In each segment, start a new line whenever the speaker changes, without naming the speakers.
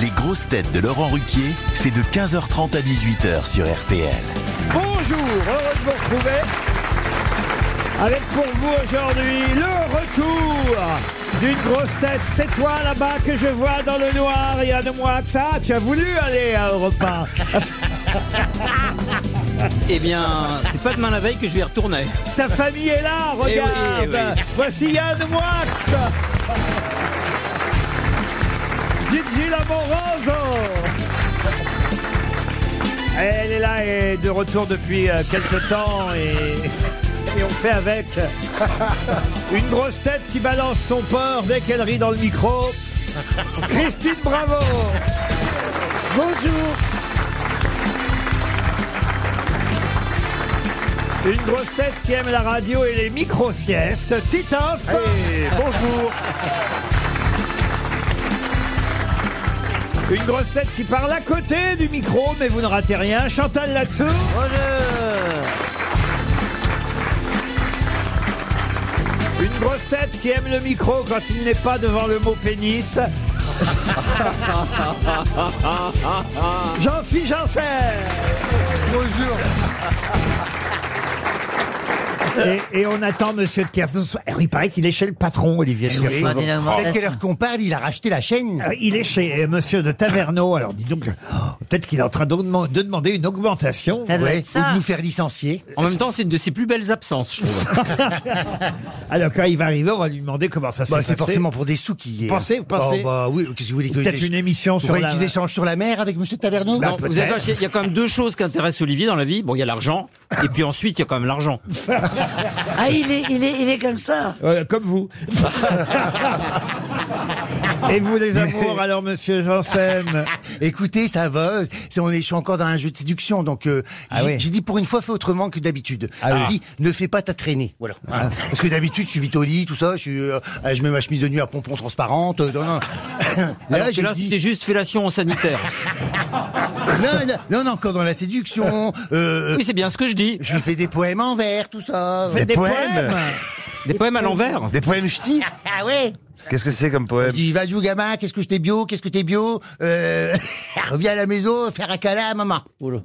Les grosses têtes de Laurent Ruquier, c'est de 15h30 à 18h sur RTL.
Bonjour, heureux de vous retrouver. Avec pour vous aujourd'hui le retour d'une grosse tête. C'est toi là-bas que je vois dans le noir, Yann Moix. Ah, tu as voulu aller à Europe 1.
Eh bien, c'est pas demain la veille que je vais y retourner.
Ta famille est là,
Eh oui,
regarde.
eh oui.
Voici Yann Moix. Gigi Lamoroso. Elle est là et de retour depuis euh, quelque temps et, et on fait avec une grosse tête qui balance son porc dès qu'elle rit dans le micro. Christine Bravo. Bonjour. Une grosse tête qui aime la radio et les micro-siestes, Titoff Bonjour Une grosse tête qui parle à côté du micro, mais vous ne ratez rien, Chantal Latsou Une grosse tête qui aime le micro quand il n'est pas devant le mot pénis, Jean-Philippe Janssen
Bonjour.
et, et on attend Monsieur de Kersos. Il paraît qu'il est chez le patron, Olivier
Eh
de Kersauzon.
Demandez
Dès
la augmentation.
quelle heure qu'on parle, il a racheté la chaîne.
Euh, Il est chez euh, Monsieur de Taverneau. Alors, dis donc, oh, peut-être qu'il est en train de, deman- de demander une augmentation.
Ça doit
Ouais,
être
ou de
ça.
nous faire licencier.
En même temps, c'est une de ses plus belles absences, je trouve.
Alors, quand il va arriver, on va lui demander comment ça s'est
Bah,
passé.
c'est forcément pour des sous qui.
Pensez, vous pensez
Oh, bah oui, qu'est-ce que vous voulez que
Peut-être
ils éch-
une émission
Vous
sur
croyez
la-
qu'ils échangent sur la mer avec Monsieur Taverneau
Bah,
Non, vous
peut-être.
avez- il y a quand même deux choses qui intéressent Olivier dans la vie. Bon, il y a l'argent, et puis ensuite, il y a quand même l'argent.
Ah, il est, il est, il est comme ça.
Euh, comme vous.
Ah,
Et vous, les amours, alors, Monsieur Janssen
Écoutez, ça va. c'est- on est, je suis encore dans un jeu de séduction, donc euh, j'ai
Ah oui.
j'ai dit pour une fois, fais autrement que d'habitude.
Ah oui. Ah.
J'ai dit, ne fais pas ta traînée. Voilà. Parce que d'habitude, je suis vite au lit, tout ça. Je, suis, euh, euh, je mets ma chemise de nuit à pompons transparente. euh, non, non.
Alors
Là,
que
j'ai
là,
dit-
c'était juste fellation sanitaire.
non, non, non, non, encore dans la séduction. euh,
Oui, c'est bien ce que je dis.
je lui fais des poèmes en vers, tout ça.
Faites des poèmes.
Des poèmes à l'envers.
Des poèmes ch'tis
Ah ouais.
Qu'est-ce que c'est comme
Je
poème
dis, vas-y, gamin, qu'est-ce que je t'ai bio, qu'est-ce que t'es bio, euh, reviens à la maison, faire un câlin à maman.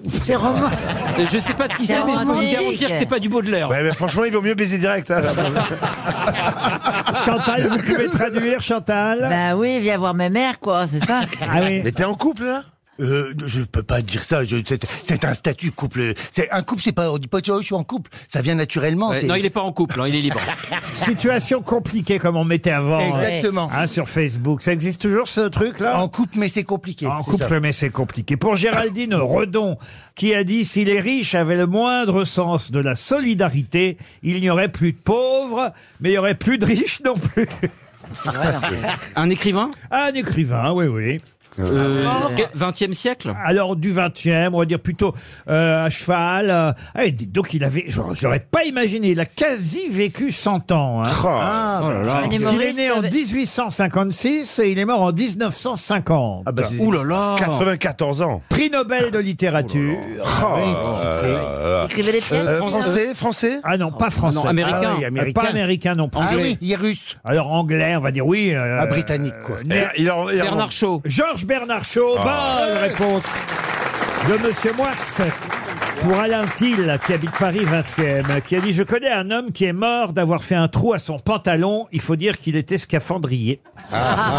C'est roman.
Euh, Je sais pas de qui
C'est
c'est, mais je peux vous
romantique.
garantir que c'est pas du Baudelaire.
Ouais, mais franchement, il vaut mieux baiser direct. hein, là.
Chantal, vous pouvez traduire, Chantal
Bah oui, viens voir ma mère, quoi, c'est ça.
Ah oui.
mais t'es en couple, là
Euh, je peux pas dire ça, je- c'est, c'est un statut couple. C'est, un couple, c'est pas, on dit pas, oh, je suis en couple, ça vient naturellement.
Ouais,
C'est-
non, il est pas en couple, hein, il est libre.
Situation compliquée, comme on mettait avant.
Exactement.
hein, sur Facebook. Ça existe toujours, ce truc-là
En couple, mais c'est compliqué.
En
c'est
couple,
ça.
mais c'est compliqué. Pour Géraldine Redon, qui a dit si les riches avaient le moindre sens de la solidarité, il n'y aurait plus de pauvres, mais il n'y aurait plus de riches non plus.
Un écrivain
Un écrivain, oui, oui.
euh, 20e siècle
Alors, du 20e, on va dire plutôt euh, à cheval. euh, ah, et dites donc, il avait, j'aurais j'aurais pas imaginé, il a quasi vécu 100 ans. Hein.
Ah,
Oh là là.
Un
Parce qu'il est
humoriste
né en
avec-
1856 et il est mort en 1950.
Ah bah, c'est
Ouh là là
94 ans. Ah,
Prix Nobel de littérature.
Ah
Écrivez des pièces.
Euh,
sinon.
français, français
Ah non, pas français.
Non, américain.
Ah oui,
Euh, Pas
Américain.
américain non plus.
Ah oui, il est russe.
Alors anglais, on va dire oui. euh,
Ah, britannique, quoi.
né-
Il en- il en-
Bernard Shaw.
Georges Bernard Shaw,
Ah.
Ah.
bonne réponse de Monsieur Moix. Pour Alain Thiel, qui habite Paris 20e, qui a dit Je connais un homme qui est mort d'avoir fait un trou à son pantalon. Il faut dire qu'il était scaphandrier.
Ah,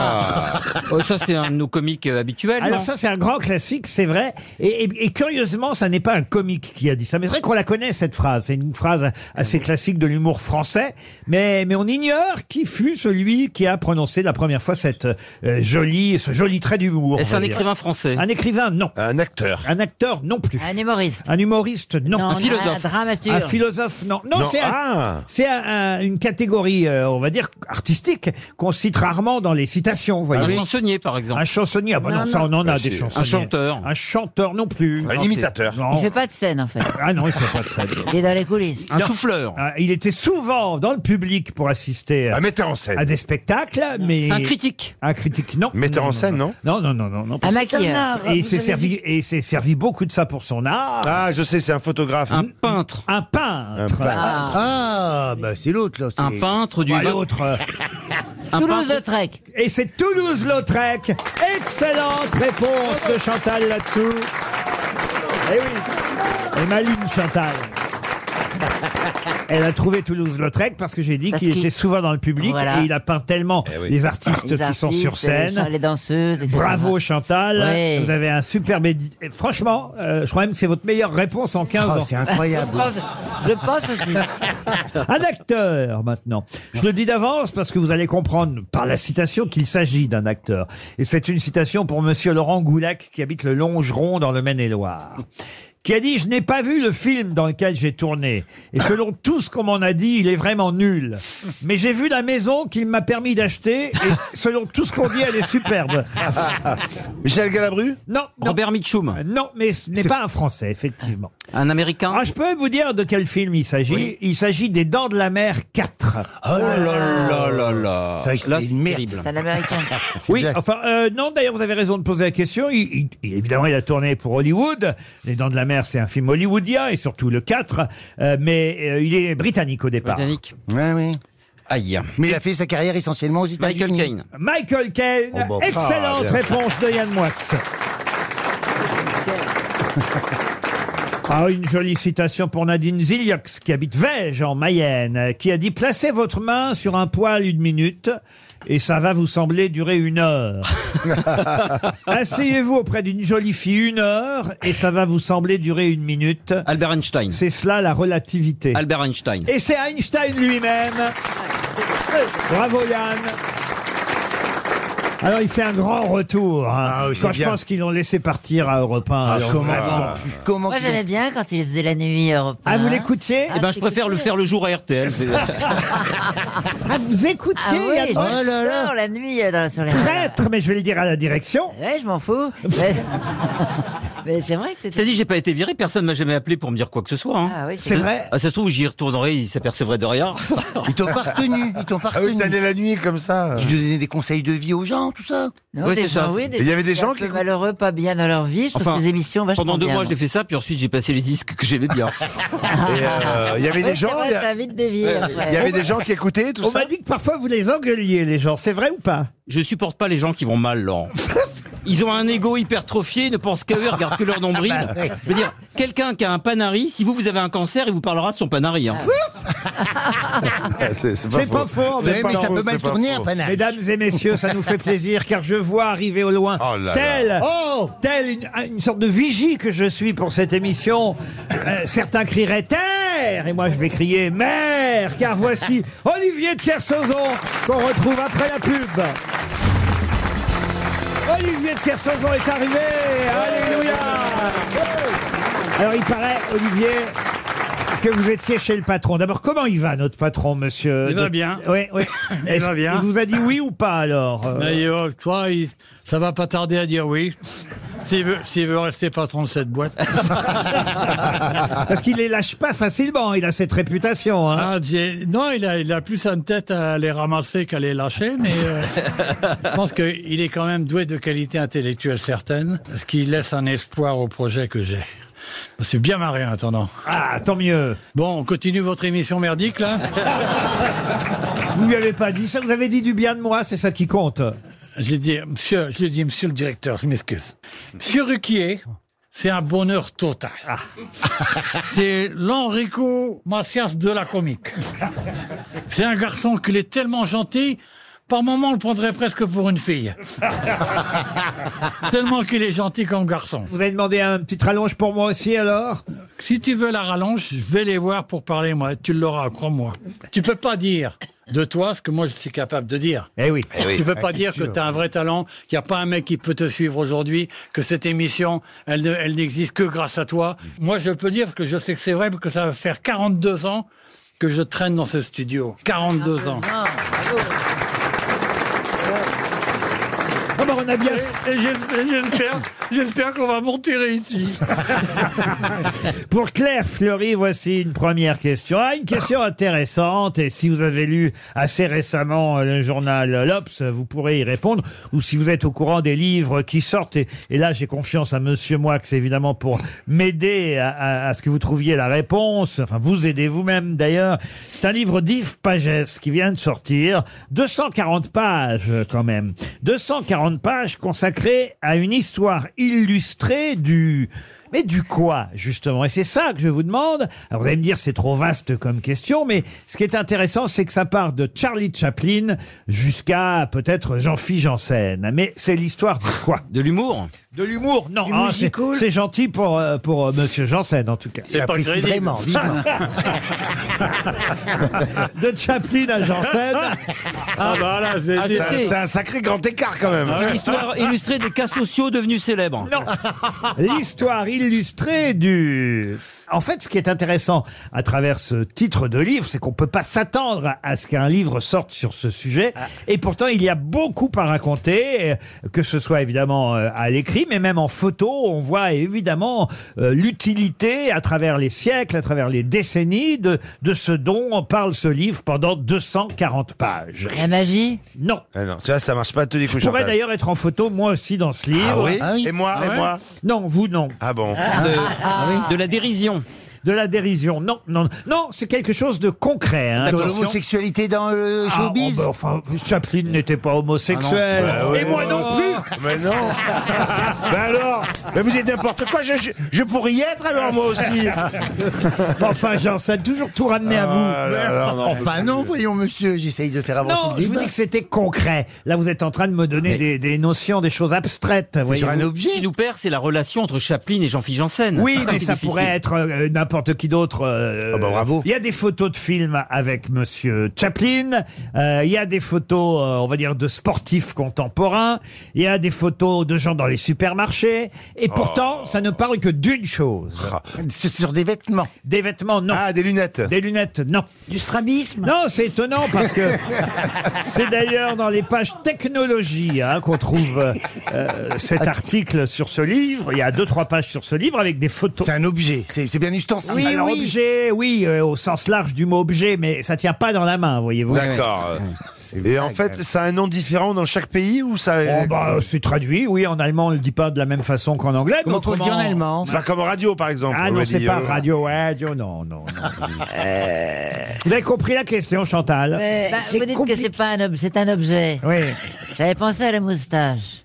Oh, ça, c'était un de nos comiques euh, habituels.
Alors,
non
ça, c'est un grand classique, c'est vrai. Et, et- et curieusement, ça n'est pas un comique qui a dit ça. Mais c'est vrai qu'on la connaît, cette phrase. C'est une phrase assez classique de l'humour français. Mais, mais on ignore qui fut celui qui a prononcé la première fois cette euh, jolie, ce joli trait d'humour.
Est-ce
on
un
va dire.
écrivain français
Un écrivain, non.
Un acteur.
Un acteur, non plus.
Un humoriste.
Un humoriste, non.
Non,
Un philosophe.
Un dramaturge.
Un philosophe, non. Non,
Non,
c'est un-
ah.
c'est un- un- une catégorie, euh, on va dire, artistique, qu'on cite rarement dans les citations, vous voyez.
Un chansonnier, par exemple.
Un chansonnier, ah bah non,
Non,
ça on en a
Ah,
des
si.
chansons.
Un chanteur.
Un chanteur non plus.
Un imitateur.
Il
Non.
fait pas de scène, en fait.
Ah non, il fait pas de ça. lui.
Il est dans les coulisses.
Un souffleur.
Ah, il était souvent dans le public pour assister
Un
euh,
metteur en
à
scène.
des spectacles, mais...
Un critique.
Un critique, non.
Metteur en scène, non
Non, non, non, non. non
Un
parce-
maquilleur. Ah,
et il s'est servi, et il s'est servi beaucoup de ça pour son art.
Ah, je sais, c'est un photographe.
Un peintre.
Un peintre.
Un peintre.
Ah.
Ah, bah, c'est l'autre, là. c'est-
Un peintre du
Bah,
vingt-
l'autre, euh,
Un peintre-
Toulouse-Lautrec.
Et c'est Toulouse-Lautrec. Excellente réponse de Chantal là-dessous. Eh oui. Et maline Chantal. Elle a trouvé Toulouse-Lautrec parce que j'ai dit
Parce
qu'il
qu'il-
était souvent dans le public
Voilà.
et il a peint tellement
Eh
les artistes
Les
qui sont sur
artistes, les
scène.
chants, Les danseuses, etc.
Bravo Chantal,
Ouais.
vous avez un superbe édi- et Franchement, euh, je crois même que c'est votre meilleure réponse en 15
Oh,
ans.
c'est
Je
incroyable.
pense, je pense aussi.
Un acteur maintenant. Je le dis d'avance parce que vous allez comprendre par la citation qu'il s'agit d'un acteur. Et c'est une citation pour Monsieur Laurent Goulac qui habite le Longeron dans le Maine-et-Loire. Qui a dit Je n'ai pas vu le film dans lequel j'ai tourné. Et selon tout ce qu'on m'en a dit, il est vraiment nul. Mais j'ai vu la maison qu'il m'a permis d'acheter. Et selon tout ce qu'on dit, elle est superbe.
Michel Galabru
Non, non,
Robert Mitchum,
non mais ce n'est pas un Français, effectivement.
un Américain.
Ah, je peux vous dire de quel film il s'agit. Il s'agit des Dents de la Mer 4.
Oh là là.
là là là.
C'est vrai que c'était
Là,
une merde.
terrible.
C'est un américain.
Oui,
Exact.
enfin, euh, non, d'ailleurs, vous avez raison de poser la question. Il- il- il- évidemment, il a tourné pour Hollywood. Les Dents de la Mer, c'est un film hollywoodien, et surtout le 4. euh, mais euh, il est britannique au départ.
Britannique.
Ouais, oui.
Aïe.
Mais il a fait sa carrière essentiellement aux États-Unis.
Michael Caine.
Michael Caine,
Oh, bon.
excellente
Ah, bien.
réponse de Yann Moix. Ah, une jolie citation pour Nadine Ziliox, qui habite Vège, en Mayenne, euh, qui a dit « Placez votre main sur un poil une minute et ça va vous sembler durer une heure. Asseyez-vous auprès d'une jolie fille une heure et ça va vous sembler durer une minute.
Albert Einstein.
C'est cela la relativité.
Albert Einstein.
Et c'est Einstein lui-même. Bravo Yann. Alors il fait un grand retour. hein.
Ah oui, c'est
Quand je
bien.
pense qu'ils l'ont laissé partir à Europe 1.
Ah,
alors,
comment
vraiment.
ils ont pu- comment ils
Moi,
ont
j'aimais bien quand il faisait la nuit européenne.
Ah, vous l'écoutiez
Eh ben, je préfère le faire le jour à RTL. C'est-
Ah, vous écoutiez
Ah oui,
Yann
il
Moix
le sort la nuit euh, dans la, sur les
Traître, mais je vais le dire à la direction.
Ouais, je m'en fous. Mais, mais c'est vrai que c'était...
C'est-à-dire, j'ai pas été viré, personne m'a jamais appelé pour me dire quoi que ce soit. hein.
Ah oui,
C'est vrai
Ah, ça se trouve, j'y retournerai, il s'apercevrait de rien.
Ils t'ont pas retenu. Ils t'ont pas
Ah oui,
retenu.
t'allais la nuit comme ça.
tu donnais des conseils de vie aux gens, tout ça.
Non,
Ouais,
des
c'est ça,
gens,
c'est-
oui, des
Il y avait des gens
un peu
qui-
malheureux, pas bien dans leur vie. Je trouve
Enfin,
ces émissions vachement
Pendant deux
bien,
mois,
moi.
j'ai fait ça, puis ensuite, j'ai passé les disques que j'aimais bien.
Et, euh, Il y avait
Ouais,
des
c'est
gens.
vrai,
il y a-
ça a vite dévié,
Ouais,
après.
Il y avait des gens qui écoutaient tout
On
ça.
m'a dit que parfois vous les engueuliez, les gens. C'est vrai ou pas
Je supporte pas les gens qui vont mal, Laurent. Ils ont un ego hypertrophié, ils ne pensent qu'à eux, regardent que leur nombril.
Ah bah
Je veux dire, quelqu'un qui a un panari, si vous, vous avez un cancer, il vous parlera de son panari. hein.
Ah, C'est
C'est pas faux.
C'est
Ouais,
pas
mais ça
faux,
peut
c'est
mal
pas
tourner,
faux.
un panache.
Mesdames et messieurs, ça nous fait plaisir car je vois arriver au loin
Oh là là.
tel,
Oh
tel une, une sorte de vigie que je suis pour cette émission. Euh, certains crieraient terre et moi je vais crier mère car voici Olivier de Kersauzon qu'on retrouve après la pub. Olivier de Kersauzon est arrivé. Alléluia. Alors il paraît Olivier que vous étiez chez le patron. D'abord, comment il va notre patron, monsieur
Il va
de-
bien.
Oui, oui.
Il
Est-ce
va bien.
qu'il vous a dit oui ou pas alors euh,
D'ailleurs, toi, il- ça va pas tarder à dire oui. S'il veut, s'il veut rester patron de cette boîte.
Parce qu'il les lâche pas facilement, il a cette réputation. hein.
Ah, j'ai- non, il a, il a plus une tête à les ramasser qu'à les lâcher, mais euh, je pense qu'il est quand même doué de qualités intellectuelles certaines, ce qui laisse un espoir au projet que j'ai. Je me suis bien marré en attendant.
Ah. tant mieux.
Bon, on continue votre émission merdique, là
Vous lui avez pas dit ça, vous avez dit du bien de moi, c'est ça qui compte.
Je lui dis, monsieur, je lui dis, monsieur le directeur, je m'excuse. Monsieur Ruquier, c'est un bonheur total.
Ah.
C'est l'Enrico Macias de la comique. C'est un garçon qu'il est tellement gentil, par moments on le prendrait presque pour une fille. tellement qu'il est gentil comme garçon.
Vous avez demandé un petit rallonge pour moi aussi alors
Si tu veux la rallonge, je vais les voir pour parler, moi. Tu l'auras, crois-moi. Tu peux pas dire de toi ce que moi je suis capable de dire.
Eh oui.
Tu peux pas dire que tu as un vrai talent, qu'il n'y a pas un mec qui peut te suivre aujourd'hui, que cette émission, elle, ne- elle n'existe que grâce à toi. Moi, je peux dire que je sais que c'est vrai, parce que ça va faire 42 ans que je traîne dans ce studio. 42 ans.
Ah bah, on a bien
Et, et j'es- et j'espère J'espère qu'on va m'enterrer ici.
Pour Claire Fleury, voici une première question. Ah, une question intéressante. Et si vous avez lu assez récemment euh, le journal L'Obs, vous pourrez y répondre. Ou si vous êtes au courant des livres qui sortent. Et, et là, j'ai confiance à Monsieur Moix, évidemment, pour m'aider à, à- à ce que vous trouviez la réponse. Enfin, vous aider vous-même, d'ailleurs. C'est un livre d'Yves Pagès qui vient de sortir. 240 pages, quand même. 240 pages consacrées à une histoire illustrée du... Mais du quoi, justement Et c'est ça que je vous demande. Alors, vous allez me dire, c'est trop vaste comme question, mais ce qui est intéressant, c'est que ça part de Charlie Chaplin jusqu'à peut-être Jean-Philippe Janssen. Mais c'est l'histoire de quoi
De l'humour
De l'humour Non, Ah, c'est- c'est gentil pour, euh, pour euh, Monsieur Janssen, en tout cas.
C'est pas vraiment, vivement.
De Chaplin à Janssen.
Ah bah là, je vais
Ah, je
dire.
sais.
C'est un sacré grand écart quand même.
Une histoire illustrée des cas sociaux devenus célèbres.
Non L'histoire illustrée du... En fait, ce qui est intéressant à travers ce titre de livre, c'est qu'on ne peut pas s'attendre à ce qu'un livre sorte sur ce sujet.
Ah.
Et pourtant, il y a beaucoup à raconter, euh, que ce soit évidemment euh, à l'écrit, mais même en photo, on voit évidemment euh, l'utilité à travers les siècles, à travers les décennies de, de ce dont on parle ce livre pendant 240 pages.
La magie
Non.
Ah non, ça, ça marche pas tous les coups.
Je pourrais
Chantal.
d'ailleurs être en photo, moi aussi, dans ce livre.
Ah oui,
Ah oui.
Et moi,
Ah
et
ouais.
moi.
Non, vous, non.
Ah bon.
De, de la dérision.
Ah De la dérision. Non, non, non, c'est quelque chose de concret. hein.
De
Attention.
l'homosexualité dans le
Ah,
showbiz
oh, bah, enfin, Chaplin n'était pas homosexuel.
Ah non. Bah ouais.
Et moi non plus.
Mais non. ben alors. Mais vous dites n'importe quoi. Je, je, je pourrais y être alors moi aussi.
Mais enfin, Jean, ça a toujours tout ramené à
Ah
vous.
là là, non.
Enfin non, voyons monsieur, j'essaye de faire avancer
Non,
le
je vous
débat.
dis que c'était concret. Là, vous êtes en train de me donner des, des notions, des choses abstraites.
C'est sur un
voyez-vous.
Ce qui
objet.
nous perd, c'est la relation entre Chaplin et Jean-Philippe Janssen. Ah,
Oui,
C'est
mais ça
difficile.
pourrait être euh, n'importe qui d'autre. euh,
Ah bah, bravo.
Il y a des photos de films avec Monsieur Chaplin. euh, il y a des photos, euh, on va dire, de sportifs contemporains. Il y a des photos de gens dans les supermarchés. Et
Oh.
pourtant, ça ne parle que d'une chose.
C'est sur des vêtements.
Des vêtements, non.
Ah des lunettes.
Des lunettes, non.
Du strabisme
Non, c'est étonnant parce que c'est d'ailleurs dans les pages technologie hein, qu'on trouve euh, euh, cet article sur ce livre. Il y a deux, trois pages sur ce livre avec des photos.
C'est un objet. C'est c'est bien ustensile.
Alors, objet, oui, euh, au sens large du mot objet, mais ça tient pas dans la main, voyez-vous.
D'accord. euh, Et en fait, ça a un nom différent dans chaque pays ou ça
Oh, bah, euh, c'est traduit, oui, en allemand, on le dit pas de la même façon qu'en anglais. mais
Comment on peut le dire en
autrement-
allemand
C'est pas comme radio par exemple.
Ah non,
on
c'est
dit,
pas
euh,
radio, radio, non, non, non.
Euh.
Vous avez compris la question, Chantal
Bah, Vous dites que c'est pas un objet, c'est un objet.
Oui.
J'avais pensé à la moustache.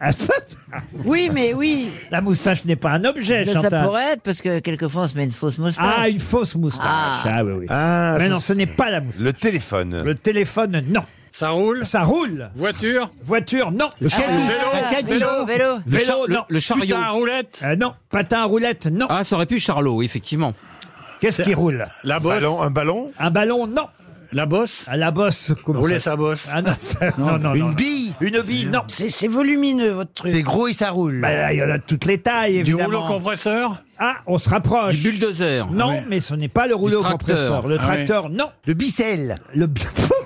Oui, mais oui.
la moustache n'est pas un objet,
Eh
Mais ça
Chantal.
pourrait être parce que quelquefois on se met une fausse
Ah,
moustache.
une fausse moustache. Ah,
Ah.
oui, oui.
Ah,
mais
ça,
non, ce n'est pas la moustache.
Le téléphone.
Le téléphone, non.
Ça roule
Ça roule.
Voiture Ah,
Voiture, non.
Le caddie.
Vélo.
Un caddie.
vélo, vélo.
Le,
Vélo,
char- le-
non.
le chariot.
Putain, roulette
Euh, non. Patin à roulette, non.
Ah, ça aurait pu Charlot, oui, effectivement.
Qu'est-ce qui roule
La bosse
Ballon, un ballon
Un ballon, non.
La bosse
À la bosse. comment
Rouler
ça-
sa bosse
Ah, non, non, non, non,
Une
non.
bille.
Une bille, non.
C'est c'est volumineux, votre truc.
C'est gros et ça roule.
Bah, là, il y en a de toutes les tailles,
Du
évidemment.
rouleau compresseur
Ah, on se
Du
rapproche.
bulldozer.
Non, mais ce n'est pas le rouleau
tracteur.
compresseur. Le
Ah oui.
tracteur, non.
Le bicelle.
Le...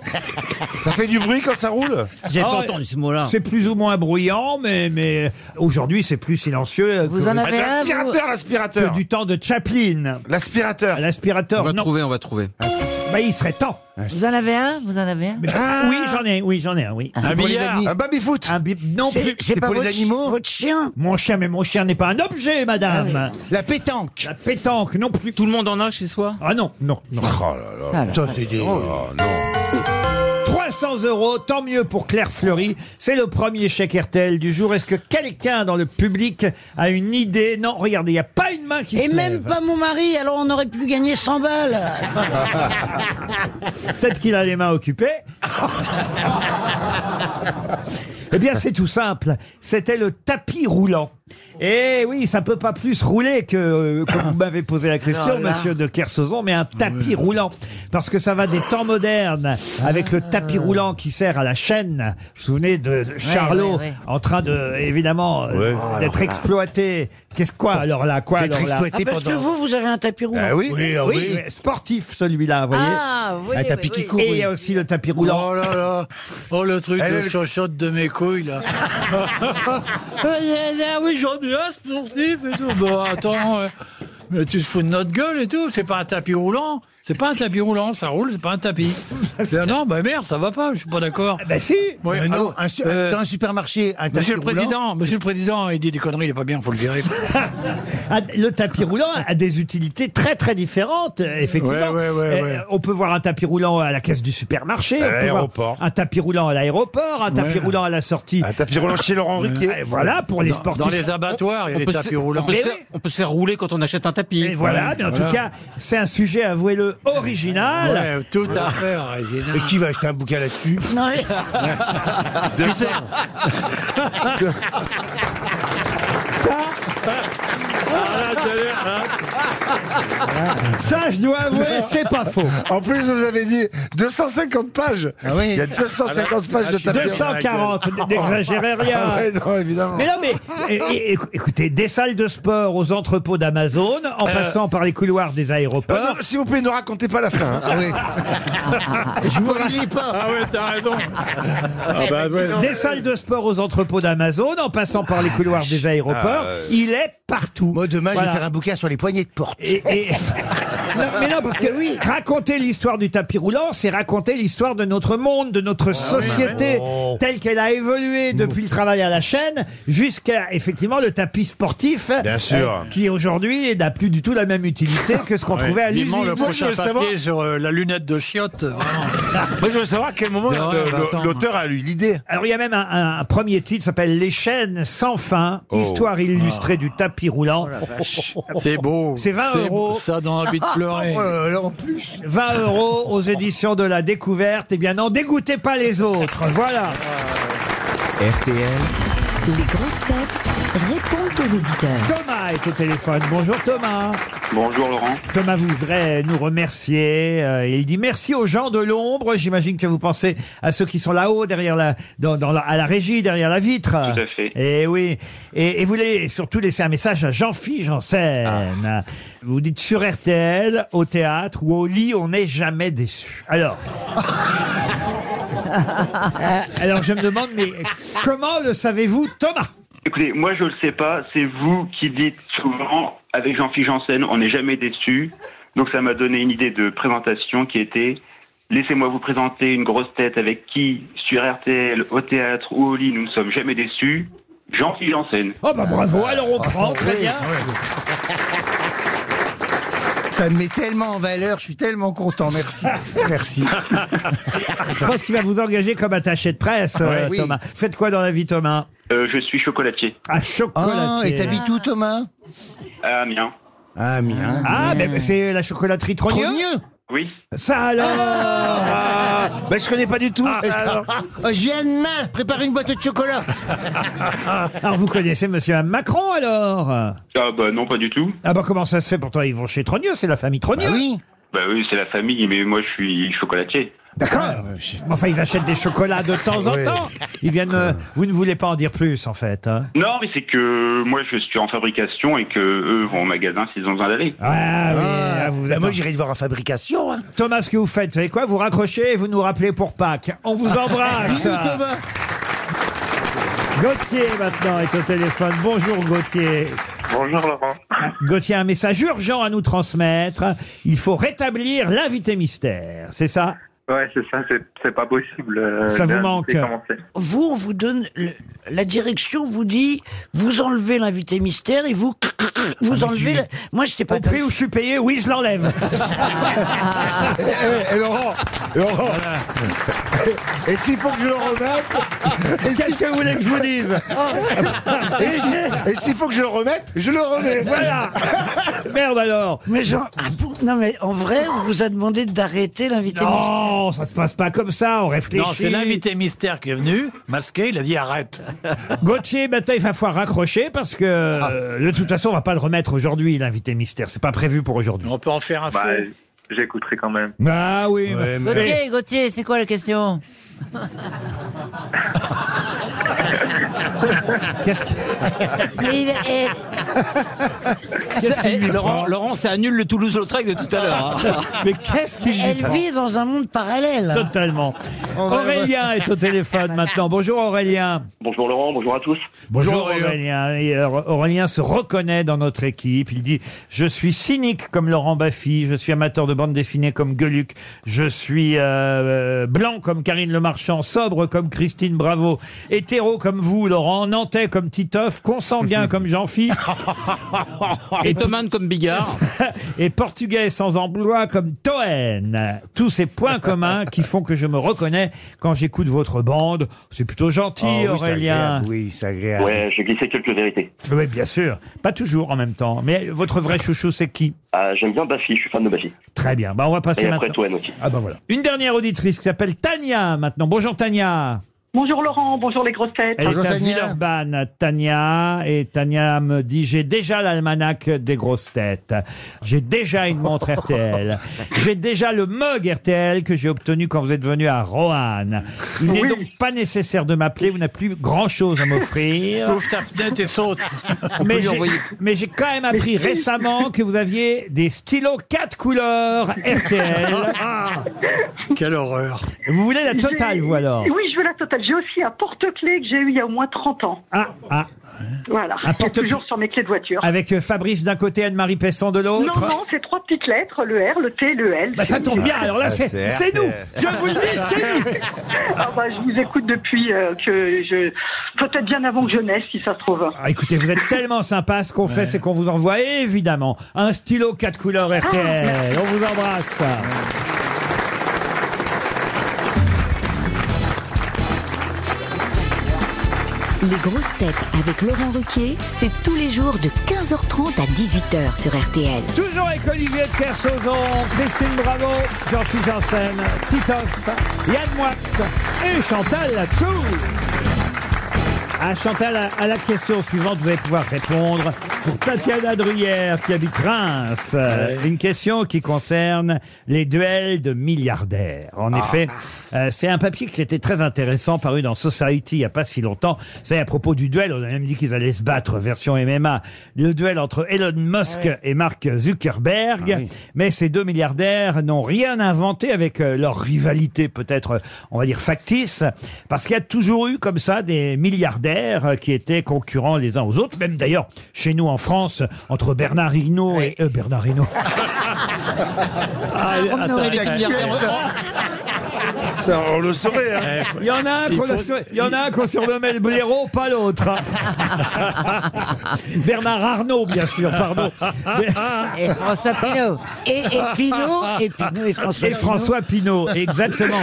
Ça fait du bruit quand ça roule
J'ai
Ah,
pas entendu ce mot-là.
c'est plus ou moins bruyant, mais, mais aujourd'hui, c'est plus silencieux euh, que,
Vous en avez un, vous
L'aspirateur, l'aspirateur.
que du temps de Chaplin.
L'aspirateur.
On
L'aspirateur,
va
non.
trouver, on va trouver.
Bah, il serait temps.
Vous en avez un Vous en avez un
Oui, j'en ai, oui, j'en ai un, oui.
Un
Pour les
billard
amis.
Un baby-foot.
Un bip, non
C'est
plus.
c'est pas
pour les
votre, chi-
animaux
votre chien. Ah
Mon chien, mais mon chien n'est pas un objet, madame.
La pétanque.
La pétanque, non plus.
Tout le monde en a chez soi
Ah non, non, non.
Oh là là.
Ça, là.
Ça c'est des.
Oh non.
300 euros, tant mieux pour Claire Fleury. C'est le premier chèque RTL du jour. Est-ce que quelqu'un dans le public a une idée Non, regardez, il n'y a pas une main qui
Et
se
même
lève.
pas mon mari, alors on aurait pu gagner 100 balles.
Peut-être qu'il a les mains occupées. Eh bien, c'est tout simple. C'était le tapis roulant. Eh oui, ça peut pas plus rouler que euh, comme vous m'avez posé la question, monsieur de Kersauzon, mais un tapis roulant. Parce que ça va des temps modernes, avec le tapis roulant qui sert à la chaîne. Vous vous souvenez de Charlot,
ouais, ouais.
en train de, évidemment, euh, d'être exploité. Qu'est-ce quoi, alors là, quoi,
D'être
alors là
exploité
Ah, parce que
pendant.
vous, vous avez un tapis roulant.
Ah oui.
Oui, ah
Oui,
oui.
mais sportif, celui-là, vous voyez.
Ah, oui,
Un
oui,
tapis qui
oui.
court.
Et il y a aussi le tapis roulant.
Oh là là Oh le truc
Elle,
de
elle-
chochotte de mes couilles là
Ah, ah, ah, oui,
Eh, oui, j'en ai un sportif et tout. Bon, attends, euh, mais tu te fous de notre gueule et tout. C'est pas un tapis roulant. C'est pas un tapis roulant, ça roule, c'est pas un tapis. Ben non, ben merde, ça va pas, je suis pas
Ah,
d'accord.
Bah si
Ah
Oui,
Mais non,
alors,
un su-
euh,
dans un supermarché, un tapis
Monsieur le
roulant-
Président, Monsieur le Président, il dit des conneries, il est pas bien, faut le virer.
Ah, Le tapis roulant a des utilités très très différentes, euh, effectivement.
Ouais, ouais,
Euh,
ouais, ouais.
On peut voir un tapis roulant à la caisse du supermarché, on peut voir
l'aéroport.
un tapis roulant à l'aéroport, un tapis
Ouais.
roulant à la sortie. Euh,
Un tapis roulant chez Laurent Riquet.
Et voilà, pour les sportifs.
Dans les abattoirs, il y a
On
les
peut se
tapis
faire-
roulants.
On peut, se
Mais
faire,
oui.
on peut se faire rouler quand on achète un tapis.
Et voilà,
Ouais,
mais en
voilà.
tout cas, c'est un sujet, avouez-le, original.
Ouais, tout à fait original.
Mais qui va acheter un bouquin là-dessus
Non, mais-
Tu sais,
Ah, hein.
Ça, je dois avouer, c'est pas faux.
En plus, vous avez dit 250 pages.
Ah oui.
Il y a 250 pages de tapis roulant.
240, n'exagérez
Ah
Ben, rien.
ouais, non, évidemment.
Mais non, mais é- é- écoutez, des salles de sport aux entrepôts d'Amazon, en passant par les couloirs des
Euh,
aéroports.
non, S'il vous plaît, ne racontez pas la fin. hein.
ah Je vous le dis pas.
Ah ouais, t'as raison.
bah,
Des salles de sport aux entrepôts d'Amazon, en passant par les couloirs des aéroports, il est partout.
Moi, demain, je
Voilà.
vais faire un bouquin sur les poignées de porte.
Et- et- Non, mais non, parce que raconter l'histoire du tapis roulant, c'est raconter l'histoire de notre monde, de
Ah
notre société,
Oh.
telle qu'elle a évolué depuis le travail à la chaîne, jusqu'à effectivement le tapis sportif, euh,
Bien sûr.
qui aujourd'hui n'a plus du tout la même utilité que ce qu'on trouvait à l'usine.
Vivement le
Moi, je
prochain
veux savoir-
papier sur euh, la lunette de chiotte, vraiment.
Moi, je veux savoir à quel moment
Mais ouais,
le-
bah,
le-
attends.
l'auteur a eu l'idée.
Alors il y a même un, un- un premier titre qui s'appelle Les chaînes sans fin,
Oh.
histoire illustrée du tapis roulant.
C'est beau.
C'est 20 euros. Ah,
beau, Ça donne envie de pleurer.
Oh là là, en plus.
20 euros aux éditions de la découverte. Eh bien non, dégoûtez pas les autres. Voilà.
RTL,
Les grosses têtes répondent aux auditeurs.
Thomas est au téléphone. Bonjour Thomas.
Bonjour Laurent.
Thomas voudrait nous remercier. Euh, il dit merci aux gens de l'ombre. J'imagine que vous pensez à ceux qui sont là-haut, derrière la, dans, dans la- à la régie, derrière la vitre.
Tout à fait.
Et oui. Et, et vous voulez surtout laisser un message à Jean-Philippe Janssen.
Ah.
Vous dites sur RTL, au théâtre ou au lit, on n'est jamais déçu. Alors.
Ah.
euh, Alors je me demande, mais comment le savez-vous, Thomas
Écoutez, moi je le sais pas, c'est vous qui dites souvent avec Jean-Philippe Janssen, on n'est jamais déçu. Donc ça m'a donné une idée de présentation qui était Laissez-moi vous présenter une grosse tête avec qui, sur RTL, au théâtre ou au lit, nous ne sommes jamais déçus. Jean-Philippe Janssen.
Oh bah bravo,
Ah,
alors on prend, très
Oui, Ah,
bien.
ouais. Ça me met tellement en valeur, je suis tellement content, merci. Merci.
Je pense qu'il va vous engager comme attaché de presse,
Ah
euh,
Oui.
Thomas. Faites quoi dans la vie, Thomas
Euh, je suis chocolatier.
À
Ah, et
chocolatier.
t'habites où, Thomas
Ah, bien.
Ah, mien.
ah, ben c'est la chocolaterie
Trop
Trogneux
mieux
Oui.
Ça alors
Ah, bah, je connais pas du tout ça, alors.
Oh, je viens de mal préparer une boîte de chocolat. Ah.
Alors vous connaissez Monsieur Macron alors Ah
Ah, bah non, pas du tout.
bah comment ça se fait Pourtant ils vont chez Trogneux, c'est la famille Trogneux.
Ah oui
Bah oui, c'est la famille, mais moi je suis chocolatier.
Ah,
D'accord.
bah,
Mais Enfin ils achètent des chocolats de temps en
Ouais.
temps. Ils viennent. euh,
Ah.
vous ne voulez pas en dire plus en fait. hein
Non, mais c'est que moi je suis en fabrication et que eux vont au magasin s'ils ont besoin d'aller.
ah oui. ah, vous
Bah,
êtes
Moi,
un-
j'irai le voir en fabrication. hein.
Thomas, ce que vous faites, vous savez quoi Vous raccrochez et vous nous rappelez pour Pâques. On vous embrasse.
Bisous, Thomas.
Gauthier maintenant est au téléphone. Bonjour Gauthier.
Bonjour Laurent.
Gauthier a un message urgent à nous transmettre. Il faut rétablir l'invité mystère. C'est ça
Ouais, c'est ça, c'est- c'est pas possible. euh,
Ça vous
d'inviter
manque.
comme on sait.
vous, on vous donne le- la direction, vous dit, vous enlevez l'invité mystère et vous,
Ah,
vous enlevez. le- Moi, j'étais pas.
Au prix où je suis payé, oui, je l'enlève.
Eh, eh, eh, Laurent, Laurent. Et s'il faut que je le remette, et
Qu'est-ce
si-
que vous voulez que je vous dise
et si- et s'il faut que je le remette, je le remets.
Voilà Merde alors
Mais genre, ah bon non mais en vrai, on vous a demandé d'arrêter l'invité mystère.
Non, Oh, ça se passe pas comme ça, on réfléchit.
Non, c'est l'invité mystère qui est venu, masqué, il a dit arrête.
Gauthier, maintenant, il va falloir raccrocher parce que,
Ah.
euh, de toute façon, on va pas le remettre aujourd'hui, l'invité mystère. C'est pas prévu pour aujourd'hui.
On peut en faire un
Bah,
faux.
j'écouterai quand même.
Ah oui.
Ouais, mais-
mais-
Gauthier, Gauthier, c'est quoi la question
Qu'est-ce que...
Mais il est-
Ça, eh, Laurent, Laurent, ça annule le Toulouse-Lautrec de tout à l'heure. hein.
Mais qu'est-ce qu'il
Elle
prend
vit dans un monde parallèle.
Totalement. Aurélien est au téléphone maintenant. Bonjour Aurélien.
Bonjour Laurent, bonjour à tous.
Bonjour, Aurélien. Et, euh, Aurélien se reconnaît dans notre équipe. Il dit Je suis cynique comme Laurent Baffy, je suis amateur de bande dessinée comme Gueluc, je suis euh, blanc comme Karine Lemarchand, sobre comme Christine Bravo, hétéro comme vous, Laurent, nantais comme Titoff, consanguin comme Jean-Phi,
Et Thoman comme Bigard.
et portugais sans emploi comme Toen. Tous ces points communs qui font que je me reconnais quand j'écoute votre bande. C'est plutôt gentil,
Oh, oui, c'est
Aurélien.
agréable, Oui, c'est agréable.
Ouais, j'ai glissé quelques vérités.
Oui, bien sûr. Pas toujours en même temps. Mais votre vrai chouchou, c'est qui
Ah, J'aime bien Baffy, je suis fan de Baffy.
Très bien. Bah, on va passer
Et après
maintenant.
Toen aussi.
Ah bah voilà. Une dernière auditrice qui s'appelle Tania maintenant. Bonjour Tania.
Bonjour Laurent, bonjour les grosses têtes.
Elle
Bonjour,
est à
Tania.
Villeurbanne, Tania. Et Tania me dit, j'ai déjà l'almanach des grosses têtes. J'ai déjà une montre RTL. J'ai déjà le mug RTL que j'ai obtenu quand vous êtes venu à Roanne. Il n'est
Oui.
donc pas nécessaire de m'appeler. Vous n'avez plus grand chose à m'offrir.
Ouvre ta fenêtre et saute.
Mais
lui
j'ai-
envoyer.
mais j'ai quand même appris récemment que vous aviez des stylos quatre couleurs RTL.
Quelle horreur.
Vous voulez la totale,
J'ai-
vous alors
Oui, je veux la totale. J'ai aussi un porte-clés que j'ai eu il y a au moins 30 ans.
Ah, ah,
Voilà.
Un
Qui est
porte-clés.
toujours sur mes clés de voiture.
avec euh, Fabrice d'un côté, Anne-Marie Pesson de
Non,
l'autre
non, c'est trois petites lettres, le R, le T, le L.
Bah, ça tombe bien, alors là, c'est
c'est
Ah, c'est nous Je vous le dis, c'est nous
Ah bah, je vous écoute depuis euh, que je... Peut-être bien avant que je naisse, si ça se trouve.
Ah, écoutez, vous êtes tellement sympa. Ce qu'on fait, c'est qu'on vous envoie évidemment un stylo quatre couleurs RTL. On vous embrasse.
Les grosses têtes avec Laurent Ruquier, c'est tous les jours de 15h30 à 18h sur RTL.
Toujours avec Olivier de Kersauzon, Christine Bravo, Jean-Philippe Janssen, Titoff, Yann Moix et Chantal là-dessous. À Chantal, à- à la question suivante, vous allez pouvoir répondre pour Tatiana Druyère qui habite Reims. Euh, Une question qui concerne les duels de milliardaires. En effet, euh, c'est un papier qui était très intéressant, paru dans Society il n'y a pas si longtemps. C'est à propos du duel, on a même dit qu'ils allaient se battre, version MMA. Le duel entre Elon Musk et Mark Zuckerberg. Mais ces deux milliardaires n'ont rien inventé avec euh, leur rivalité peut-être, euh, on va dire, factice. Parce qu'il y a toujours eu comme ça des milliardaires euh, qui étaient concurrents les uns aux autres. Même d'ailleurs, chez nous en France, entre Bernard Hinault et... euh, Bernard Hinault.
Ah, Ça, on le saurait, hein.
Eh, Il y en a un qu'on a sur- il y en a un qu'on surnommait le blaireau, pas l'autre. hein. Bernard Arnault, bien sûr, pardon.
Et François Pinault.
Et, et Pinot, et Pinot et François.
Et François Pinault, exactement.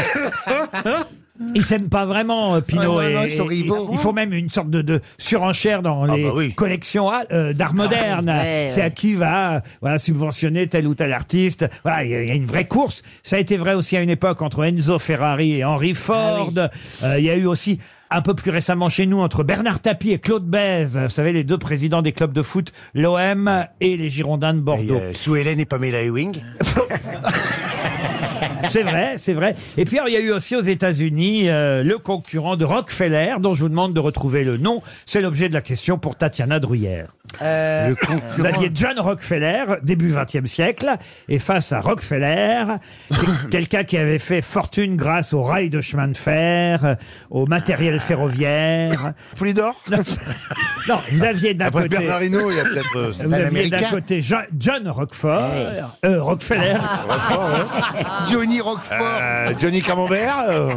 Ils s'aiment pas vraiment, euh, Pinault.
Ah, non, non,
et-
ils sont
et-
rivaux.
ils font même une sorte de, de surenchère dans
Ah,
les
bah oui.
collections ah, euh, d'art moderne.
ouais,
C'est à
ouais.
qui va euh, voilà, subventionner tel ou tel artiste. Voilà, Il y, a- il y a une vraie course. Ça a été vrai aussi à une époque entre Enzo Ferrari et Henry Ford.
Ah
Euh, Il y a eu aussi... Un peu plus récemment chez nous, entre Bernard Tapie et Claude Bèze, vous savez, les deux présidents des clubs de foot, l'OM et les Girondins de
Et,
Bordeaux.
euh, Sue Hélène et Pamela Ewing.
C'est vrai, c'est vrai. Et puis alors, il y a eu aussi aux États-Unis euh, le concurrent de Rockefeller, dont je vous demande de retrouver le nom. C'est l'objet de la question pour Tatiana Druyère.
le
Vous
concurrent.
aviez John Rockefeller, début XXe siècle, et face à Rockefeller, quelqu'un qui avait fait fortune grâce aux rails de chemin de fer, euh, au matériel ferroviaire.
Poulidor
Non, vous aviez d'un
Après
côté.
Bernard Hinault, il y a peut-être. euh,
Vous
un
aviez d'un
Américain.
côté Jo- John Rockefeller, euh, Rockefeller,
Ah.
Johnny Roquefort.
Johnny Camembert euh,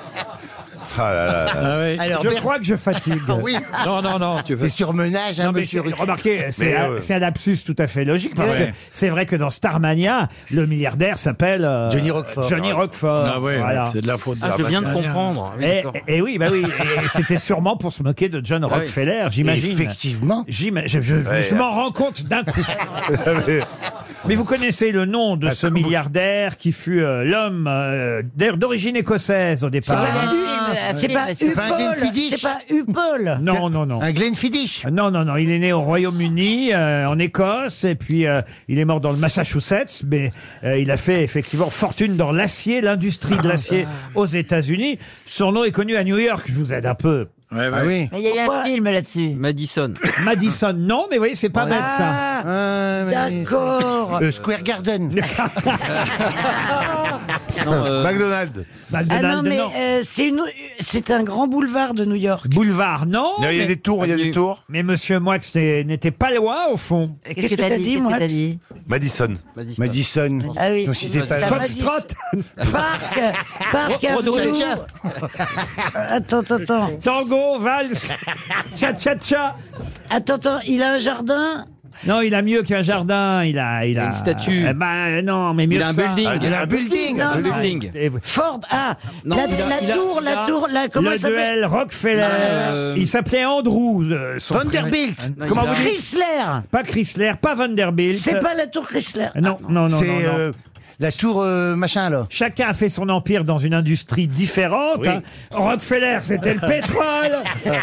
Ah là là.
Ah oui.
Alors,
je
Ber-
crois que je fatigue.
Non, non,
Ah,
non, tu veux.
Les surmenages, hein,
Non, mais
monsieur
c'est-
Ruquier.
remarquez, c'est
Mais,
un,
euh,
c'est un lapsus tout à fait logique parce
Ouais.
que c'est vrai que dans Starmania, le milliardaire s'appelle euh,
Johnny Roquefort.
Johnny Roquefort.
Ah ouais,
Voilà.
ouais, c'est de la faute. de
Ah,
la
je viens de
bagarre.
comprendre. Oui,
Et,
d'accord. Ah
et oui, bah oui, et c'était sûrement pour se moquer de John
oui.
Rockefeller, j'imagine.
Effectivement.
J'ima- Je, je- je m'en rends compte d'un coup. Mais vous connaissez le nom de ce milliardaire qui fut euh, l'homme euh, d'air- d'origine écossaise au départ.
Ah, un
C'est
film,
pas
monsieur.
Upol, c'est pas Upol.
Non, non, non. Un Glenfiddich Non, non, non. Il est né au Royaume-Uni, euh, en Écosse, et puis euh, il est mort dans le Massachusetts, mais euh, il a fait effectivement fortune dans l'acier, l'industrie de l'acier aux États-Unis. Son nom est connu à New York, je vous aide un peu.
Ah oui. Mais il y a eu un film là-dessus.
Madison.
Madison, non, mais vous voyez, c'est pas bête ça.
Ah, D'accord.
Euh, Square Garden.
Ah euh,
McDonald's.
euh, Ah non, mais euh, c'est une- c'est un grand boulevard de New York.
Boulevard, non
Il y a
mais-
des tours, il y a des tours.
Mais monsieur Moix n'est- n'était pas loin, au fond.
Qu'est-ce Qu'est-ce que que t'as t'as dit, dit, qu'est-ce que Moix t'as dit
Madison.
Madison.
Madison.
Ah oui.
Non, si c'est pas-
T'as
Foxtrot.
Madison- Parc, euh, Parc
Rodolphe.
Avenue.
Tcha-tcha.
Ah, Attends, attends, attends.
Tango, valse, cha-cha-cha.
Attends, attends, il a un jardin
Non, il a mieux qu'un jardin. Il a, il a
une statue.
Eh ben, non, mais mieux
Il a
que
un
ça.
building.
Ah,
Il a un building.
Non,
Le
non.
building.
Et vous-
Ford, ah,
Non,
la,
il a-
la
il a-
tour,
il
la
a-
tour, la, comment
Le
il s'appelle
duel Rockefeller.
Euh,
Il s'appelait Andrews. euh, son
Vanderbilt.
prénom.
Non,
Comment
il a-
vous dites
Chrysler.
Pas Chrysler, pas Vanderbilt.
C'est pas la tour Chrysler.
Ah Non, non, non, non.
C'est
non.
euh, la tour euh, machin là.
Chacun a fait son empire dans une industrie différente.
Oui.
hein. Rockefeller, c'était le pétrole.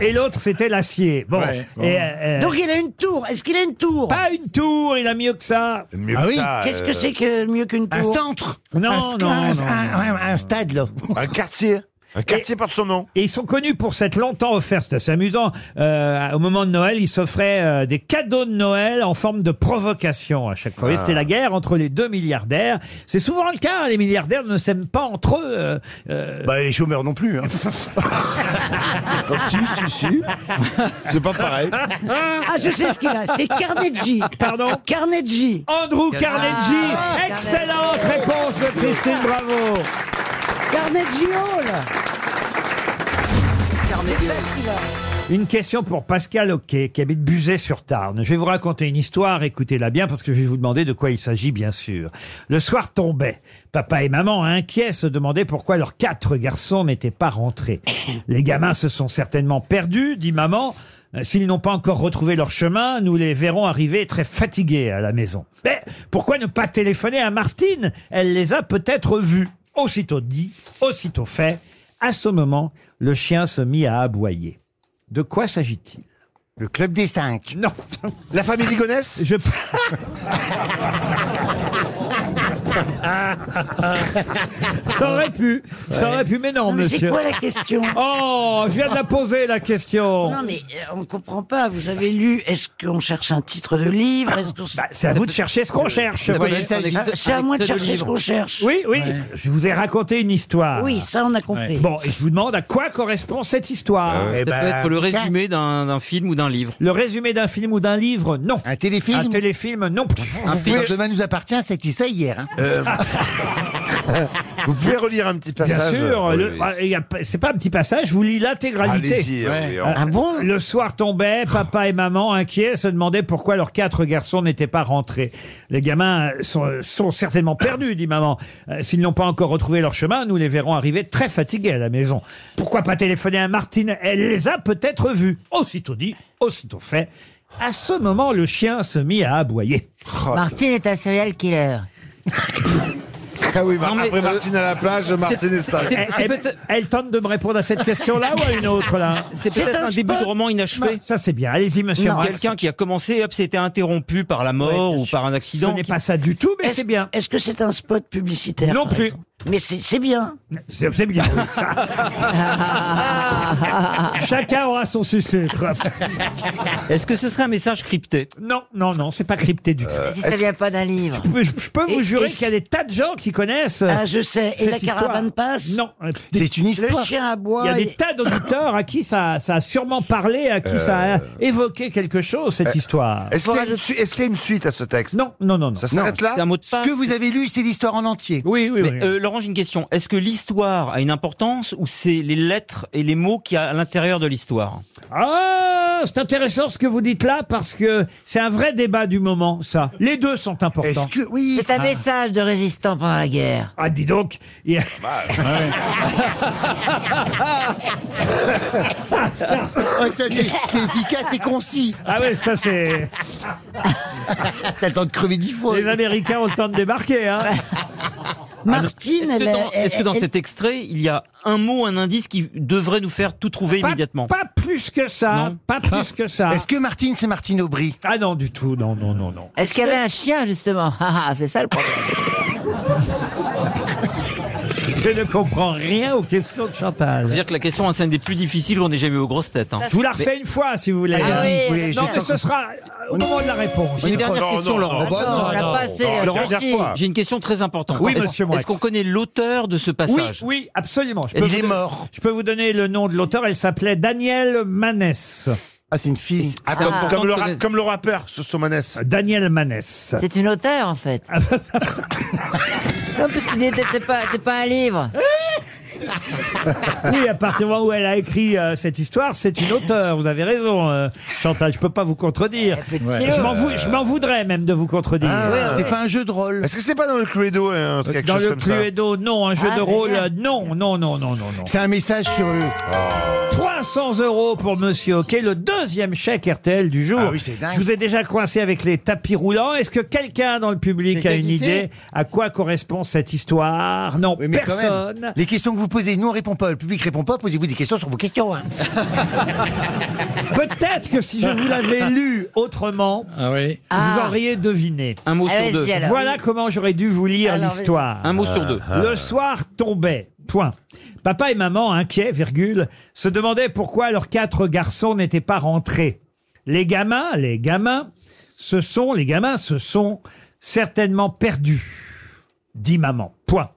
et l'autre, c'était l'acier. Bon.
Ouais, bon.
Et, euh,
Donc il a une tour. Est-ce qu'il a une tour
pas une tour, il a mieux que ça.
Mieux
Ah
que
oui,
ça,
Qu'est-ce
euh,
que c'est que mieux qu'une
Un
tour Ah.
centre.
Non,
un, sc-
non,
un-
non,
un- un- un stade là.
Un quartier. Un quartier porte son nom.
Et ils sont connus pour s'être longtemps offerts, c'est assez amusant. Euh, au moment de Noël, ils s'offraient euh, des cadeaux de Noël en forme de provocation à chaque fois. Vous
Ah.
voyez, C'était la guerre entre les deux milliardaires. C'est souvent le cas, hein, les milliardaires ne s'aiment pas entre eux. euh, euh,
Bah les chômeurs non plus. hein.
Ah,
si, si, si. C'est pas pareil.
Ah, je sais ce qu'il a. C'est Carnegie.
Pardon
Carnegie.
Andrew Carnegie
Ah,
Excellente réponse de Christine Bravo
Carnegie Hall.
Une question pour Pascal Oquet, qui habite Buzet-sur-Tarn. Je vais vous raconter une histoire, écoutez-la bien, parce que je vais vous demander de quoi il s'agit, bien sûr. Le soir tombait. Papa et maman, inquiets, se demandaient pourquoi leurs quatre garçons n'étaient pas rentrés. Les gamins se sont certainement perdus, dit maman. Euh, S'ils n'ont pas encore retrouvé leur chemin, nous les verrons arriver très fatigués à la maison. Mais pourquoi ne pas téléphoner à Martine Elle les a peut-être vus. Aussitôt dit, aussitôt fait. À ce moment, le chien se mit à aboyer. De quoi s'agit-il
Le club des cinq.
Non,
La famille Ligonesse
je... ça aurait pu, ça aurait pu, mais non,
Non, mais c'est
monsieur.
quoi la question
Oh, je viens de la poser, la question.
Non, mais euh, on ne comprend pas. Vous avez lu, est-ce qu'on cherche un titre de livre Est-ce qu'on se-
Bah, c'est à vous de chercher ce qu'on cherche. vous voyez.
Ah, C'est à moi de chercher ce qu'on cherche.
Oui, oui, je vous ai raconté une histoire.
Oui, ça, on a compris.
Bon, et je vous demande à quoi correspond cette histoire.
Eh
Ça peut
ben,
être le résumé d'un d'un film ou d'un livre.
Le résumé d'un film ou d'un livre, non.
Un téléfilm.
Un téléfilm, non plus.
Vous pouvez- Demain nous appartient, c'était ça hier. hein.
Euh.
Euh, Vous pouvez relire un petit
Bien
passage
sûr,
Oui,
le-
oui.
ah, il y a pas- c'est pas un petit passage, je vous lis l'intégralité.
Allez-y.
Ouais.
oui, on-
Ah bon Le soir tombait, papa et maman, inquiets, se demandaient pourquoi leurs quatre garçons n'étaient pas rentrés. Les gamins sont, sont certainement perdus, dit maman. Euh, S'ils n'ont pas encore retrouvé leur chemin, nous les verrons arriver très fatigués à la maison. Pourquoi pas téléphoner à Martine Elle les a peut-être vus. Aussitôt dit, aussitôt fait. À ce moment, le chien se mit à aboyer.
Oh,
Martine est un serial killer.
Ah oui, bah,
Non, mais,
après
euh,
Martine à la plage, Martine est
c'est-
Elle,
c'est
elle-
peut-être-
elle tente de me répondre à cette question-là ou à une autre là Bah,
C'est peut-être un, début de roman inachevé.
Ça c'est bien. Allez-y, monsieur. Marx.
Quelqu'un qui a commencé, hop, c'était interrompu par la mort
Ouais,
ou par un
Ce
accident.
n'est pas ça du tout, mais
Est-ce-
c'est bien.
Est-ce que c'est un spot publicitaire
Non
par
plus.
exemple Mais c'est c'est bien.
C'est c'est bien. oui, ça. Chacun aura son sucre.
Est-ce que ce serait un message crypté
Non, non, non, c'est pas crypté du tout.
Euh,
Et si ça vient pas d'un livre
Je peux- Je peux vous
Et-
jurer
et-
qu'il y a des tas de gens qui connaissent. euh,
Ah, je sais. Et
cette
la
histoire.
caravane passe
Non. euh, des-
C'est une
Le
histoire.
chien à
Il y
bois.
a des
et-
tas d'auditeurs à qui ça, ça a sûrement parlé, à qui ça a évoqué quelque chose, cette histoire.
Euh. Est-ce qu'il y, a une su- est-ce qu'il y a une suite à ce texte
Non, non, non, non.
Ça s'arrête là
C'est un mot de
Ce
passe
que vous avez lu, c'est l'histoire en entier.
Oui, oui,
Mais,
oui.
euh, Laurent, j'ai une question. Est-ce que l'histoire a une importance ou c'est les lettres et les mots qu'il y a à l'intérieur de l'histoire
Ah, c'est intéressant ce que vous dites là parce que c'est un vrai débat du moment, ça. Les deux sont importants.
Est-ce que oui
C'est un message de résistant pendant la guerre.
Ah, dis donc. il y a-
Ouais, ça, c'est c'est efficace et concis.
Ah ouais, ça c'est.
T'as le temps de crever dix fois.
Bah,
Les Américains ont le temps de débarquer, hein.
Martine,
Ah, Est-ce que
elle
dans,
est-
est-ce que dans
elle-
cet extrait, il y a un mot, un indice qui devrait nous faire tout trouver immédiatement
Pas plus que ça,
Non.
pas
Hein
plus que ça.
Est-ce
que Martine, c'est Martine Aubry Ah non, du tout, non, non, non, non.
Est-ce qu'il y avait un chien, justement Ah, ah, C'est ça le problème.
Je ne comprends rien aux questions de Chantal.
C'est-à-dire que la question, hein, c'est une des plus difficiles qu'on ait jamais eu aux grosses têtes. hein.
Je vous la refais
Mais-
une fois si vous voulez. Hein.
Ah oui, oui, j'ai
non, mais
pas
ce
compris.
sera euh, au moment de la réponse.
Une dernière question, Laurent. Laurent, j'ai une question très importante.
Oui,
Est-ce-
monsieur Moix.
Est-ce qu'on connaît l'auteur de ce passage
Oui, oui, absolument.
Il est
mort. Je peux vous donner le nom de l'auteur. Elle s'appelait Danielle Manès. Ah, c'est une fille.
Ah, comme, comme le, ra- comme le rappeur, Sosomanès.
Daniel Manès.
C'est une auteure, en fait. non, parce que c'est pas, c'est pas un livre.
Oui, à partir du moment où elle a écrit euh, cette histoire, c'est une auteure. Vous avez raison, euh, Chantal. Je peux pas vous contredire.
Eh,
stylo.
Je m'en vou- je m'en voudrais même de vous contredire.
Ah,
jeu de rôle. Est-ce que c'est pas dans le Cluedo un truc, quelque
Dans
chose
le
comme ça
Cluedo, non. Un jeu
Ah,
de
c'est
rôle,
bien.
euh, non, non, non, non, non, non.
C'est un message sur eux.
300 euros pour Monsieur Hockey, le deuxième chèque RTL du jour.
Ah oui, c'est dingue.
Je vous ai déjà coincé avec les tapis roulants. Est-ce que quelqu'un dans le public a
Quelqu'un
une
qui sait
idée à quoi correspond cette histoire Non,
Oui, mais quand
personne.
même, les questions que vous posez, nous on répond pas, le public répond pas, posez-vous des questions sur vos questions. hein.
Peut-être que si je vous l'avais lu autrement,
Ah oui.
vous auriez deviné.
Un mot sur Allez-y, deux. alors.
Voilà comment j'aurais dû vous lire
Alors,
l'histoire. Euh,
vas-y. Un mot sur deux.
Le soir tombait. Point. Papa et maman, inquiets, virgule, se demandaient pourquoi leurs quatre garçons n'étaient pas rentrés. Les gamins, les gamins, ce sont, les gamins, se sont certainement perdus dit maman. Point.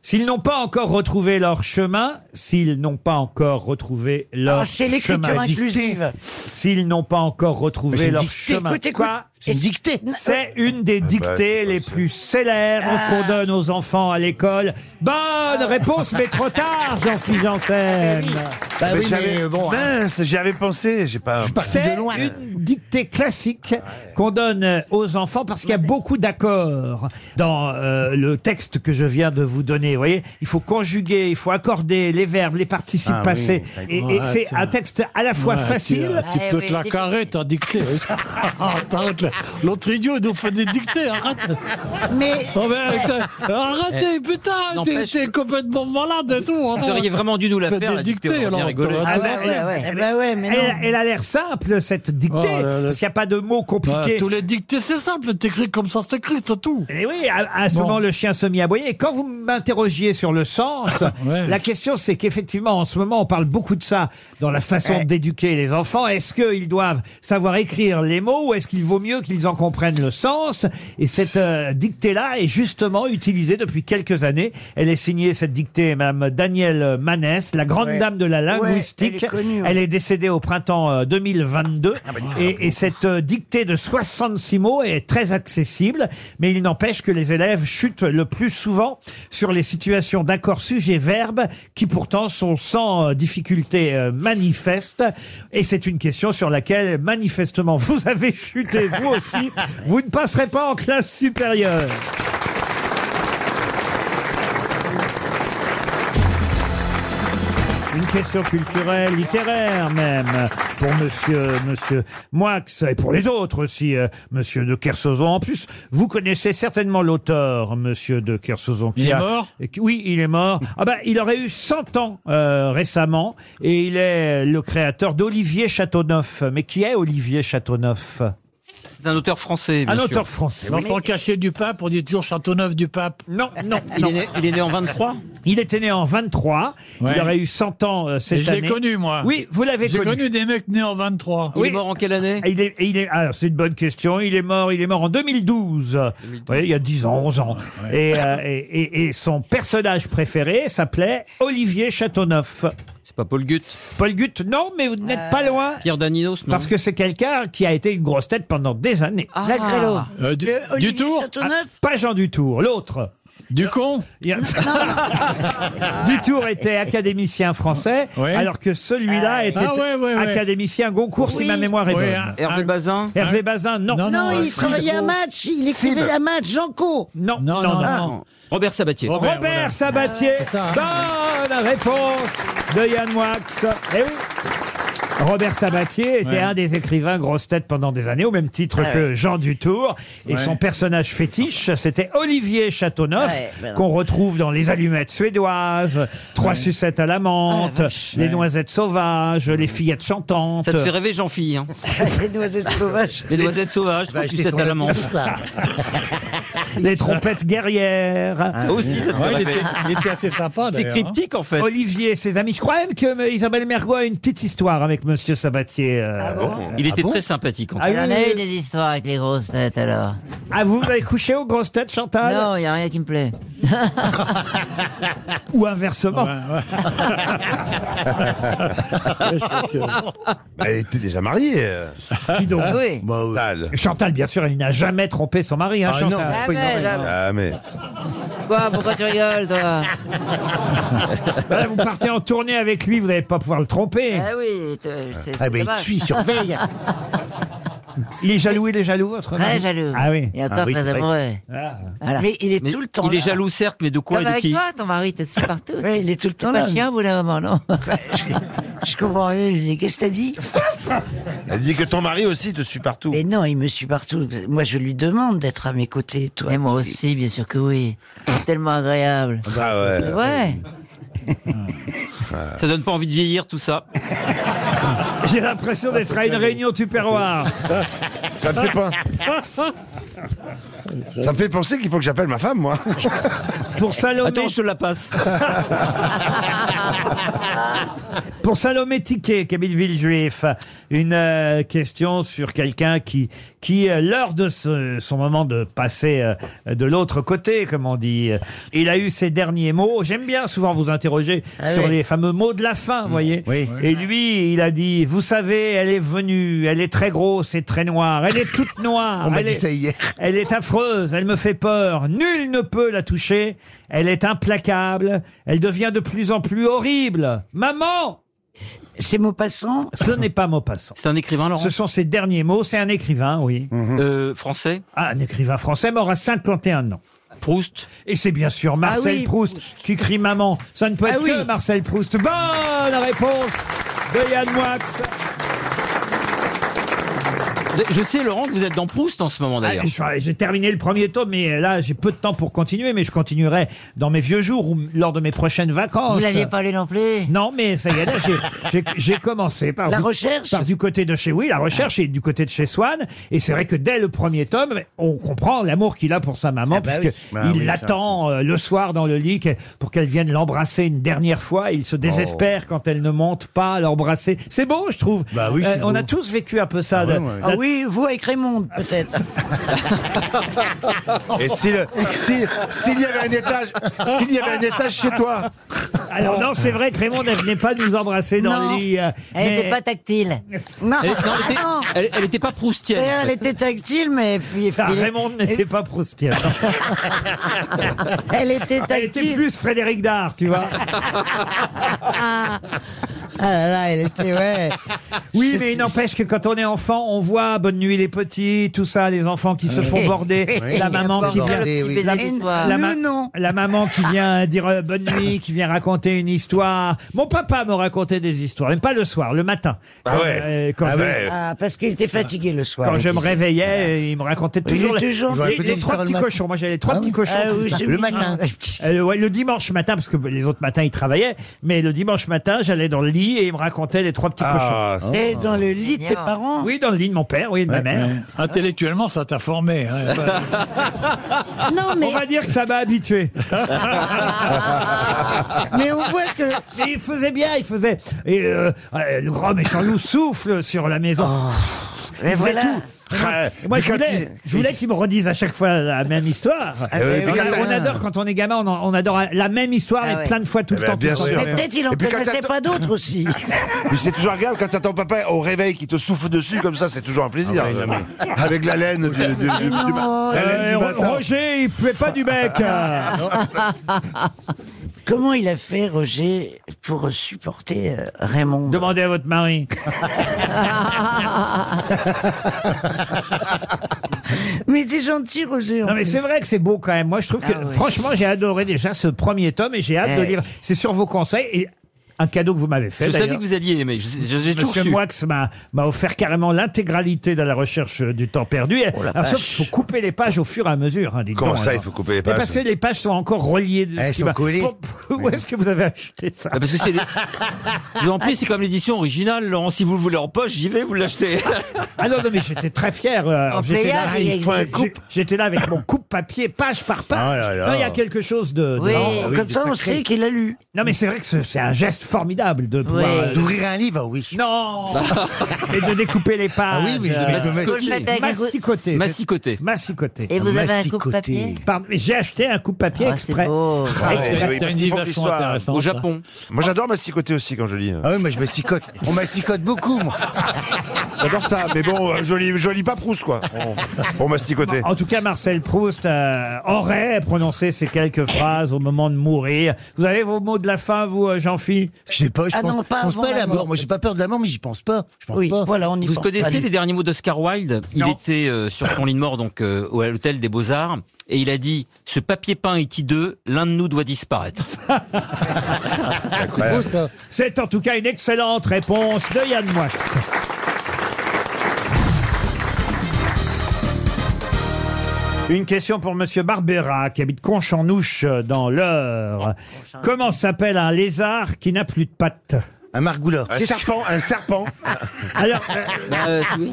S'ils n'ont pas encore retrouvé leur chemin, s'ils n'ont pas encore retrouvé leur
Ah, c'est l'écriture
chemin.
inclusive.
S'ils n'ont pas encore
Mais c'est
retrouvé
une
leur
dictée.
chemin.
Écoute, euh, écoute.
Quoi
C'est une dictée.
C'est une des dictées les plus célèbres
Ah.
qu'on donne aux enfants à l'école. Bonne réponse, mais trop tard, Jean-Philippe
Eh
Janssen. Bah
Ah,
Mais j'avais-
hein.
Mince, j'y avais pensé, j'ai pas.
euh, C'est une dictée classique qu'on donne euh, aux enfants parce qu'il y a beaucoup d'accords dans euh, le texte que je viens de vous donner. Vous voyez, il faut conjuguer, il faut accorder les verbes, les participes
Ah oui,
passés. et
d'accord.
et
Ah,
c'est
tiens.
un texte à la fois
Ouais,
facile.
Tu, tu
Eh
peux te la carrer, t'as dicté. T'arrêtes, L'autre idiot, il nous fait des dictées, arrête.
Mais.
Oh,
ben,
mais, euh,
Eh,
arrêtez, putain, t'es-
Eh, N'empêche-
t'es complètement malade et tout.
Vous auriez vraiment dû nous la
Faites
faire,
des
la dictée,
dictées,
on aurait
alors.
bien rigolé.
t'aurais-
Ah ouais,
t'aurais-
elle-
ouais. Eh ben ouais, mais non.
Elle, elle a l'air simple, cette dictée.
Oh là Bah, là.
Parce qu'il n'y a pas de mots
Ouais,
compliqués.
tous les dictées, c'est simple, t'écris comme ça, c'est écrit, c'est tout.
Et Eh
Eh
oui, à, à ce
Bon.
moment, le chien se mit à aboyer. Et quand vous m'interrogiez sur le sens,
Ouais.
la question, c'est qu'effectivement, en ce moment, on parle beaucoup de ça dans la façon d'éduquer les enfants. Est-ce qu'ils doivent savoir écrire les mots ou est-ce qu'il vaut mieux qu'ils en comprennent le sens Et cette euh, dictée-là est justement utilisée depuis quelques années. Elle est signée, cette dictée, Mme Danielle Manès, la grande
Ouais.
dame de la
Ouais,
linguistique.
elle est connue, hein.
Elle est décédée au printemps euh, 2022. et, et cette euh, dictée de 66 mots est très accessible, mais il n'empêche que les élèves chutent le plus souvent sur les situations d'accord sujet-verbe qui pourtant sont sans euh, difficulté euh, manifeste. Et c'est une question sur laquelle manifestement vous avez chuté vous aussi. vous ne passerez pas en classe supérieure. Une question culturelle, littéraire même, pour monsieur, monsieur Moix et pour les autres aussi, euh, monsieur de Kersauzon. En plus, vous connaissez certainement l'auteur, monsieur de Kersauzon. qui
Il est
a-
mort
et qui- Oui, il est mort. Ah ben, il aurait eu 100 ans euh, récemment et il est le créateur d'Olivier Châteauneuf. Mais qui est Olivier Châteauneuf
C'est un auteur français. bien
Un
sûr.
auteur français. oui.
L'enfant caché du pape, on dit toujours Châteauneuf du pape.
Non, non,
Il
non.
est, né, il est né en 23
Il était né en 23.
Ouais.
Il aurait eu 100 ans euh,
Et
cette
je l'ai
année.
connu, moi.
Oui, vous l'avez
J'ai
connu.
connu des mecs nés en 23.
Il
Oui.
est mort en quelle année
Et Il est, et il est, alors c'est une bonne question. Il est mort, il est mort en 2012. Vous voyez, il y a 10 ans, 11 ans. Et, euh, et, et- et son personnage préféré s'appelait Olivier Châteauneuf.
C'est pas Paul Gutt.
Paul Gutt, non, mais vous n'êtes pas loin.
Pierre Daninos, non
Parce que c'est quelqu'un qui a été une grosse tête pendant des années. Ah,
Ah.
Jacques Grélot.
Euh, du, du tour
Châteauneuf
Pas Jean Dutour, l'autre.
Du con
Il y a- Dutour était académicien français,
Oui.
alors que celui-là était
Ah ouais, ouais, ouais.
académicien Goncourt, si
Oui.
ma mémoire est
Oui,
bonne.
hein.
Hervé
Ah.
Bazin
Hervé Bazin, non.
Non,
Non,
euh,
il
Cibre.
travaillait à match, il écrivait à match, Janco.
Non,
Non, non, non.
Non. Robert Sabatier.
Robert,
Robert,
voilà.
Ah
Sabatier.
ça,
hein.
Bonne réponse de Yann Wax. Eh oui. Robert Sabatier était
Ouais.
un des écrivains grosses têtes pendant des années, au même titre
Ah
que
ouais.
Jean Dutour. Et
Ouais.
son personnage fétiche, c'était Olivier Châteauneuf,
Ouais, ben non.
qu'on retrouve dans Les Allumettes Suédoises, Trois sucettes à la
Ah,
menthe, Les Noisettes Sauvages, Les Fillettes Chantantes.
Ça te fait rêver, Jean-Fille. hein.
Les noisettes sauvages.
Les noisettes sauvages,
Va
tu
acheter
sais,
son
à la
lapin
menthe.
ce soir. Les trompettes guerrières.
Ah, aussi, ça te Ouais, fait il rêver. était- il était assez sympa, C'est d'ailleurs, hein. cryptique, en fait.
Olivier et ses amis. Je crois même que euh, Isabelle Mergo a une petite histoire avec Monsieur Sabatier. euh.
Ah Il était très sympathique. En
Ah,
fait.
il en a eu des histoires avec les grosses têtes alors.
Ah, vous, vous avez couché aux grosses têtes, Chantal
Non, il n'y a rien qui me plaît.
Ou inversement. Ah,
Elle était déjà mariée. euh.
Qui donc Ah oui.
Chantal.
Chantal, bien sûr, elle n'a jamais trompé son mari. Hein,
Ah non,
Chantal.
c'est pas une
Jamais,
oreille,
jamais.
non. Ah, mais.
Quoi, pourquoi tu rigoles, toi
Voilà, vous partez en tournée avec lui, vous n'allez pas pouvoir le tromper.
Ah oui, te- c'est.
Ah, mais il te suit, surveille. Il est jaloux, il est jaloux, votre
Très
mari
jaloux.
Ah oui. Ah.
Il est encore Ah oui, très c'est vrai. amoureux.
Mais il est
Mais
tout le temps
Il est
là.
jaloux, certes, mais de quoi
Comme
et de
avec
qui
toi, ton mari te suit partout.
Ouais, il est tout le temps
pas
là.
chiant au bout d'un moment, non
Je comprends rien. il dit, Qu'est-ce que t'as dit
Elle dit que ton mari aussi te suit partout.
Mais non, il me suit partout. Moi, je lui demande d'être à mes côtés, toi.
Et moi aussi, bien sûr que oui. C'est tellement agréable.
Ah
bah,
ouais.
C'est vrai.
Ça donne pas envie de vieillir, tout ça.
J'ai l'impression d'être à une réunion tupperware.
Ça me fait pas. Ça me fait penser qu'il faut que j'appelle ma femme, moi.
Pour Salomé.
Attends, je te la passe.
Pour Salomé Tiquet, qui habite Villejuif, une euh, question sur quelqu'un qui, qui euh, lors de ce- son moment de passer euh, de l'autre côté, comme on dit, euh, il a eu ses derniers mots. J'aime bien souvent vous interroger
Ah
sur
oui. Mm.
les fameux mots de la fin, vous voyez. Et lui, il a dit, vous savez, elle est venue, elle est très grosse et très noire, elle est toute noire.
On m'a
Ah, elle
dit
est-
ça hier.
elle est affreuse, elle me fait peur, nul ne peut la toucher, elle est implacable, elle devient de plus en plus horrible. Maman
C'est Maupassant
Ce n'est pas Maupassant.
C'est un écrivain, Laurent
Ce sont ses derniers mots, c'est un écrivain, oui.
Euh, Français
Ah, un écrivain français mort à 51 ans.
Proust
Et c'est bien
Ah
sûr Marcel
oui,
Proust, qui crie maman. Ça ne peut être que Marcel Proust. Bonne réponse de Yann Moix.
Je sais, Laurent, que vous êtes dans Proust en ce moment, d'ailleurs.
Ah, je- J'ai terminé le premier tome, mais là, j'ai peu de temps pour continuer, mais je continuerai dans mes vieux jours ou lors de mes prochaines vacances.
Vous l'aviez pas lu non plus
Oh, Non, mais ça y est, là, j'ai- j'ai- j'ai commencé par,
La
du,
recherche
par du côté de chez oui, la recherche et du côté de chez Swann. Et c'est vrai que dès le premier tome, on comprend l'amour qu'il a pour sa maman,
bah oui.
puisque
Bah
il
oui, ça,
l'attend euh, le soir dans le lit que- pour qu'elle vienne l'embrasser une dernière fois. Il se désespère quand elle ne monte pas à l'embrasser. C'est beau, je trouve. Euh,
oui, c'est
on
beau.
a tous vécu un peu ça. de-
Ah
la-
oui, vous avec Raymond, peut-être.
Oh.
Et si le- si- s'il y avait un étage, s'il y avait un étage chez toi.
Alors non, c'est vrai que Raymond elle venait pas nous embrasser dans
Non.
le lit. euh,
Elle
mais-
n'était pas Ah, tactile.
Non,
Elle, non, elle était-
non.
elle- elle était pas proustienne.
euh,
D'ailleurs,
en
elle
fait.
était tactile, mais.
Ah, Raymond n'était pas Proustien.
Elle était
Elle était plus Frédéric Dard, tu vois.
Ah là là, elle était, ouais.
Oui, mais il n'empêche que quand on est enfant, on voit Bonne nuit les petits, tout ça, les enfants qui se font border,
Oui.
la maman qui vient,
Border, le petit baiser
la,
du soir.
la ma-
Nous, non.
la maman qui vient dire euh, bonne nuit, qui vient raconter une histoire. Mon papa me racontait des histoires, même pas le soir, le matin.
Ah ouais.
Euh, quand
Ah
je-
ouais. Ah, parce qu'il était fatigué le soir.
Quand je me
Il disait.
réveillais, euh, il me racontait
Il
toujours,
est
les-
toujours- Il
les,
racontait
les
des
trois
histoires
petits
le matin.
cochons. Moi, j'avais les trois
Ah
petits
oui.
cochons.
Ah
tout
oui,
ça.
c'est Le mignon. matin.
Euh, ouais, le dimanche matin, parce que les autres matins, ils travaillaient. Mais le dimanche matin, j'allais dans le lit et il me racontait les trois petits
Ah,
cochons.
Et dans
le lit
de tes parents
Oui, dans le lit de mon père, oui, de ma mère.
Intellectuellement, ça t'a formé. hein.
Non, mais.
On va dire que ça m'a habitué.
mais on voit que.
Et il faisait bien, il faisait. Et euh, euh, le grand méchant loup souffle sur la maison.
mais
Il faisait
Oh. voilà.
tout. Et moi-
Ouais,
et moi,
mais
je
quand
voulais,
il-
je voulais qu'ils me redisent à chaque fois la même histoire.
Ah, ouais,
on,
mais
a-
quand-
on adore quand on est gamin, on, en- on adore la même histoire,
Ah
mais
ouais.
plein de fois tout
Eh
le
ben,
temps.
bien
tout le
sûr.
temps.
Mais peut-être il en
Et puis quand
connaissait
t'as-
pas d'autres aussi.
Mais c'est toujours agréable quand t'as ton papa au réveil qui te souffle dessus comme ça, c'est toujours un plaisir. Avec la laine du, du, du- du- du-
Non.
la laine
Euh,
du
Ro-
matin.
Roger, il pouvait pas du bec.
Comment il a fait, Roger, pour supporter euh, Raymond
Demandez à votre mari.
Ah.
Mais t'es gentil, Roger.
Non mais c'est vrai que c'est beau quand même. Moi je trouve que
Ah ouais.
franchement j'ai adoré déjà ce premier tome et j'ai hâte de
Eh.
lire. C'est sur vos conseils et Un cadeau que vous m'avez fait.
Je savais
d'ailleurs.
que vous alliez aimer. Je- je- J'ai toujours
Monsieur
su.
Moix m'a m'a offert carrément l'intégralité de la recherche euh, du temps perdu.
Oh,
Alors, sauf qu'il faut couper les pages au fur et à mesure. hein, dites
Comment
donc,
ça,
alors.
il faut couper les
Mais
pages
Parce que les pages sont encore reliées. De
Elles
ce qui
sont
m'a-
collées.
Où est-ce que vous avez acheté ça
Ah, parce que c'est des- Mais en plus, c'est comme l'édition originale, Laurent. Si vous le voulez en poche, j'y vais, vous l'achetez.
Ah non, non, mais j'étais très fier. euh,
En
j'étais là,
Pléiade, il
j'ai-
existe.
j'ai- j'étais là avec mon coupe-papier, page par page.
Ah
là là.
Non, il y a quelque chose de. de-
Oui,
de-
comme
de
ça, on
sacré.
sait qu'il a lu.
Non, mais c'est vrai que ce- c'est un geste formidable de pouvoir. euh,
D'ouvrir un livre, oui.
Non
Ah,
Et de découper les pages.
Ah oui, mais je
euh,
vais
Vous le faites avec un coup-
Masticoter. Masticoter. Masticoter.
Et vous avez un coupe-papier
Pardon, mais j'ai acheté un coupe-papier exprès.
Ah ouais,
Exprès.
oui, parce qu'ils font de l'histoire. Au Japon. Moi, j'adore masticoter aussi quand je lis.
Ah oui, moi je masticote. On masticote beaucoup, moi.
J'adore ça, mais bon, euh, je lis, je lis pas Proust, quoi. On, on masticotait.
En tout cas, Marcel Proust euh, aurait prononcé ces quelques phrases au moment de mourir. Vous avez vos mots de la fin, vous, euh, Jean-Phi
Je sais pas, je
Ah
pense,
non, pas
je pense
avant
pas à
la
la mort.
mort.
Moi j'ai pas peur de la mort, mais j'y pense pas. Je pense
Oui,
pas.
voilà, on y
Vous
pense.
connaissez
Allez.
les derniers mots d'Oscar Wilde Il était euh, sur son lit de mort, donc euh, au- à l'hôtel des Beaux-Arts, et il a dit Ce papier peint est hideux, l'un de nous doit disparaître.
Incroyable.
hein.
C'est en tout cas une excellente réponse de Yann Moix. Une question pour Monsieur Barbera, qui habite Conche-en-Ouche, euh, dans l'Eure. Comment s'appelle un lézard qui n'a plus de pattes
Un margouleur.
Un serpent, un serpent.
Alors, euh, euh,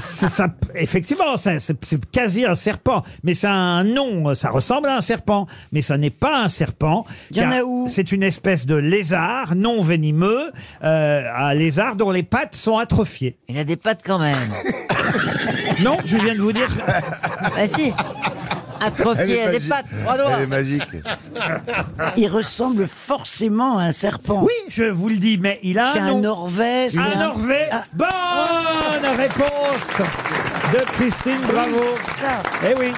c'est ça, effectivement, ça- c'est c'est quasi un serpent, mais ça a un nom, ça ressemble à un serpent, mais ça n'est pas un serpent.
Il y en a
car
où
C'est une espèce de lézard non venimeux, euh, un lézard dont les pattes sont atrophiées.
Il a des pattes quand même.
Non, je viens de vous dire.
Bah si.
Elle
Atrophié
est
à des
magique.
pattes. trois
Elle
doigts.
est magique.
Il ressemble forcément à un serpent.
Oui, je vous le dis, mais il a
C'est
un
un
nom.
Norvège. c'est
Un Norvais. Bonne réponse de Christine Bravo.
ça.
Eh oui.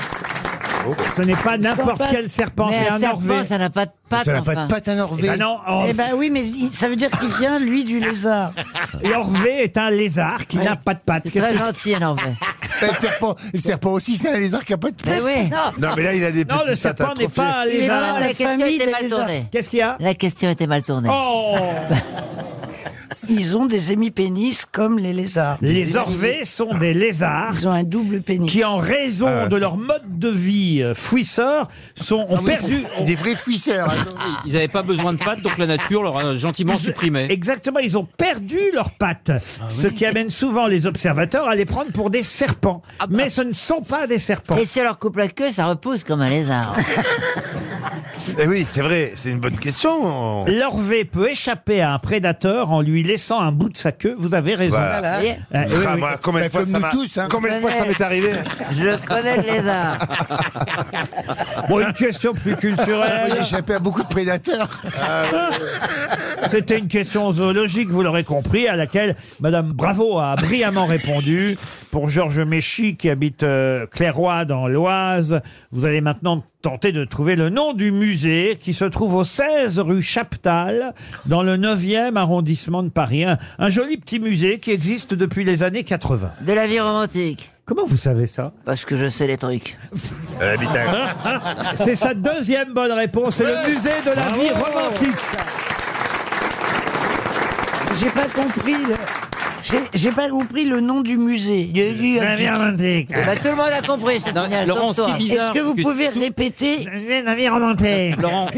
Ce n'est pas n'importe
pas-
quel serpent,
Mais
c'est
un
un
serpent,
Norvais.
ça n'a pas de pattes.
Ça n'a pas
enfin.
de patte, un
Eh
Norvée.
ben non, Or-
Eh ben oui, mais il- ça veut dire qu'il vient, lui, du lézard.
L'Orvée est un lézard qui n'a pas de pattes.
C'est
Qu'est-ce
très
que-
gentil, un Norvais.
Le serpent, le serpent aussi, c'est un lézard qui a pas de
Mais
pattes.
oui.
Non, mais là, il a des
Non, le
petites pattes
serpent n'est
atrophiées.
pas un
Il est
lézard.
pas
La
la
question
famille
était
des
mal
lézards.
tournée.
Qu'est-ce qu'il y a
La question était mal tournée.
Oh
Ils ont des hémipénis comme les lézards.
Les Orvées sont des lézards
Ils ont un double pénis.
qui, en raison
Ah
de leur mode de vie euh, fouisseur, sont, ont perdu. ont-
Des vrais hein, fuisseurs. attends.
Ils n'avaient pas besoin de pattes, donc la nature leur a gentiment supprimé.
Exactement, ils ont perdu leurs pattes,
Ah
ce qui amène souvent les observateurs à les prendre pour des serpents.
Ah bah.
Mais ce ne sont pas des serpents.
Et si on leur coupe la queue, ça repousse comme un lézard.
Eh oui, c'est vrai, c'est une bonne question.
L'orvée peut échapper à un prédateur en lui laissant un bout de sa queue. Vous avez raison.
Voilà.
Et
Euh, oui,
Ah,
oui.
moi, combien de
Bah,
fois
comme
ça
nous
m'a-
tous, hein.
Combien de fois ça m'est arrivé
Je le connais, le
Ah.
lézard.
Bon, une question plus
Moi,
culturelle. Ah.
J'ai échappé à beaucoup de prédateurs.
C'était une question zoologique, vous l'aurez compris, à laquelle Madame Bravo a brillamment répondu. Pour Georges Méchy, qui habite euh, Clairoy dans l'Oise, vous allez maintenant tenter de trouver le nom du musée qui se trouve au 16 rue Chaptal, dans le 9e arrondissement de Paris. Un, un joli petit musée qui existe depuis les années 80.
De la vie romantique.
Comment vous savez ça
Parce que je sais les trucs.
Elle
Euh,
habite à-
C'est sa deuxième bonne réponse, c'est le musée de la vie romantique.
J'ai pas compris. le- j'ai- J'ai pas compris le nom du musée. Il y a eu un Eh ben,
La vie
petit-
romantique.
Bah, tout le monde a compris, cette
Non,
signal,
Laurent,
sauf toi.
ce qui est
Est-ce
bizarre,
que vous
que-
pouvez répéter
Le musée de la vie romantique.
Laurent,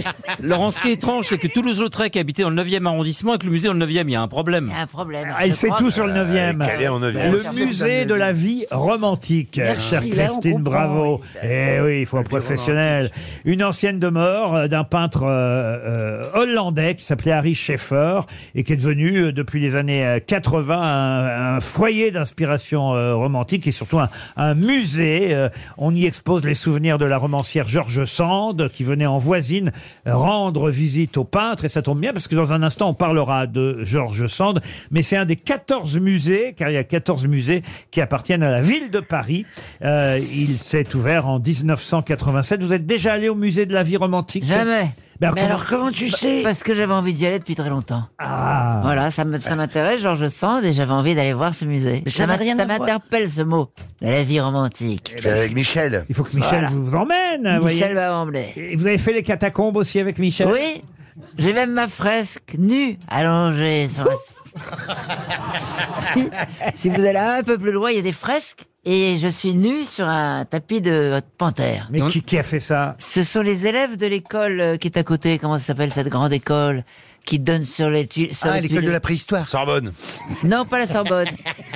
Laurent, ce qui est étrange, c'est que Toulouse-Lautrec habitait dans le 9e arrondissement et que le musée dans le 9e, il y a un problème.
Il y a un problème.
Elle
Je
Ah, sait
crois
tout
que-
sur le
Elle
9e.
est calée en neuvième.
Le musée de la vie romantique, chère
là, on
Christine
comprend,
Bravo. Eh oui, il faut un professionnel. Une ancienne demeure euh, d'un peintre euh, euh, hollandais qui s'appelait Harry Scheffer et qui est devenu, euh, depuis les années euh, 80, un, un foyer d'inspiration euh, romantique et surtout un, un musée. Euh, On y expose les souvenirs de la romancière George Sand qui venait en voisine rendre visite au peintre. Et ça tombe bien parce que dans un instant, on parlera de George Sand. Mais c'est un des 14 musées, car il y a 14 musées qui appartiennent à la ville de Paris. Euh, il s'est ouvert en 1987. Vous êtes déjà allé au musée de la vie romantique
Jamais.
Ben alors
Mais
comment-
alors comment tu sais
Parce que j'avais envie d'y aller depuis très longtemps.
Ah.
Voilà, ça me- ça m'intéresse, Georges Sand, et j'avais envie d'aller voir ce musée.
Mais ça n'a
m'in-
rien à voir.
m'interpelle ce mot. De la vie romantique.
Elle est Eh ben, Avec Michel.
Il faut que Michel vous emmène. vous voyez.
Michel va emmener.
Et Vous avez fait les catacombes aussi avec Michel
Oui, J'ai même ma fresque nue allongée sur la- si, si vous allez un peu plus loin, il y a des fresques et je suis nue sur un tapis de panthère.
Mais qui, qui a fait ça
Ce sont les élèves de l'école euh, qui est à côté, comment ça s'appelle cette grande école qui donne sur les tu- sur
Ah,
les
l'école
Tuileries.
de la préhistoire. Sorbonne.
Non, pas la Sorbonne.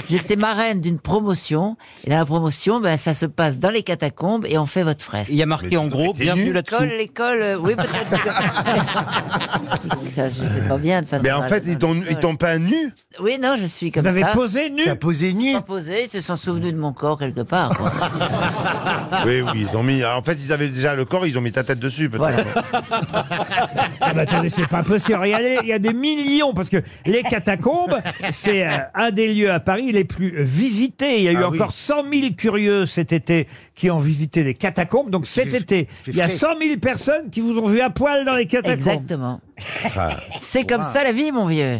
J'étais marraine d'une promotion. Et dans la promotion, ben, ça se passe dans les catacombes et on fait votre fresque.
Il y a marqué en gros, bienvenue
L'école,
là-dessus.
l'école, euh, oui, peut-être. ça, je sais pas bien. De façon
Mais Ben, en fait, ils t'ont, ils t'ont peint nu
Oui, non, je suis comme
Vous
ça.
avez posé nu T'as posé nu
Pas posé, ils se sont souvenus de mon corps quelque part. quoi.
Oui, oui, ils ont mis.
ah,
En fait, ils avaient déjà le corps, ils ont mis ta tête dessus, peut-être.
Ah bah attendez, c'est pas possible. Regardez, il y a des millions, parce que les catacombes, c'est euh, un des lieux à Paris les plus visités. Il y a eu
Ah oui.
encore 100 000 curieux cet été qui ont visité les catacombes. Donc cet été,
fait
il y a
frais.
100 000 personnes qui vous ont vu à poil dans les catacombes.
Exactement.
Ah.
C'est comme ça la vie, mon vieux.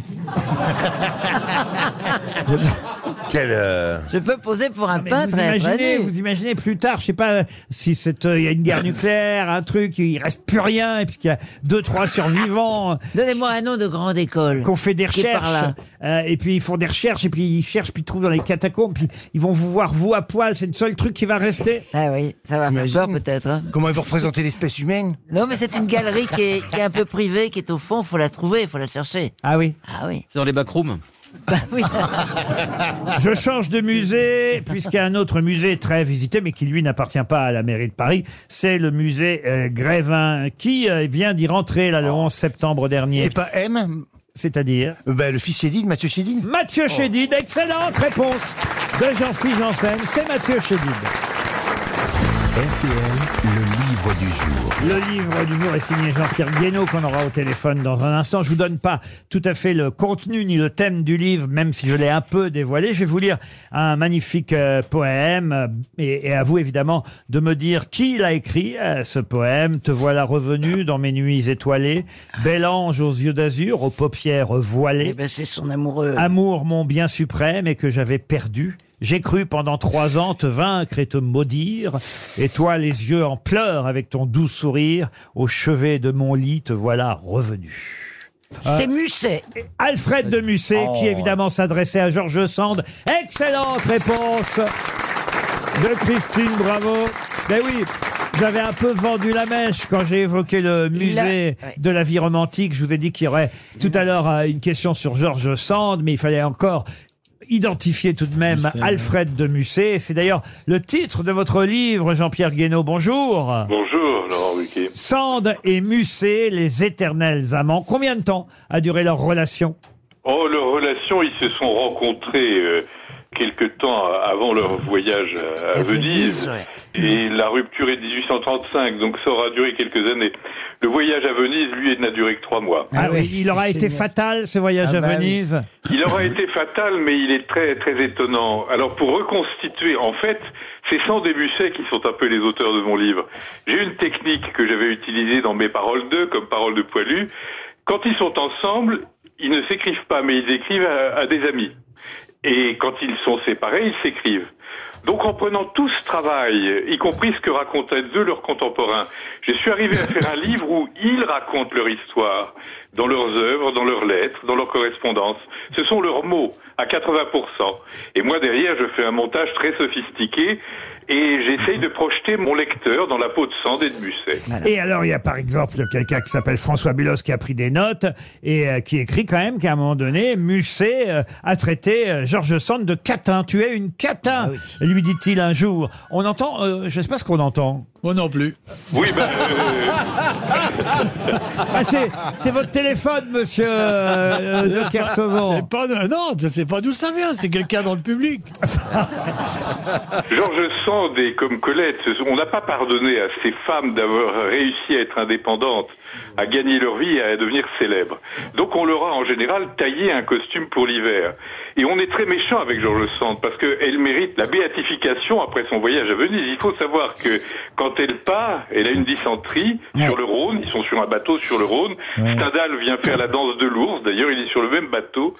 Quel. euh,
Je peux poser pour un
Ah, Mais
peintre
vous
et être
imaginez,
nu.
vous imaginez plus tard, je sais pas si c'est euh, il y a une guerre nucléaire, un truc, il reste plus rien, et puis qu'il y a deux trois survivants.
Donnez-moi un nom de grande école.
Qu'on fait des
Qui est par
recherches,
là.
euh, et puis ils font des recherches, et puis ils cherchent, puis ils trouvent dans les catacombes, puis ils vont vous voir vous à poil. C'est le seul truc qui va rester.
Ah oui, ça va faire peur peut-être. hein.
Comment ils vont représenter l'espèce humaine
Non, mais c'est une galerie qui est, qui est un peu privée, qui est au fond. Faut la trouver, faut la chercher.
Ah oui.
Ah oui.
C'est dans les backrooms.
Bah oui.
Je change de musée, puisqu'il y a un autre musée très visité, mais qui lui n'appartient pas à la mairie de Paris. C'est le musée euh, Grévin, qui euh, vient d'y rentrer là, le 11 septembre dernier.
Et pas M
C'est-à-dire
ben, Le fils Chédid, Mathieu Chédid.
Mathieu Chédid, excellente réponse de Jean-Philippe Janssen, c'est Mathieu Chédid.
RTL, le livre du jour.
Le livre du jour est signé Jean-Pierre Guénaud qu'on aura au téléphone dans un instant. Je vous donne pas tout à fait le contenu ni le thème du livre, même si je l'ai un peu dévoilé. Je vais vous lire un magnifique euh, poème euh, et, et à vous évidemment de me dire qui l'a écrit euh, ce poème. Te voilà revenu dans mes nuits étoilées, bel ange aux yeux d'azur, aux paupières voilées.
Eh ben, c'est son amoureux.
Amour mon bien suprême et que j'avais perdu. J'ai cru pendant trois ans te vaincre et te maudire. Et toi, les yeux en pleurs avec ton doux sourire, au chevet de mon lit, te voilà revenu.
C'est Musset.
Alfred de Musset, qui évidemment s'adressait à Georges Sand. Excellente réponse de Christine Bravo. Ben oui, j'avais un peu vendu la mèche quand j'ai évoqué le musée de la vie romantique. Je vous ai dit qu'il y aurait tout à l'heure euh, une question sur Georges Sand, mais il fallait encore identifier tout de même Alfred de Musset. C'est d'ailleurs le titre de votre livre, Jean-Pierre Guénaud. Bonjour.
Bonjour, Laurent Ruquier.
Sand et Musset, les éternels amants. Combien de temps a duré leur relation
Oh, leur relation, ils se sont rencontrés euh, quelque temps avant leur voyage à, à Venise. Et la rupture est 1835, donc ça aura duré quelques années. Le voyage à Venise, lui, n'a duré que trois mois.
Ah oui, Ah Il aura été fatal ce voyage à Venise.
Il aura été fatal, mais il est très très étonnant. Alors pour reconstituer, en fait, c'est sans Musset qui sont un peu les auteurs de mon livre. J'ai une technique que j'avais utilisée dans mes paroles d'eux, comme paroles de poilu. Quand ils sont ensemble, ils ne s'écrivent pas, mais ils écrivent à- à des amis. Et quand ils sont séparés, ils s'écrivent. Donc en prenant tout ce travail, y compris ce que racontaient eux leurs contemporains, je suis arrivé à faire un livre où ils racontent leur histoire, dans leurs œuvres, dans leurs lettres, dans leurs correspondances. Ce sont leurs mots, à 80%. Et moi derrière, je fais un montage très sophistiqué et j'essaye de projeter mon lecteur dans la peau de Sand et de Musset.
Et alors, il y a par exemple quelqu'un qui s'appelle François Bulos qui a pris des notes et euh, qui écrit quand même qu'à un moment donné, Musset euh, a traité euh, Georges Sand de catin. Tu es une catin, lui dit-il un jour. On entend, euh, je sais pas ce qu'on entend.
Moi non plus.
Oui, ben...
Ah, c'est c'est votre téléphone, monsieur euh, de Kersauzon.
Mais pas de- non, je sais pas d'où ça vient, c'est quelqu'un dans le public.
Georges Sand et comme Colette, on n'a pas pardonné à ces femmes d'avoir réussi à être indépendantes, à gagner leur vie et à devenir célèbres. Donc on leur a en général taillé un costume pour l'hiver. Et on est très méchant avec Georges Sand parce qu'elle mérite la béatification après son voyage à Venise. Il faut savoir que quand elle part, elle a une dysenterie sur le Rhône, ils sont sur un bateau sur le Rhône. Stendhal vient faire la danse de l'ours, d'ailleurs il est sur le même bateau.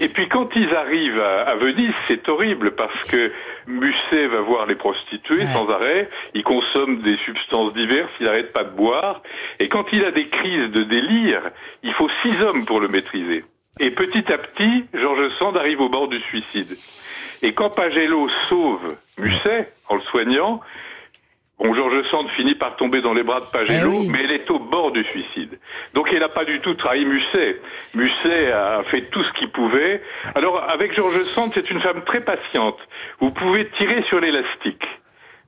Et puis quand ils arrivent à, à Venise, c'est horrible parce que Musset va voir les prostituées sans arrêt, il consomme des substances diverses, il n'arrête pas de boire, et quand il a des crises de délire, il faut six hommes pour le maîtriser. Et petit à petit, Georges Sand arrive au bord du suicide. Et quand Pagello sauve Musset en le soignant, Bon, Georges Sand finit par tomber dans les bras de Pagello, mais elle est au bord du suicide. Donc elle n'a pas du tout trahi Musset. Musset a fait tout ce qu'il pouvait. Alors avec Georges Sand, c'est une femme très patiente. Vous pouvez tirer sur l'élastique,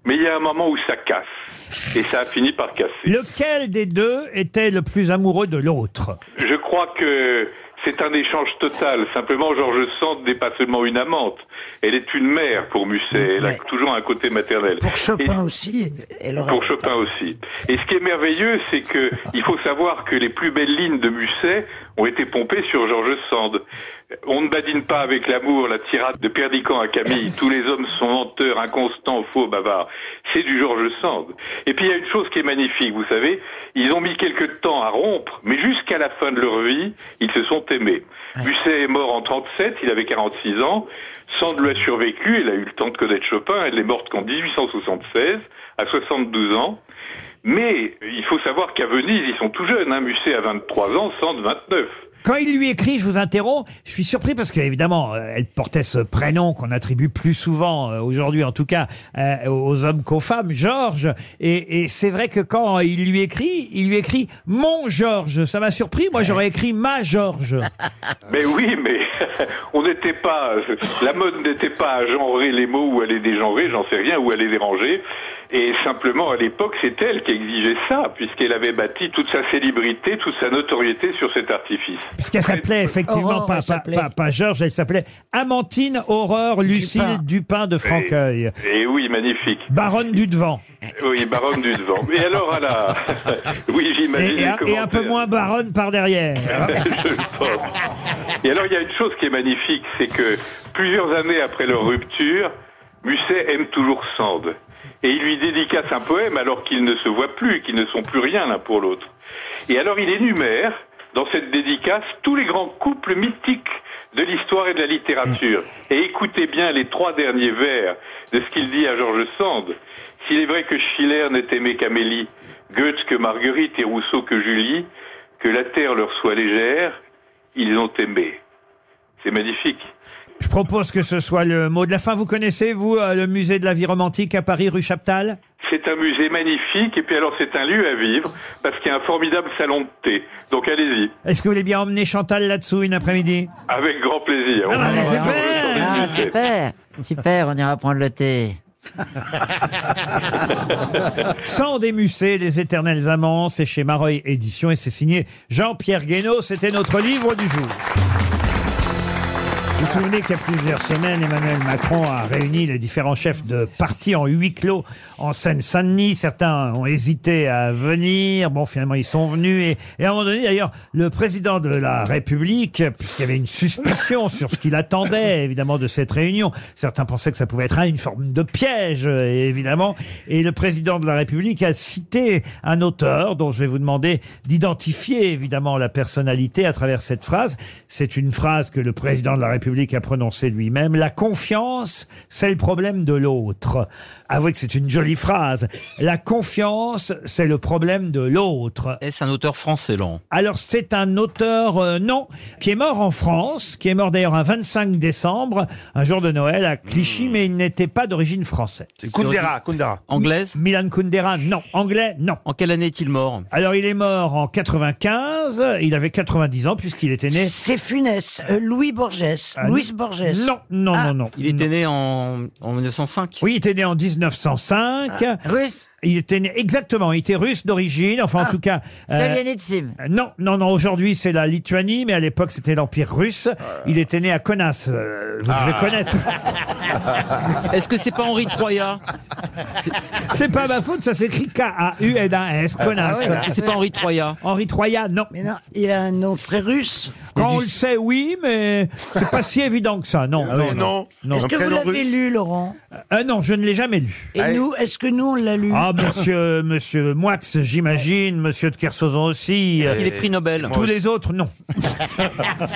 mais il y a un moment où ça casse. Et ça a fini par casser.
Lequel des deux était le plus amoureux de l'autre
Je crois que c'est un échange total. Simplement, Georges Sand n'est pas seulement une amante. Elle est une mère pour Musset. Elle a toujours un côté maternel.
Pour Chopin aussi, elle aura.
Pour Chopin aussi. Et ce qui est merveilleux, c'est que il faut savoir que les plus belles lignes de Musset ont été pompées sur Georges Sand. On ne badine pas avec l'amour, la tirade de Perdican à Camille. Tous les hommes sont menteurs, inconstants, faux, bavards. C'est du Georges Sand. Et puis il y a une chose qui est magnifique, vous savez, ils ont mis quelque temps à rompre, mais jusqu'à la fin de leur vie, ils se sont aimés. Musset est mort en 37, il avait 46 ans. Sand lui a survécu, elle a eu le temps de connaître Chopin, elle est morte qu'en 1876, à 72 ans. Mais il faut savoir qu'à Venise, ils sont tout jeunes. Hein. Musset a 23 ans, Sand 29.
Quand il lui écrit, je vous interromps, je suis surpris parce qu'évidemment, elle portait ce prénom qu'on attribue plus souvent, euh, aujourd'hui en tout cas, euh, aux hommes qu'aux femmes, Georges. Et, et c'est vrai que quand il lui écrit, il lui écrit « mon Georges ». Ça m'a surpris, moi j'aurais écrit « ma Georges
Mais oui, mais on n'était pas, euh, la mode n'était pas à genrer les mots ou à les dégenrer, j'en sais rien, ou à les déranger. Et simplement, à l'époque, c'est elle qui exigeait ça, puisqu'elle avait bâti toute sa célébrité, toute sa notoriété sur cet artifice. ».
Puisqu'elle s'appelait effectivement
Aurore,
pas,
elle
pas,
s'appelait.
pas- pas Georges, elle s'appelait Amantine Aurore Lucille Dupin de Franqueuil.
Et oui, magnifique.
Baronne du devant.
Oui, baronne du devant. Et alors, à la... Oui, j'imagine
Et, et
les
un- et un peu
commentaires. Ah,
moins baronne par derrière.
Je le pense. Et alors, il y a une chose qui est magnifique, c'est que plusieurs années après leur rupture, Musset aime toujours Sand. Et il lui dédicace un poème alors qu'ils ne se voient plus, qu'ils ne sont plus rien l'un pour l'autre. Et alors, il énumère, dans cette dédicace, tous les grands couples mythiques de l'histoire et de la littérature. Et écoutez bien les trois derniers vers de ce qu'il dit à Georges Sand. S'il est vrai que Schiller n'ait aimé qu'Amélie, Goethe que Marguerite et Rousseau que Julie, que la terre leur soit légère, ils ont aimé. C'est magnifique.
Je propose que ce soit le mot de la fin. Vous connaissez, vous, euh, le musée de la vie romantique à Paris, rue Chaptal
C'est un musée magnifique et puis alors c'est un lieu à vivre parce qu'il y a un formidable salon de thé. Donc allez-y,
Est-ce que vous voulez bien emmener Chantal là-dessous une après-midi
avec grand plaisir. On va- on va- on va-
Ah, super Super, on ira prendre le thé.
Sans démusser, Les éternels amants, c'est chez Mareuil Édition et c'est signé Jean-Pierre Guénaud. C'était notre livre du jour. Vous vous souvenez qu'il y a plusieurs semaines, Emmanuel Macron a réuni les différents chefs de parti en huis clos en Seine-Saint-Denis. Certains ont hésité à venir. Bon, finalement, ils sont venus. Et, et à un moment donné, d'ailleurs, le président de la République, puisqu'il y avait une suspicion sur ce qu'il attendait, évidemment, de cette réunion, certains pensaient que ça pouvait être hein, une forme de piège, euh, évidemment. Et le président de la République a cité un auteur dont je vais vous demander d'identifier, évidemment, la personnalité à travers cette phrase. C'est une phrase que le président de la République a prononcée lui-même. La confiance, c'est le problème de l'autre. Avouez que c'est une jolie phrase. La confiance, c'est le problème de l'autre.
Est-ce un auteur français, Laurent
Alors c'est un auteur, euh, non, qui est mort en France, qui est mort d'ailleurs un 25 décembre, un jour de Noël à Clichy, mais il n'était pas d'origine française.
Kundera,
Kundera. Anglaise Milan Kundera, non. Anglais, non. En quelle année est-il mort Alors il est mort en 95, il avait 90 ans puisqu'il était né...
C'est Funès, euh, Louis Borges,
Ah,
Louis
non.
Borges. Ah.
Non, non, non, non.
Il était né en, en 1905.
Oui, il était né en 1905.
Ah.
russe Il était né, exactement, il était russe d'origine, enfin
Ah.
en tout cas... euh,
Solyanitsim.
Euh, Non, non, non. Aujourd'hui, c'est la Lituanie, mais à l'époque, c'était l'Empire russe.
Euh.
Il était né à Kaunas. euh,
Ah.
vous devez connaître.
Est-ce que c'est pas Henri Troya
C'est pas ma faute, ça s'écrit K-A-U-N-A-S, Kaunas.
Ah ouais, C'est pas Henri Troya.
Henri Troya, non.
Mais non, il a un nom très russe.
Quand on le sait, oui, mais c'est pas si évident que ça, non.
Ah non, non. Est-ce que vous l'avez lu, Laurent
Euh, Non, je ne l'ai jamais lu.
Et nous, est-ce que nous, on l'a lu
Ah Ah, monsieur, monsieur Moix, j'imagine, monsieur de Kersozon aussi. euh,
Est-ce qu'il est prix Nobel
Tous les autres, non.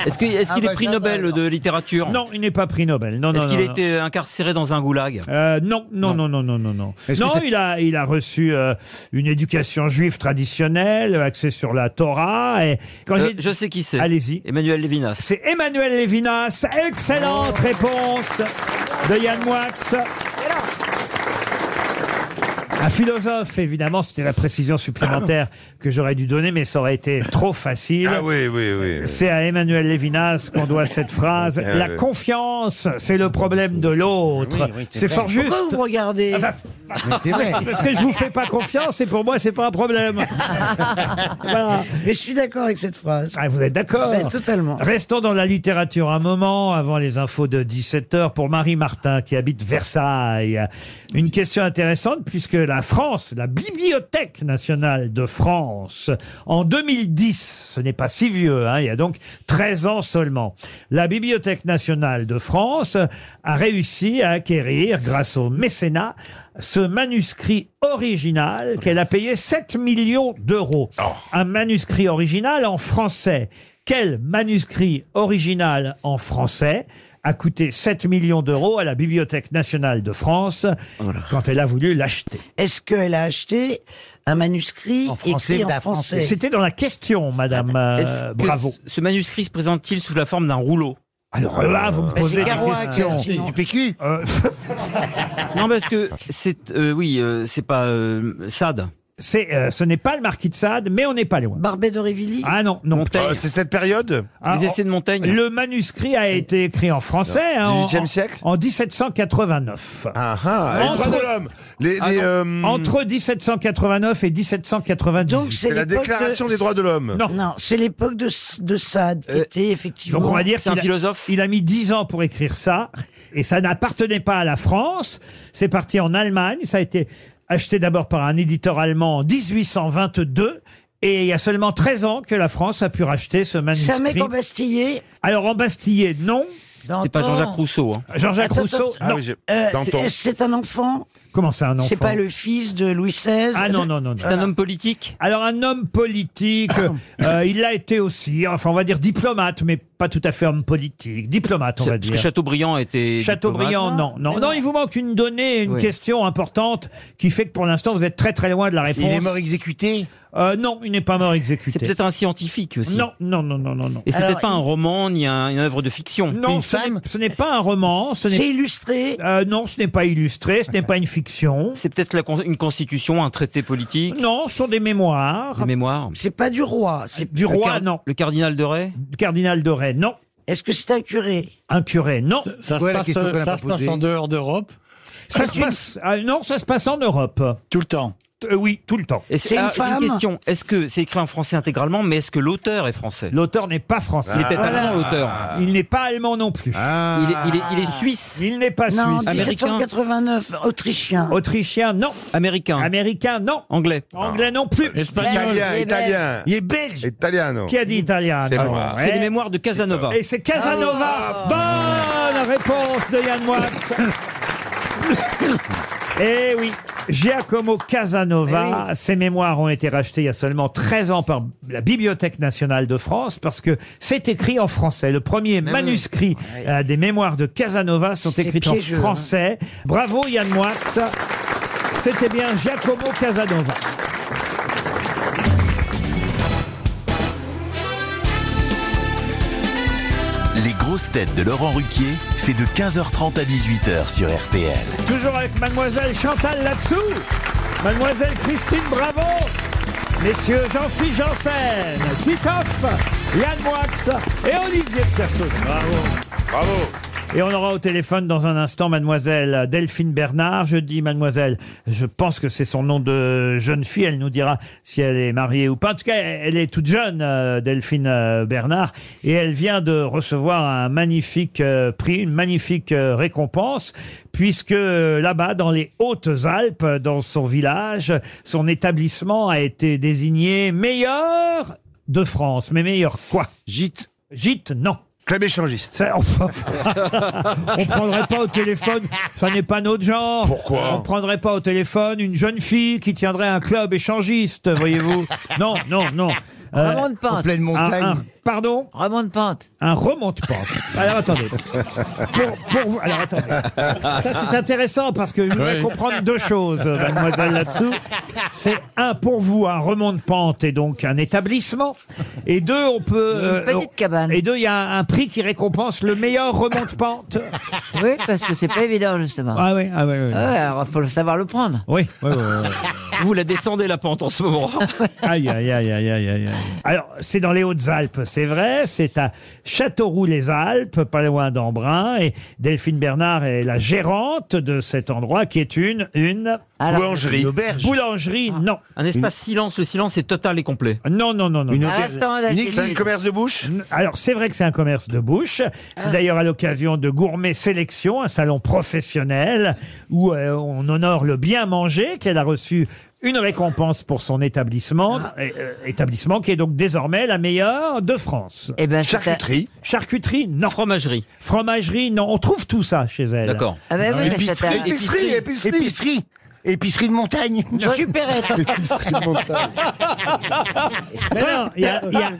Est-ce que- est-ce
Ah, bah,
qu'il est prix Nobel de littérature
Non, il n'est pas prix Nobel. Non,
Est-ce
non,
qu'il
non, non.
était incarcéré dans un goulag
Euh, non, non, non, non, non, non, non.
Est-ce que
Non,
c'est-
il a, il a reçu euh, une éducation juive traditionnelle, axée sur la Torah. Et quand
Euh,
j'ai-
Je sais qui c'est.
Allez-y.
Emmanuel Lévinas. Oh.
C'est Emmanuel Lévinas. Excellente réponse de Yann Moix. Un philosophe, évidemment, c'était la précision supplémentaire que j'aurais dû donner, mais ça aurait été trop facile.
Ah oui, oui, oui. oui.
C'est à Emmanuel Lévinas qu'on doit cette phrase.
Ah
La
oui.
confiance, c'est le problème de l'autre.
Oui, oui, c'est
c'est
vrai.
fort juste. Ah, bah,
Pourquoi vous me
regardez
c'est vrai.
Parce que je vous fais pas confiance et pour moi, c'est pas un problème. Voilà.
Mais je suis d'accord avec cette phrase.
Ah, vous êtes d'accord
Ben, totalement.
Restons dans la littérature un moment, avant les infos de 17h, pour Marie Martin, qui habite Versailles. Une question intéressante, puisque la France, la Bibliothèque nationale de France, en 2010, ce n'est pas si vieux, hein, il y a donc 13 ans seulement, la Bibliothèque nationale de France a réussi à acquérir, grâce au mécénat, ce manuscrit original qu'elle a payé 7 millions d'euros. Un manuscrit original en français. Quel manuscrit original en français a coûté 7 millions d'euros à la Bibliothèque nationale de France quand elle a voulu l'acheter
Est-ce qu'elle a acheté un manuscrit écrit en français
C'était dans la question, Madame euh,
Ah, Est-ce que
Bravo.
ce- Ce manuscrit se présente-t-il sous la forme d'un rouleau
Alors là, vous me
Euh,
posez
c'est Kerouac,
des questions.
euh, sinon.
PQ
Non, parce que c'est. euh, oui, euh, c'est pas euh, Sade.
C'est, euh, ce n'est pas le Marquis de Sade, mais on n'est pas loin.
Barbet d'Aurevilly
Ah non, non.
Montaigne. Euh, c'est
cette période
Les essais de Montaigne.
Le manuscrit a été écrit en français. hein, en-
18e
en-
siècle
En 1789.
ah, les droits de l'homme. Les- les, euh,
Ah entre 1789 et 1798.
Donc c'est l'époque de-
Non. Euh,
Non, c'est l'époque de, de Sade qui était effectivement.
Donc on va dire qu'il a-
philosophe.
Il a mis 10 ans pour écrire ça, et ça n'appartenait pas à la France. C'est parti en Allemagne, ça a été acheté d'abord par un éditeur allemand en 1822. Et il y a seulement 13 ans que la France a pu racheter ce manuscrit.
C'est un mec embastillé
Alors embastillé, non.
Danton. C'est pas Jean-Jacques Rousseau, hein.
Ah, Jean-Jacques
Attends,
Rousseau,
attends,
non.
Euh, c'est- c'est un enfant
Comment ça, un enfant
C'est pas le fils de Louis XVI
Ah non, non, non.
C'est un homme
politique Alors un homme politique,
Ah.
euh, il l'a été aussi, enfin on va dire diplomate, mais pas tout à fait homme politique. Diplomate, on va
Parce que
dire.
Chateaubriand était.
Chateaubriand, non,
diplomate.
non. Non, il vous manque une donnée, une
Oui.
question importante qui fait que pour l'instant vous êtes très très loin de la réponse.
Il est mort
exécuté Euh, Non, il n'est pas mort exécuté.
C'est peut-être un scientifique aussi.
Non, non, non, non, non. non.
Et c'est peut-être pas un roman ni un- une œuvre de fiction.
Non, ce n'est- ce n'est pas un roman. Ce n'est-
C'est
illustré
Euh, Non, ce n'est pas illustré, ce n'est pas une fiction.
C'est peut-être la con- une constitution, un traité politique.
Non, ce sont des mémoires.
Des mémoires.
C'est pas du roi. C'est
Du
Le
roi,
car-
non.
Le cardinal de Ray
Le cardinal de Ray, non.
Est-ce que c'est un curé
Un curé, non.
Ça se passe, euh, ça se passe en dehors d'Europe.
Ça se passe, ah non, ça se passe en Europe. euh,
Tout le temps.
oui, tout le temps.
Et c'est- ah, question. Est-ce que c'est écrit en français intégralement, mais est-ce que l'auteur est français
L'auteur n'est pas français.
Il est peut-être
Ah.
Voilà.
allemand, l'auteur.
Il n'est pas allemand non plus.
Il, est, il est- il est suisse.
Il n'est pas
Non,
suisse.
1789, autrichien.
Autrichien, non.
Américain.
Américain, non.
Anglais.
Anglais non plus.
Espagnol. Italien, italien.
Il est belge.
Italiano.
Qui a dit italien
C'est
Ah,
moi.
ouais.
C'est les
mémoires de Casanova.
Et c'est
Ah.
Casanova. Bonne réponse de Yann Moix. Eh oui, Giacomo
Eh
Casanova, ses mémoires ont été rachetées il y a seulement 13 ans par la Bibliothèque nationale de France parce que c'est écrit en français. Le premier manuscrit euh, des mémoires de Casanova sont
C'est
écrits
piégeux,
en
hein.
français. Bravo Yann Moix. C'était bien Giacomo Casanova.
Les grosses têtes de Laurent Ruquier, c'est de 15h30 à 18h sur RTL.
Toujours avec mademoiselle Chantal Latsou, mademoiselle Christine Bravo, messieurs Jean-Philippe Janssen, Titoff, Yann Moix et Olivier Picasso. Bravo.
Bravo.
Et on aura au téléphone dans un instant mademoiselle Delphine Bernard. Je dis mademoiselle, je pense que c'est son nom de jeune fille. Elle nous dira si elle est mariée ou pas. En tout cas, elle est toute jeune, euh, Delphine euh, Bernard. Et elle vient de recevoir un magnifique euh, prix, une magnifique euh, récompense, puisque euh, là-bas, dans les Hautes-Alpes, euh, dans son village, son établissement a été désigné meilleur de France. Mais meilleur quoi Gîte. Gîte, non. Club échangiste. enfin, on prendrait pas au téléphone, ça n'est pas notre genre. Pourquoi On prendrait pas au téléphone une jeune fille qui tiendrait un club échangiste, voyez-vous. Non, non, non. Euh,
Vraiment de pente. En pleine montagne.
un- un- pardon
Remonte-pente.
un remonte-pente. Alors attendez. Pour, pour vous, alors attendez.
Ah.
Ça c'est intéressant parce que je voudrais
Oui.
comprendre deux choses, mademoiselle là-dessous. C'est un pour vous, un remonte-pente est donc un établissement. Et deux, on peut.
Il y a une petite cabane.
Et deux, il y a un, un prix qui récompense le meilleur remonte-pente.
Oui, parce que c'est pas évident, justement.
Ah oui, ah oui, oui.
Ouais, alors faut le savoir le prendre.
Oui, oui, oui, oui.
Vous la descendez la pente en ce moment.
aïe, aïe, aïe, aïe, aïe, aïe. Alors, c'est dans les Hautes-Alpes, c'est vrai. C'est à Châteauroux-les-Alpes, pas loin d'Embrun. Et Delphine Bernard est la gérante de cet endroit qui est une. une...
Alors, Boulangerie. une auberge.
Boulangerie, non.
Un espace silence, le silence est total et complet.
Non, non, non, non.
Une Un auberge- restaurant une d'activité. église. Un commerce
de bouche Alors, c'est vrai que c'est un commerce de bouche. C'est d'ailleurs à l'occasion de Gourmet Sélection, un salon professionnel où euh, on honore le bien manger qu'elle a reçu une récompense pour son établissement, et, euh, établissement qui est donc désormais la meilleure de France. Charcuterie Charcuterie, non.
Fromagerie
Fromagerie, non. On trouve tout ça chez elle.
D'accord.
Ah ben oui, mais ça
épicerie,
t'a-
épicerie, épicerie, épicerie. Épicerie de montagne.
Supérette.
Épicerie de montagne.
Mais non, il y, a- il y a-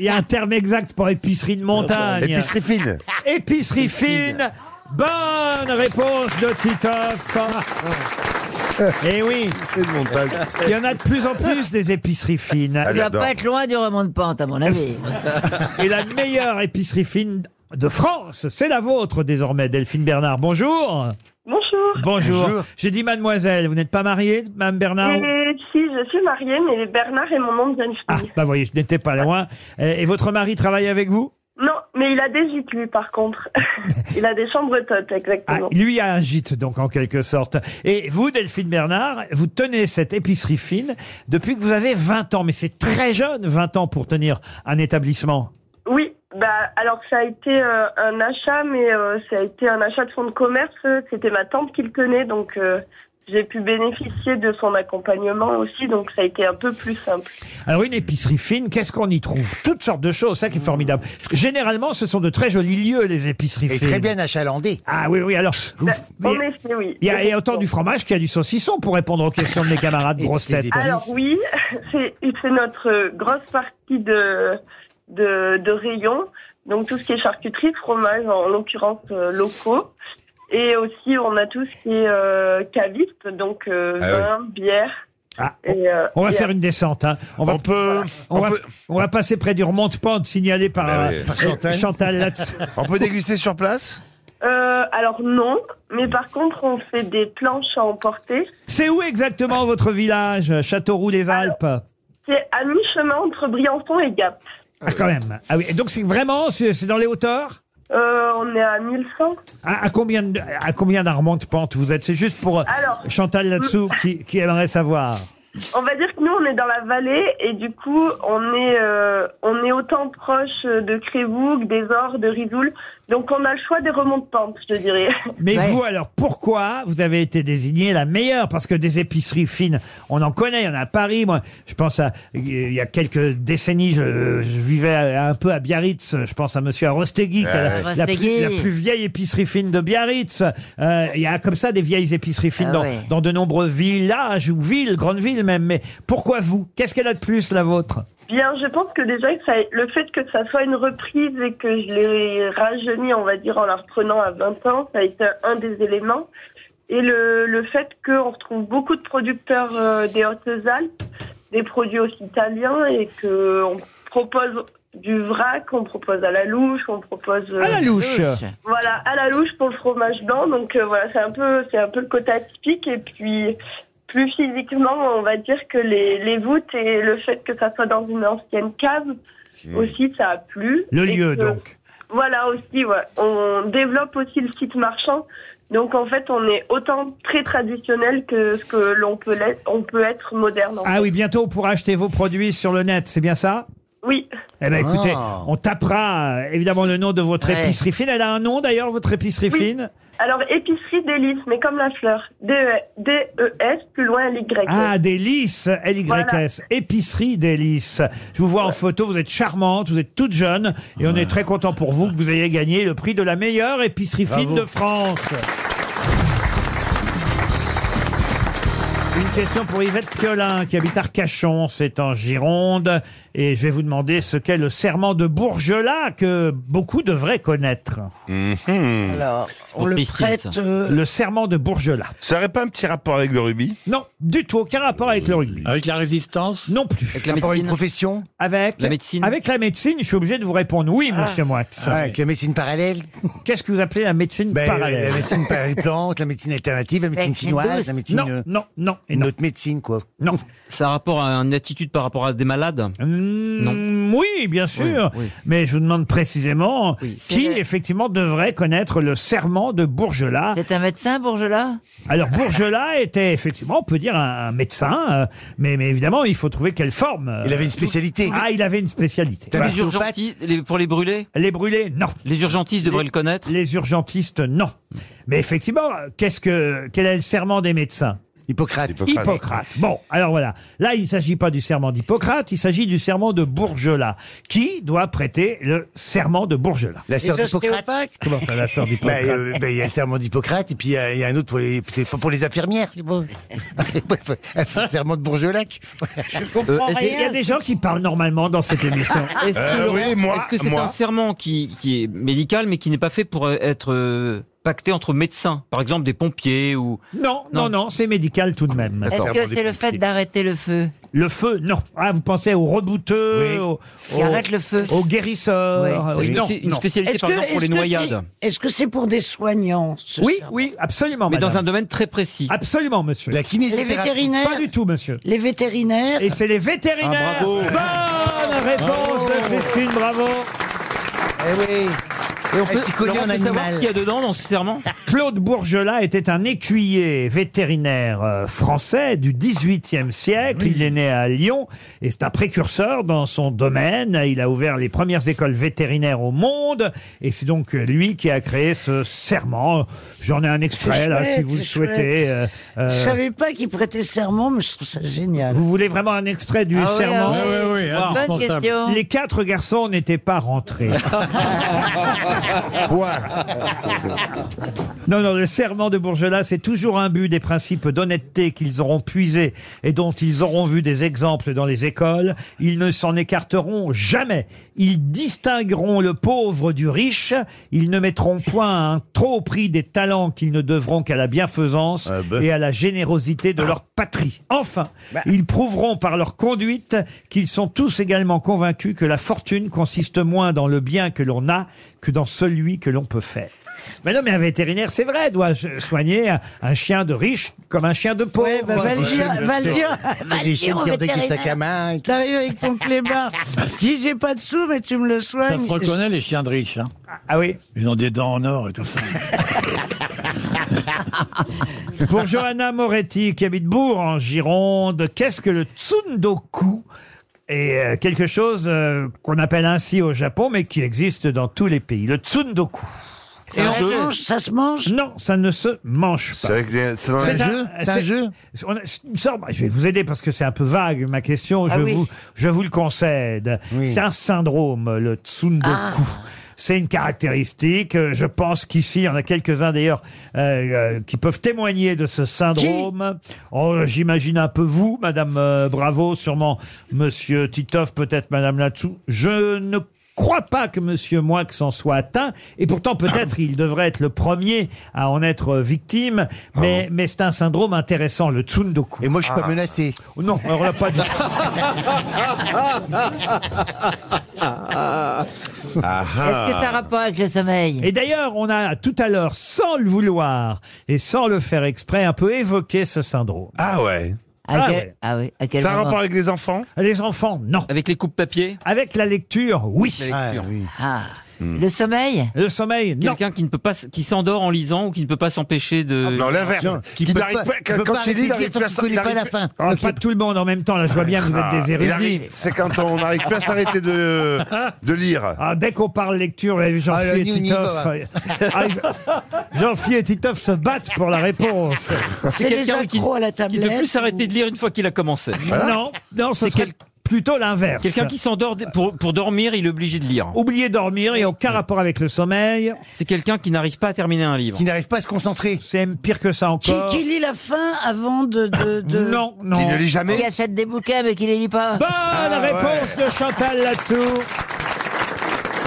il y a un terme exact pour épicerie de montagne.
Épicerie fine.
Épicerie fine. Bonne réponse de Titoff. Eh oui. Il y en a de plus en plus des épiceries fines.
Ah,
Il doit pas être loin du remonte-pente, à mon avis.
Et la meilleure épicerie fine de France, c'est la vôtre désormais, Delphine Bernard. Bonjour.
Bonjour.
Bonjour. J'ai dit mademoiselle, vous n'êtes pas mariée, madame Bernard
Euh, si, je suis mariée, mais Bernard est mon nom de jeune fille.
Bah voyez, je n'étais pas loin. Euh, Et votre mari travaille avec vous
Non, mais il a des gîtes, lui, par contre. il a des chambres totes, exactement.
Ah, Lui a un gîte, donc, en quelque sorte. Et vous, Delphine Bernard, vous tenez cette épicerie fine depuis que vous avez 20 ans. Mais c'est très jeune, 20 ans, pour tenir un établissement.
Oui, bah, alors ça a été euh, un achat, mais euh, ça a été un achat de fonds de commerce. C'était ma tante qui le tenait, donc euh, j'ai pu bénéficier de son accompagnement aussi, donc ça a été un peu plus simple.
Alors, une épicerie fine, qu'est-ce qu'on y trouve Toutes sortes de choses, ça qui est formidable. Parce que généralement, ce sont de très jolis lieux, les épiceries
Et
fines.
très bien achalandé.
Ah oui, oui, alors... ouf, mais
en effet, oui.
Il y, a, il y a autant du fromage qu'il y a du saucisson pour répondre aux questions de mes camarades grosses têtes.
Alors oui, c'est c'est notre euh, grosse partie de, de, de rayon. Donc tout ce qui est charcuterie, fromage, en l'occurrence euh, locaux. Et aussi, on a tout ce qui est euh, caviste, donc euh,
Ah oui.
vin, bière.
Ah,
et, euh,
On va
et-
faire une descente. hein. On, va,
peut,
on, va, on va passer près du remonte-pente signalé par,
Bah oui.
euh,
Par Chantal.
Chantal là-dessus.
On peut déguster sur place
Euh, alors non, mais par contre, on fait des planches à emporter.
C'est où exactement votre village, Châteauroux-les-Alpes
C'est à mi-chemin entre Briançon et Gap.
Ah, quand même. Ah oui. Et donc, c'est vraiment, c'est c'est dans les hauteurs
Euh, on est à 1100.
à, à combien de- à combien d'un remonte-pente vous êtes C'est juste pour euh,
Alors-
Chantal là-dessous qui, qui aimerait savoir.
On va dire que nous, on est dans la vallée et du coup, on est, euh, on est autant proche de Crébourg, des Ors, de Rizoul. Donc, on a le choix des remontes-pentes, je dirais.
Mais vous, alors, pourquoi vous avez été désignée la meilleure Parce que des épiceries fines, on en connaît, il y en a à Paris. Moi, je pense à, il y a quelques décennies, je, je vivais à- un peu à Biarritz. Je pense à monsieur Arostegui, qui a la, la
Ouais.
plus,
Arostegui.
la plus vieille épicerie fine de Biarritz. Euh, il y a comme ça des vieilles épiceries fines
Ah
dans,
ouais.
dans de nombreux villages ou villes, grandes villes même. Mais pourquoi vous Qu'est-ce qu'elle a de plus, la vôtre
Bien, je pense que déjà, que ça, le fait que ça soit une reprise et que je l'ai rajeuni, on va dire, en la reprenant à 20 ans, ça a été un des éléments. Et le, le fait qu'on retrouve beaucoup de producteurs euh, des Hautes-Alpes, des produits aussi italiens, et qu'on propose du vrac, on propose à la louche, on propose... euh,
À la louche.
Voilà, à la louche pour le fromage blanc. Donc euh, voilà, c'est un peu, c'est un peu le côté atypique. Et puis, plus physiquement, on va dire que les, les voûtes et le fait que ça soit dans une ancienne cave aussi, ça a plu.
Le
Et
lieu,
que-
donc.
Voilà aussi, ouais. on développe aussi le site marchand. Donc en fait, on est autant très traditionnel que ce que l'on peut l'être, on peut être moderne. en
Ah oui, bientôt on pourra acheter vos produits sur le net, c'est bien ça
Oui.
Eh ben écoutez,
Ah.
on tapera euh, évidemment le nom de votre
Ouais.
épicerie fine. Elle a un nom d'ailleurs, votre épicerie
Oui.
fine
Alors, épicerie délice, mais comme la fleur. D-E- D-E-S, plus loin, Y.
Ah, délices, L-Y-S,
Voilà.
épicerie délices. Je vous vois en photo, vous êtes charmante, vous êtes toute jeune, et on est très content pour vous que vous ayez gagné le prix de la meilleure épicerie fine
Bravo.
de France. Une question pour Yvette Piolin, qui habite Arcachon, c'est en Gironde, et je vais vous demander ce qu'est le serment de Bourgelat que beaucoup devraient connaître.
Mhm. Hmm.
Alors, on le prête. euh,
Le serment de Bourgelat.
Ça n'aurait pas un petit rapport avec le rubis
Non, du tout, aucun rapport avec le rugby.
Avec la résistance
Non plus.
Avec la Rapport à une médecine
profession
Avec
La médecine
Avec la médecine, je suis obligé de vous répondre oui,
Ah.
monsieur Moix.
Ah, avec la médecine parallèle
Qu'est-ce que vous appelez la médecine
Ben,
parallèle
La médecine plante, la médecine alternative, la médecine
Ben,
Médecine
chinoise,
douce.
la médecine.
Non,
euh,
non, non.
Une autre médecine, quoi.
Non.
Ça a rapport à une attitude par rapport à des malades Non.
Mm, Oui, bien sûr.
Oui, oui.
Mais je vous demande précisément qui,
C'est-
effectivement, devrait connaître le serment de Bourgelat.
C'est un médecin, Bourgelat
Alors, Bourgelat était, effectivement, on peut dire un un médecin, euh, mais, mais évidemment, il faut trouver quelle forme. euh.
Il avait une spécialité.
Ah, il avait une spécialité.
Les urgentistes, les- pour les brûler
Les brûlés, non.
Les urgentistes devraient le connaître
Les urgentistes, non. Mais effectivement, qu'est-ce que, quel est le serment des médecins
Hippocrate.
Hippocrate. Bon, alors voilà. Là, il ne s'agit pas du serment d'Hippocrate, il s'agit du serment de Bourgelat. Qui doit prêter le serment de Bourgelat
La sœur d'Hippocrate.
Comment ça, la sœur d'Hippocrate
Ben, euh, ben, Il y a le serment d'Hippocrate, et puis il y, a il y a un autre pour les, c'est pas pour les infirmières. c'est bon. le serment de Bourgelac. Je
comprends Euh, est-ce- rien. il y a des gens qui parlent normalement dans cette émission.
Est-ce que, Laurent, est-ce que c'est un serment qui, qui est médical mais qui n'est pas fait pour euh, être euh, pacté entre médecins Par exemple des pompiers ou...
Non, non, non, c'est médical tout de même.
Est-ce que c'est le fait d'arrêter le feu
Le feu, non. Ah, vous pensez aux rebouteux, aux,
Qui arrêtent le feu.
aux guérisseurs.
Oui.
euh,
Une
non,
spé- une
non.
spécialité, par exemple, pour les noyades.
Est-ce que c'est pour des soignants ce
Oui,
serment
oui, absolument.
Mais dans
madame.
un domaine très précis.
Absolument, monsieur. La
Les vétérinaires
Pas du tout, monsieur.
Les vétérinaires
Et c'est les vétérinaires.
Ah, bravo.
Bonne réponse
Oh.
de Christine, bravo.
oui.
Et on
Elle
peut,
s'y connaît
Laurent,
en
on peut savoir
animal.
ce qu'il y a dedans dans ce serment
Claude Bourgelat était un écuyer vétérinaire euh, français du 18e siècle. Il est né à Lyon et c'est un précurseur dans son domaine. Il a ouvert les premières écoles vétérinaires au monde et c'est donc euh, lui qui a créé ce serment. J'en ai un extrait là si
chouette,
vous le
c'est chouette.
souhaitez. euh, euh,
Je savais pas qu'ils prêtaient serment, mais je trouve ça génial.
Vous voulez vraiment un extrait du
Ah oui,
serment
ah oui. Ouais, ouais, ouais, Bonne indispensable. question.
Les quatre garçons n'étaient pas rentrés. Non, non, le serment de Bourgelat, c'est toujours un but des principes d'honnêteté qu'ils auront puisés et dont ils auront vu des exemples dans les écoles. Ils ne s'en écarteront jamais. Ils distingueront le pauvre du riche. Ils ne mettront point un trop prix des talents qu'ils ne devront qu'à la bienfaisance
Ah bah.
et à la générosité de leur patrie. Enfin, ils prouveront par leur conduite qu'ils sont tous également convaincus que la fortune consiste moins dans le bien que l'on a que dans celui que l'on peut faire. Mais non, mais un vétérinaire, c'est vrai, doit se- soigner un, un chien de riche comme un chien de pauvre.
bah, va le dire, va le dire, va le
Des
dire
chiens
au
qui ont des
vétérinaire.
sacs à main. et tout.
T'arrives avec ton clébard. Si j'ai pas de sous, mais tu me le
Ça
soignes.
se reconnaît, les chiens de riches. Hein.
Ah oui
Ils ont des dents en or et tout ça.
Pour Johanna Moretti, qui habite Bourg, en Gironde, qu'est-ce que le tsundoku et euh, quelque chose euh, qu'on appelle ainsi au Japon, mais qui existe dans tous les pays. Le tsundoku.
C'est un jeu. Ça se mange
Non, ça ne se mange pas.
vrai que c'est- c'est dans la-
C'est
un
un- euh,
jeu
C'est un
c'est-
jeu
on a- c'est une sorte- je vais vous aider parce que c'est un peu vague ma question. Je,
Ah oui.
vous, je vous le concède. C'est un syndrome, le tsundoku.
Ah.
C'est une caractéristique. Euh, Je pense qu'ici, il y en a quelques-uns d'ailleurs euh, euh, qui peuvent témoigner de ce syndrome. Oh, J'imagine un peu vous, Madame euh, Bravo, sûrement Monsieur Titoff, peut-être Madame Latsou. Je ne crois pas que Monsieur Moix en soit atteint, et pourtant peut-être il devrait être le premier à en être victime, mais, mais c'est un syndrome intéressant, le tsundoku. Et moi
je suis pas Ah. menacé.
Non, alors là pas du
Est-ce que ça a rapport avec le sommeil
Et d'ailleurs, on a tout à l'heure, sans le vouloir et sans le faire exprès, un peu évoqué ce syndrome.
Ah ouais.
À quel- ah oui, à quel
Ça a
moment
rapport avec les enfants
Ah, Les enfants, non.
Avec les coupes papier
Avec la lecture, oui.
La lecture.
Ah. Le sommeil
Le sommeil.
Quelqu'un qui ne peut pas, s- qui s'endort en lisant ou qui ne peut pas s'empêcher de.
Ah, Non, l'inverse. Qui
peut
n'arrive
pas-
pas-
qui peut
quand
pas
il lit, il
répliquer
arrive
tant
plus à
qu'il
s'en-
connaît
il arrive- Ah,
pas la fin.
Alors, pas tout le monde en même temps, là, je vois bien que vous êtes des
Il
érudits.
arrive- C'est quand on n'arrive plus à s'arrêter de, de lire.
Ah, dès qu'on parle lecture, vous avez vu, Jean-Philippe
Ah, le
et
ni- ni-
Titoff.
va.
Ah, ils- Jean-Philippe et Titoff se battent pour la réponse.
C'est quelqu'un qui, qui ne peut plus s'arrêter de lire une fois qu'il a commencé.
Non, non, ce serait plutôt l'inverse.
Quelqu'un qui s'endort d- pour, pour dormir, il est obligé de lire.
Oublier dormir et aucun rapport avec le sommeil.
C'est quelqu'un qui n'arrive pas à terminer un livre.
Qui n'arrive pas à se concentrer. C'est même pire que ça
Qui,
encore.
qui lit la fin avant de. de, de-
Non, non. Qui ne lit jamais Ah,
Qui achète des bouquins mais qui les lit pas
Bonne
Ah,
réponse de Chantal là-dessous.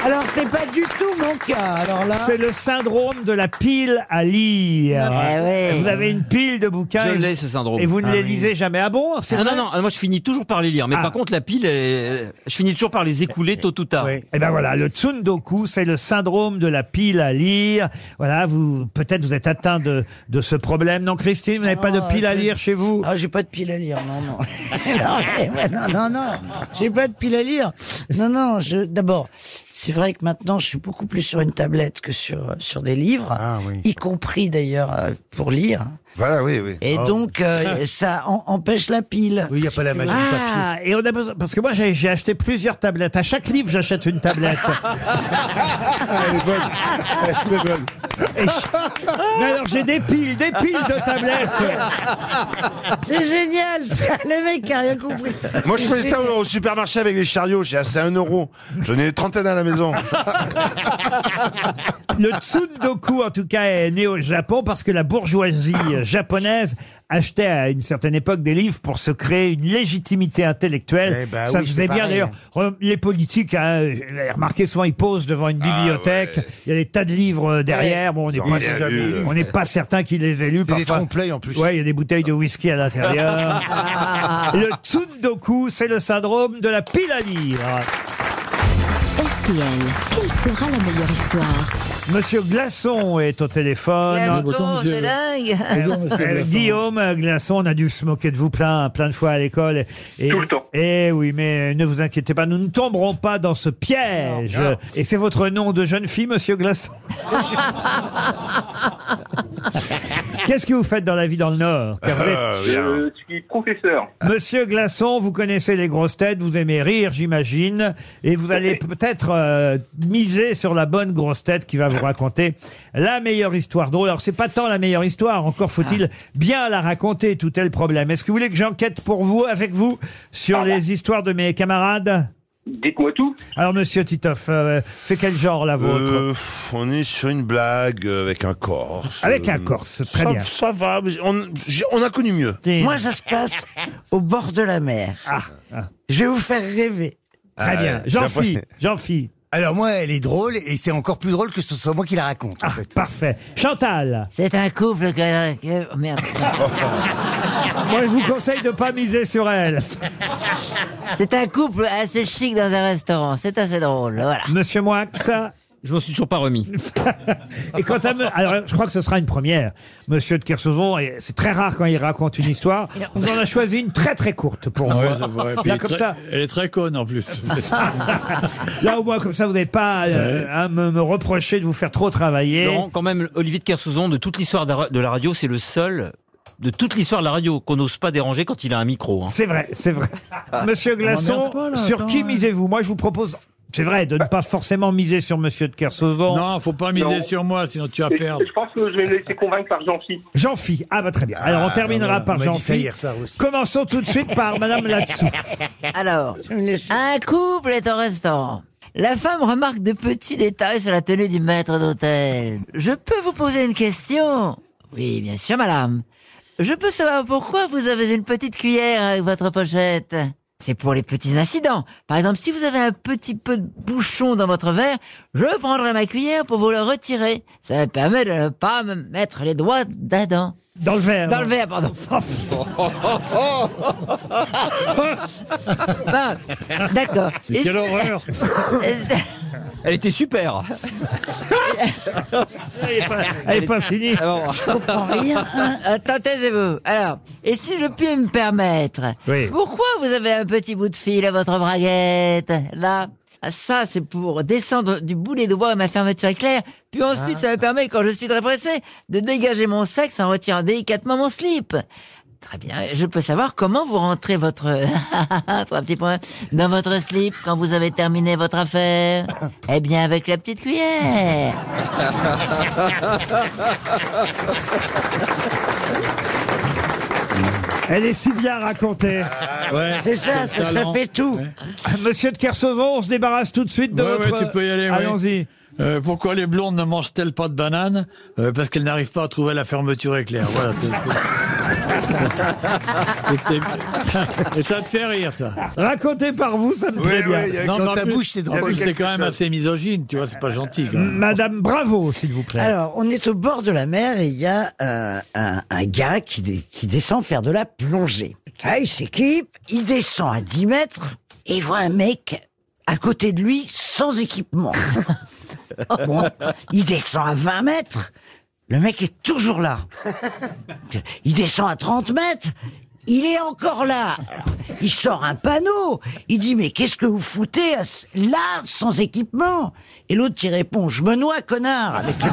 Alors, c'est pas du tout mon cas. Alors là.
C'est le syndrome de la pile à
Ah,
lire.
bah
Eh oui.
Vous avez une pile de bouquins.
Je
et-
l'ai, ce syndrome.
Et vous ne
Ah
les
oui.
lisez jamais. Ah bon c'est
Non,
vrai Ah.
non, non, ah, moi je finis toujours par les lire, mais par contre la pile, elle- je finis toujours par les écouler tôt ou tard.
Et Eh, ben voilà, le tsundoku, c'est le syndrome de la pile à lire. Voilà, vous peut-être vous êtes atteint de, de ce problème. Non, Christine, vous n'avez pas de
Ah,
pile à
j'ai-
lire chez vous
Ah, j'ai pas de pile à lire, non, non. non, mais- ouais, non, non, non. J'ai pas de pile à lire. Non, non, je, d'abord, c'est vrai que maintenant, je suis beaucoup plus sur une tablette que sur, sur des livres.
Ah,
Y compris d'ailleurs euh, pour lire.
Voilà, oui, oui.
Et donc, euh, ça en- empêche la pile.
Oui, il n'y a pas la magie
Ah, et on a besoin parce que moi j'ai j'ai acheté plusieurs tablettes. À chaque livre, j'achète une tablette. Ah,
Elle est bonne. Elle est très bonne.
Et je- Mais alors j'ai des piles, des piles de tablettes.
Ah, C'est génial, ça. le mec a rien compris.
Moi, je fais ça au, au supermarché avec les chariots. J'ai assez un euro. J'en ai une trentaine à la maison.
Le tsundoku, en tout cas, est né au Japon parce que la bourgeoisie japonaise achetait à une certaine époque des livres pour se créer une légitimité intellectuelle.
Eh ben
Ça
oui,
faisait
c'est
bien
pareil.
d'ailleurs. Re- Les politiques, hein, vous avez remarqué souvent, ils posent devant une
Ah
bibliothèque. Il y a des tas de livres euh, derrière. Bon, on n'est
Ils
pas,
les a lus.
on n'est pas certain qu'ils les aient lus.
C'est des
parfois.
trompe-l'œil, en plus.
Ouais, il y a des bouteilles de whisky à l'intérieur. le tsundoku, c'est le syndrome de la pile à lire.
RTL, quelle sera la meilleure histoire
Monsieur Glaçon est au téléphone.
Glaçon, c'est dingue
Oh Euh, Guillaume euh, Glaçon, on a dû se moquer de vous plein, plein de fois à l'école. Tout le temps. Et Eh oui, mais ne vous inquiétez pas, nous ne tomberons pas dans ce piège. Et c'est votre nom de jeune fille, Monsieur Glaçon. Qu'est-ce que vous faites dans la vie dans le Nord Car vous êtes-
Je suis professeur.
Monsieur Glaçon, vous connaissez les grosses têtes, vous aimez rire, j'imagine, et vous allez peut-être euh, miser sur la bonne grosse tête qui va vous raconter la meilleure histoire drôle. Alors c'est pas tant la meilleure histoire, encore faut-il
Ah.
bien la raconter, tout est le problème. Est-ce que vous voulez que j'enquête pour vous, avec vous, sur les histoires de mes camarades
Ah bah. Dites-moi tout.
Alors Monsieur Titoff, euh, c'est quel genre la vôtre
Euh, pff, on est sur une blague euh, avec un Corse.
Avec un
Euh,
Corse, très
ça-
bien.
Ça va, mais on, j'ai- on a connu mieux.
Moi, ça se passe au bord de la mer.
Ah.
Je vais vous faire rêver.
Très bien. Jean-Phi, Jean-Phi.
Ah, Alors moi, elle est drôle et c'est encore plus drôle que ce soit moi qui la raconte. en fait.
Ah, Parfait. Chantal
C'est un couple que... que- oh, merde.
Moi je vous conseille de pas miser sur elle.
C'est un couple assez chic dans un restaurant. C'est assez drôle, voilà.
Monsieur Moix
Je m'en suis toujours pas remis.
Et quant à me... Alors, je crois que ce sera une première. Monsieur de Kersauzon, et c'est très rare quand il raconte une histoire. On en a choisi une très très courte pour
Ah
moi.
ouais, ça va, et puis
Là,
elle est
comme
très-
ça,
Elle est très conne en plus.
là au moins comme ça, vous n'avez pas euh, à me, me reprocher de vous faire trop travailler.
Laurent, quand même, Olivier de Kersouzon, de toute l'histoire de la- de la radio, c'est le seul de toute l'histoire de la radio qu'on n'ose pas déranger quand il a un micro. hein.
C'est vrai, c'est vrai. Monsieur Glaçon,
Ah. m'emmerde pas, là,
sur
attends,
qui
hein.
misez-vous Moi, je vous propose. C'est vrai, de ne pas forcément miser sur Monsieur de Kersauzon.
Non, faut pas miser
Non.
sur moi, sinon tu vas
Et
perdre.
je, je pense que je vais me laisser convaincre par Jean-Phi.
jean phi Ah bah très bien. Alors on
Ah,
terminera
voilà, on
par
m'a dit
jean
ça
phi
hier soir aussi.
Commençons tout de suite par Madame Latsou.
Alors, un couple est au restaurant. La femme remarque de petits détails sur la tenue du maître d'hôtel. Je peux vous poser une question Oui, bien sûr, madame. Je peux savoir pourquoi vous avez une petite cuillère avec votre pochette C'est pour les petits incidents. Par exemple, si vous avez un petit peu de bouchon dans votre verre, je prendrai ma cuillère pour vous le retirer. Ça me permet de ne pas me mettre les doigts dedans.
Dans le verre.
Dans le verre, pardon. Bon, D'accord.
Mais
Et
quelle
si-
horreur
Elle était super.
Elle n'est pas, elle est pas finie.
Ah
Euh, Tentez-vous. Alors, et si je puis me permettre,
Oui.
pourquoi vous avez un petit bout de fil à votre braguette Là Ah, ça, c'est pour descendre du bout des doigts ma fermeture éclair. Puis ensuite,
Ah.
ça me permet, quand je suis très pressé, de dégager mon sexe en retirant délicatement mon slip. Très bien. Je peux savoir comment vous rentrez votre trois petits points dans votre slip quand vous avez terminé votre affaire. Eh bien, avec la petite cuillère.
Elle est si bien racontée.
Ah, ouais, C'est ça, quel ça- ça talent. fait
tout. Monsieur de Kersauzon, on se débarrasse tout de suite de
Ouais,
votre...
ouais, tu peux y aller. ouais.
Allons-y.
Euh, pourquoi les blondes ne mangent-elles pas de bananes Euh, Parce qu'elles n'arrivent pas à trouver la fermeture éclair. Voilà. c'est- c'est- Et ça te fait rire, toi.
Raconté par vous, ça me
Oui,
plaît bien.
C'est quand même assez misogyne, tu vois, c'est pas gentil. Quand même.
Madame Bravo, s'il vous plaît.
Alors, on est au bord de la mer et il y a euh, un, un gars qui, dé- qui descend faire de la plongée. Là, il s'équipe, il descend à 10 mètres et il voit un mec à côté de lui sans équipement. Bon, il descend à 20 mètres, le mec est toujours là. Il descend à 30 mètres, il est encore là. Alors, il sort un panneau, il dit mais qu'est-ce que vous foutez à ce- là sans équipement Et l'autre qui répond je me noie connard avec le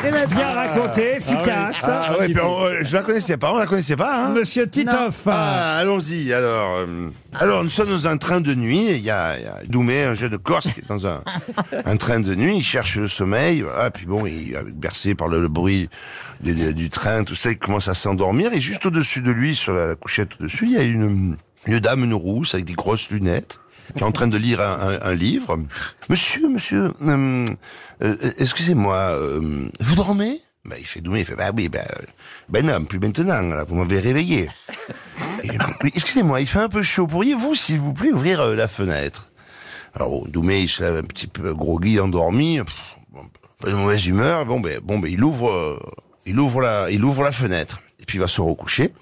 C'est
bien raconté, efficace.
Ah, ouais, puis on- euh, je la connaissais pas, on la connaissait pas. Hein
Monsieur Titoff.
Ah, allons-y. Alors, euh, alors, nous sommes dans un train de nuit. et Il y a, il y a Doumé, un jeune Corse, qui est dans un, un train de nuit. Il cherche le sommeil. Voilà, puis bon, il est bercé par le, le bruit des- des- du train, tout ça. Il commence à s'endormir. Et juste au-dessus de lui, sur la, la couchette au-dessus, il y a une, une dame, une rousse, avec des grosses lunettes qui est en train de lire un, un- un livre. Monsieur, monsieur, euh, euh, excusez-moi, euh, vous dormez bah, Il fait Doumé, il fait, bah oui, bah, euh, ben non, plus maintenant, là, vous m'avez réveillé. Il dit, Mais Excusez-moi, il fait un peu chaud, pourriez-vous, s'il vous plaît, ouvrir euh, la fenêtre Alors, bon, Doumé, il se lève un petit peu groggy, endormi, pff, bon, pas de mauvaise humeur, bon, ben, bon, ben, il ouvre, euh, il ouvre la, il ouvre la fenêtre, et puis il va se recoucher.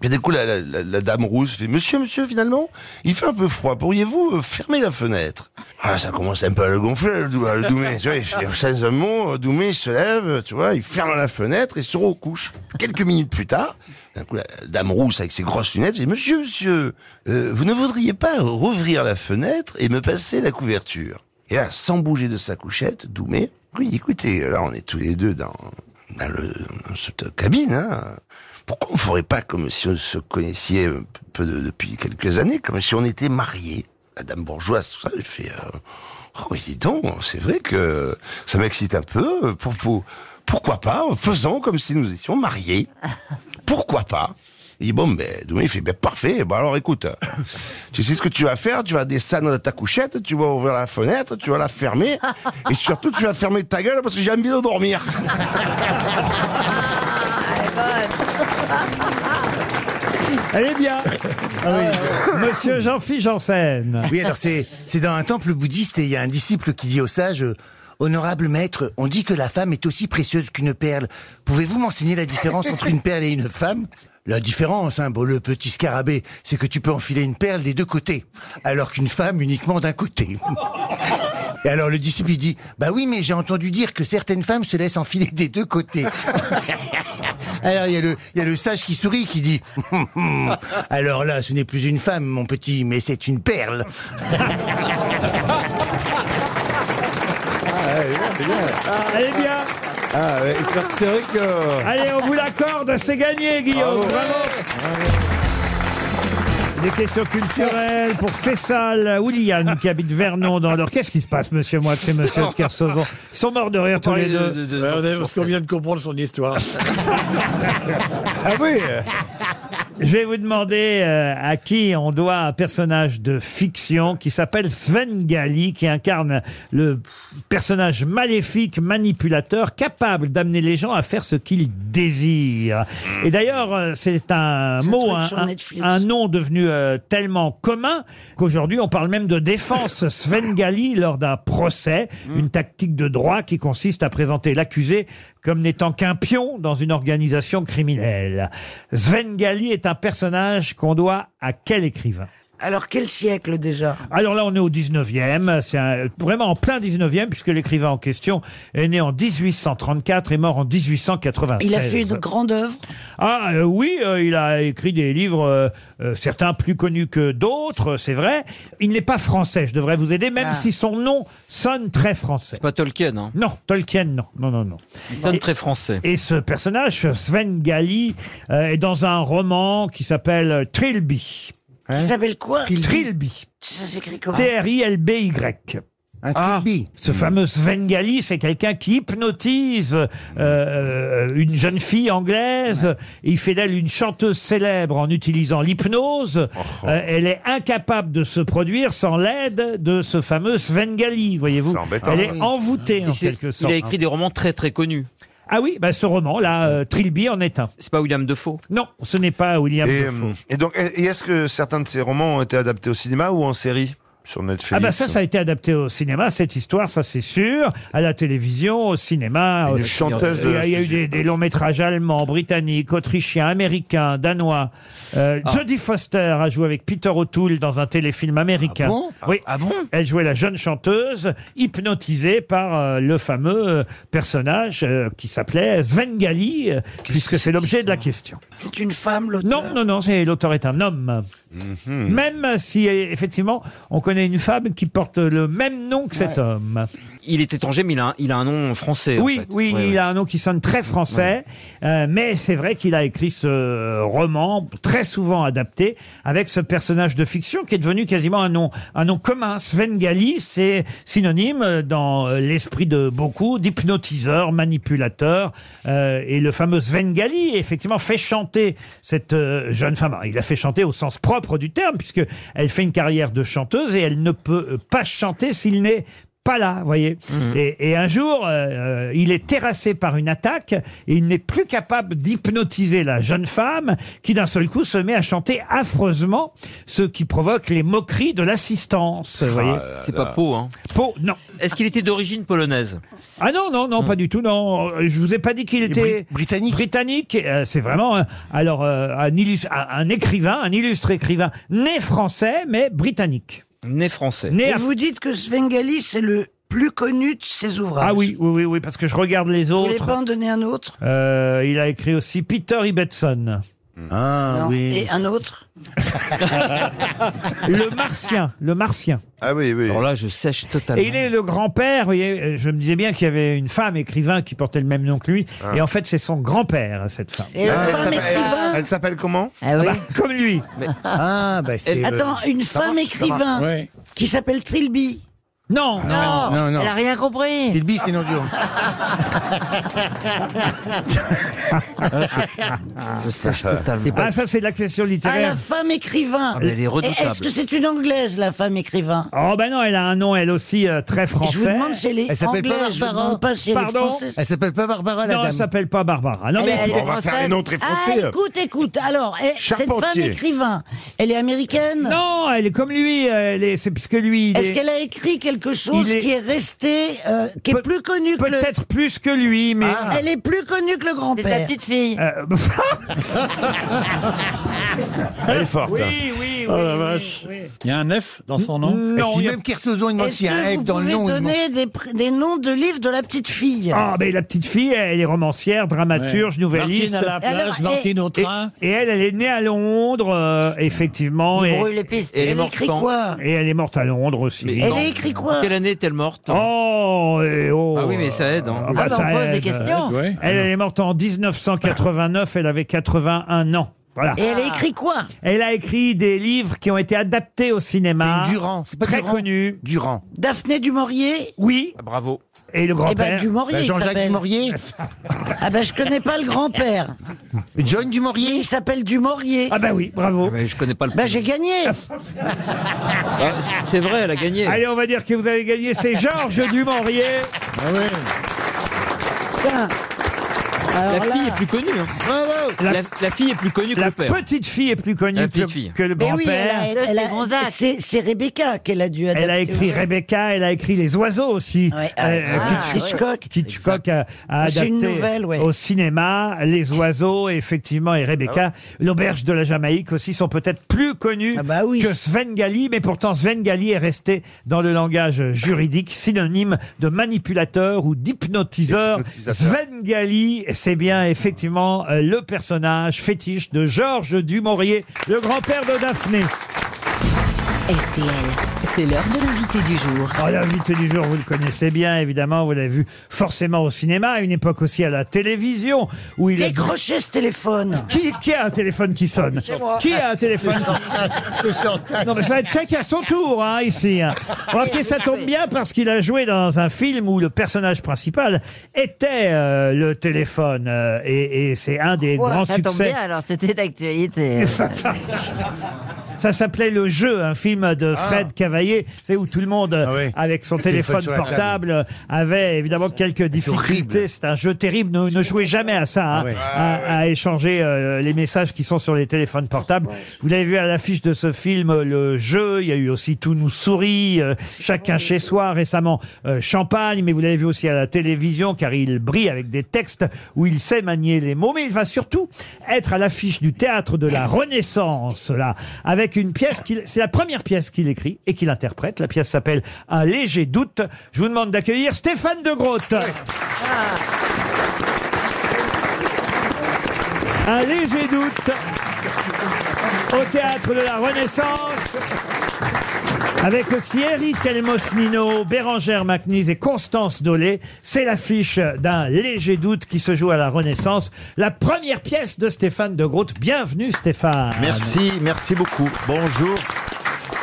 Puis d'un coup, la, la- la- la dame rousse fait Monsieur, monsieur, finalement, il fait un peu froid. Pourriez-vous euh, fermer la fenêtre Ah, ça commence un peu à le gonfler, le, Dou- le Doumé. Tu vois, il fait sans un mot, euh, Doumé se lève, tu vois, il ferme la fenêtre et se recouche. Quelques minutes plus tard, d'un coup, la, la dame rousse avec ses grosses lunettes fait Monsieur, monsieur, euh, vous ne voudriez pas rouvrir la fenêtre et me passer la couverture Et là, sans bouger de sa couchette, Doumé, oui, écoutez, là, on est tous les deux dans, dans, le, dans cette cabine, hein. Pourquoi on ne ferait pas comme si on se connaissait un peu de- depuis quelques années, comme si on était mariés La dame bourgeoise, tout ça, elle fait euh, Oh, dis donc, c'est vrai que ça m'excite un peu. euh, Pour, pour- pourquoi pas Faisons comme si nous étions mariés. Pourquoi pas il dit, bon, ben, Doumé, il fait, ben, parfait, ben, alors, écoute, tu sais ce que tu vas faire, tu vas descendre de ta couchette, tu vas ouvrir la fenêtre, tu vas la fermer, et surtout, tu vas fermer ta gueule parce que j'ai envie de dormir.
Elle est bien.
Ah
Ah, Monsieur Jean-Philippe Janssen.
Oui, alors c'est c'est dans un temple bouddhiste et il y a un disciple qui dit au sage euh, Honorable maître, on dit que la femme est aussi précieuse qu'une perle. Pouvez-vous m'enseigner la différence entre une perle et une femme La différence, hein, bon, le petit scarabée, c'est que tu peux enfiler une perle des deux côtés, alors qu'une femme uniquement d'un côté. Et alors le disciple il dit Bah oui, mais j'ai entendu dire que certaines femmes se laissent enfiler des deux côtés. Alors il y, a le- il y a le sage qui sourit, qui dit Hum, hum, Alors là, ce n'est plus une femme, mon petit, mais c'est une perle.
Ah, Elle est bien.
Ah, ouais, c'est vrai que.
Allez, on vous l'accorde, c'est gagné,
Ah
Guillaume. Bravo. Des questions culturelles pour Fessal, Ouliane qui habite Vernon dans l'Or. Qu'est-ce qui se passe, monsieur Moix et monsieur de Kersauzon Ils sont morts de rire tous les deux.
Ouais, on est- parce qu'on vient de comprendre son histoire.
Ah oui Je vais vous demander euh, à qui on doit un personnage de fiction qui s'appelle Sven Gali, qui incarne le personnage maléfique, manipulateur, capable d'amener les gens à faire ce qu'ils désirent. Et d'ailleurs, euh, c'est un
C'est un
mot,
truc
un,
sur
un-
Netflix.
un nom devenu euh, tellement commun qu'aujourd'hui on parle même de défense Sven Gali lors d'un procès, une tactique de droit qui consiste à présenter l'accusé comme n'étant qu'un pion dans une organisation criminelle. Sven Gali est un personnage qu'on doit à quel écrivain
Alors quel siècle déjà
Alors là, on est au 19e, c'est un- vraiment en plein 19e, puisque l'écrivain en question est né en 1834 et mort en 1896.
Il a fait une grande œuvre.
Ah euh, oui, euh, il a écrit des livres, euh, euh, certains plus connus que d'autres, c'est vrai. Il n'est pas français, je devrais vous aider, même
Ah.
si son nom sonne très français.
Pas Tolkien, hein.
Non, Tolkien, non, non, non, non.
Il sonne très français.
Et ce personnage, Sven Gali, euh, est dans un roman qui s'appelle Trilby.
Qui s'appelle quoi
Trilby.
Ça s'écrit comment
T-R-I-L-B-Y. Ah, ce fameux Svengali, c'est quelqu'un qui hypnotise euh, euh, une jeune fille anglaise. Il fait d'elle une chanteuse célèbre en utilisant l'hypnose. Euh, elle est incapable de se produire sans l'aide de ce fameux Svengali, voyez-vous. Elle est envoûtée en
Et c'est-
quelque sorte.
Il a écrit des romans très très connus.
Ah oui, bah ce roman-là, euh, Trilby en est un.
C'est pas William Defoe
Non, ce n'est pas William
Et,
Defoe.
euh, et donc, et- et est-ce que certains de ces romans ont été adaptés au cinéma ou en série sur Netflix
Ah bah ça, ça a été adapté au cinéma, cette histoire, ça c'est sûr, à la télévision, au cinéma.
Une
euh,
chanteuse
Il y a, il y a eu
de-
des, des longs métrages allemands, britanniques, autrichiens, américains, danois. Euh,
Ah.
Jodie Foster a joué avec Peter O'Toole dans un téléfilm américain.
Ah bon
oui. Elle jouait la jeune chanteuse hypnotisée par euh, le fameux euh, personnage euh, qui s'appelait Svengali, euh, puisque c'est l'objet de la question.
C'est une femme, l'auteur
Non, non, non, c'est l'auteur est un homme.
Mhm.
Même si, euh, effectivement, on connaît une femme qui porte le même nom que cet
Ouais.
homme.
Il est étranger, mais il a un, il a un nom français. en
Oui,
fait.
oui,
Ouais,
il
ouais.
a un nom qui sonne très français, euh, mais c'est vrai qu'il a écrit ce roman très souvent adapté avec ce personnage de fiction qui est devenu quasiment un nom, un nom commun. Sven Gali, c'est synonyme euh, dans euh, l'esprit de beaucoup d'hypnotiseur, manipulateur, euh, et le fameux Sven Gali effectivement fait chanter cette euh, jeune femme. Alors, Il la fait chanter au sens propre du terme puisque elle fait une carrière de chanteuse et elle ne peut euh, pas chanter s'il n'est pas là, vous voyez.
Mhm.
Et, et un jour, euh, euh, il est terrassé par une attaque et il n'est plus capable d'hypnotiser la jeune femme qui d'un seul coup se met à chanter affreusement, ce qui provoque les moqueries de l'assistance, vous voyez.
Ah, C'est pas Pau, hein.
Pau, non.
Est-ce qu'il était d'origine polonaise
Ah non, non,
Hmm.
non, pas du tout, non. Euh, Je vous ai pas dit qu'il était... britannique. Britannique, euh, c'est vraiment euh, alors euh, un, illus- un- un écrivain, un illustre écrivain, né français, mais britannique.
Né français.
Né
Et
à-
vous dites que Svengali, c'est le plus connu de ses ouvrages.
Ah oui, oui, oui, oui, parce que je regarde les
Vous
autres.
voulez pas en donner un autre
Euh, il a écrit aussi Peter Ibbetson. Ah
Non. Et un autre
Le Martien, le Martien.
Ah oui, oui.
Alors là, je sèche totalement.
Et il est le grand-père, vous voyez, euh, je me disais bien qu'il y avait une femme écrivain qui portait le même nom que lui, et en fait c'est son grand-père, cette femme.
Et le Ah, elle femme s'appelle- écrivain elle s'appelle comment
Ah bah, Comme lui.
Ah, bah c'est.
Attends, une femme écrivain qui s'appelle Trilby.
Non,
Non, elle a rien compris.
Trilby, c'est non dur.
Je sèche totalement.
Ah ça c'est de la question
Ah,
littéraire.
la femme écrivain.
Ah, mais elle est
Et
redoutable.
Est-ce que c'est une anglaise, la femme écrivain
Oh ben non, elle a un nom elle aussi euh, très français.
Je vous demande si elle est
Elle s'appelle pas
anglaise, je vous
Barbara.
demande pas si elle est
Pardon
française.
Elle
s'appelle pas Barbara,
non, elle s'appelle pas Barbara. Non
Elle-
mais
elle
écoutez-
est française. Ah, écoute, écoute. Alors, eh, cette
Charpentier.
femme écrivain, elle est américaine
Non, elle est comme lui, elle est c'est puisque lui il
Est-ce
est-
qu'elle a écrit quelque chose
Il est-
qui est resté, euh, qui est plus connu que le... Ah.
Peut-être plus que lui, mais.
Elle est plus connue que le grand-père.
C'est sa petite fille.
Euh,
Elle est forte.
hein.
Oui, oui, Oh la vache. Il y a un F dans son nom
Non, si même Kersozon, il demande
Est-ce
s'il y a
que
un
vous
F dans le
pouvez
nom. il demande-
donner des, pr- des noms de livres de la petite fille
Ah, mais la petite fille, elle est romancière, dramaturge,
Ouais.
nouvelliste.
Martine à la plage, Alors, et- Martine au train.
Et, et elle, elle est née à Londres, euh, effectivement.
Il
et-
brouille les pistes. Et elle est Elle morte écrit quand quoi
Et elle est morte à Londres aussi.
Elle a écrit quoi
Quelle année est-elle morte
Oh, et oh.
Ah oui, mais ça aide. hein.
Ah bah, ça aide. Elle, elle est morte en 1989, elle avait 81 ans. Voilà.
Et elle a écrit quoi
Elle a écrit des livres qui ont été adaptés au cinéma.
C'est une Durand, c'est pas
Très
Durand
connu.
Durand.
Daphné du Maurier
Oui.
Bravo.
Eh
Et le
ben,
grand-père.
Dumaurier, il s'appelle. Ah ben, je connais pas le grand-père.
John Dumaurier
Il s'appelle Dumaurier.
Ah ben oui, bravo.
Mais Eh je connais pas le.
Ben, j'ai gagné.
Ouais, Ah, C'est vrai, elle a gagné.
Allez, on va dire que vous avez gagné. C'est Georges Dumaurier.
Ah oui.
Tiens.
la fille est plus connue. hein. La, la fille est plus connue que
La
le père.
petite fille est plus connue
La
que,
petite fille.
que le
Mais
grand-père.
oui,
Ben elle a- elle a- c'est c'est Rebecca qu'elle a dû adapter.
Elle a écrit
aussi.
Rebecca, elle a écrit Les Oiseaux aussi.
ah, ah,
qu'Hitch-
Hitchcock.
qu'Hitchcock a, a
C'est une
adapté
nouvelle, ouais.
au cinéma. Les Oiseaux, effectivement, et Rebecca.
Ah
L'Auberge de la Jamaïque aussi sont peut-être plus connus
bah
que Sven Gali, mais pourtant Sven Gali est resté dans le langage juridique, synonyme de manipulateur ou d'hypnotiseur. Sven Gali, c'est bien effectivement euh, le personnage fétiche de Georges Dumouriez, le grand-père de Daphné.
RTL, c'est l'heure de l'invité du jour.
Alors, Oh, l'invité du jour, vous le connaissez bien, évidemment, vous l'avez vu forcément au cinéma, à une époque aussi à la télévision, où il
Décrochez ce téléphone
Qui, qui a un téléphone qui sonne Qui a un téléphone qui- Non, mais ça va être chacun à son tour, hein, ici. Ok, ça tombe bien parce qu'il a joué dans un film où le personnage principal était euh, le téléphone, euh, et, et c'est un des
Ouah,
grands
ça tombe
succès.
bien, alors c'était d'actualité.
Ça s'appelait Le Jeu, un film de
Ah.
Fred Cavaillé, c'est où tout le monde, avec son
Téléphone
téléphone
sur la table.
portable, avait évidemment quelques difficultés. C'est un jeu terrible. Ne, ne jouez jamais à ça, hein,
ouais.
à, à échanger euh, les messages qui sont sur les téléphones portables. Vous l'avez vu à l'affiche de ce film, euh, Le Jeu. Il y a eu aussi Tout nous sourit, euh, Chacun chez soi, récemment euh, Champagne, mais vous l'avez vu aussi à la télévision, car il brille avec des textes où il sait manier les mots, mais il va surtout être à l'affiche du théâtre de la Renaissance, là, avec une pièce qu'il, c'est la première pièce qu'il écrit et qu'il interprète. La pièce s'appelle Un léger doute. Je vous demande d'accueillir Stéphane de Grotte. Un léger doute au théâtre de la Renaissance. Avec aussi Eric Elmosmino, Bérangère MacNise et Constance Dolé, c'est l'affiche d'un léger doute qui se joue à la Renaissance. La première pièce de Stéphane de Groot. Bienvenue Stéphane.
Merci, merci beaucoup. Bonjour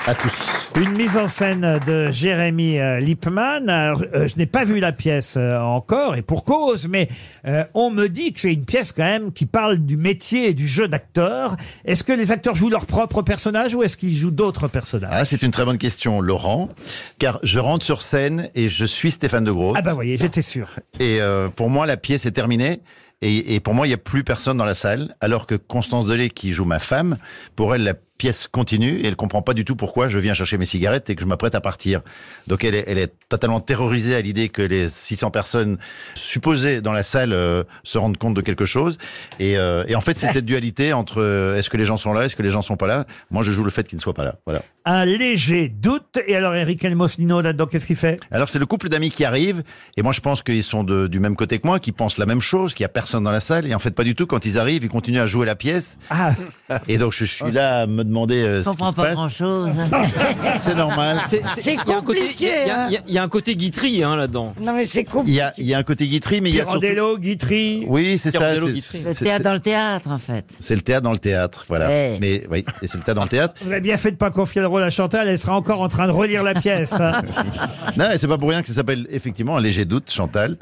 à tous.
Une mise en scène de Jérémy euh, Lippmann. Alors, euh, je n'ai pas vu la pièce euh, encore et pour cause, mais euh, on me dit que c'est une pièce quand même qui parle du métier et du jeu d'acteur. Est-ce que les acteurs jouent leur propre personnage ou est-ce qu'ils jouent d'autres personnages
Ah, c'est une très bonne question, Laurent, car je rentre sur scène et je suis Stéphane de Gros.
Ah bah voyez, j'étais sûr.
Et euh, pour moi, la pièce est terminée. Et, et pour moi, il n'y a plus personne dans la salle. Alors que Constance Delay, qui joue ma femme, pour elle, la pièce continue et elle comprend pas du tout pourquoi je viens chercher mes cigarettes et que je m'apprête à partir. Donc elle est, elle est totalement terrorisée à l'idée que les 600 personnes supposées dans la salle euh, se rendent compte de quelque chose. Et, euh, et en fait, c'est cette dualité entre euh, est-ce que les gens sont là, est-ce que les gens sont pas là. Moi, je joue le fait qu'ils ne soient pas là. Voilà.
Un léger doute. Et alors Eric Elmosmino là-dedans, qu'est-ce qu'il fait
Alors c'est le couple d'amis qui arrive, et moi je pense qu'ils sont de- du même côté que moi, qui pensent la même chose, qu'il n'y a personne dans la salle, et en fait pas du tout, quand ils arrivent, ils continuent à jouer la pièce.
Ah.
Et donc je suis là à me demander... euh, ce qui se passe.
grand-chose. hein.
C'est normal.
il y a un côté- Il y a- il y a- il y a un côté guitry hein, là-dedans.
Non mais c'est
Il y a, il y a un côté guitry, mais il y a surtout...
Pirandello, guitry.
Oui, c'est ça.
Pirandello,
c'est-
guitry.
Le
c'est-
théâtre dans le théâtre, en fait.
C'est le théâtre dans le théâtre, voilà.
Ouais.
Mais oui, et c'est le théâtre dans le théâtre.
Vous avez bien fait de pas confier le rôle à Chantal, elle sera encore en train de relire la pièce. hein.
Non, et c'est pas pour rien que ça s'appelle effectivement un léger doute, Chantal.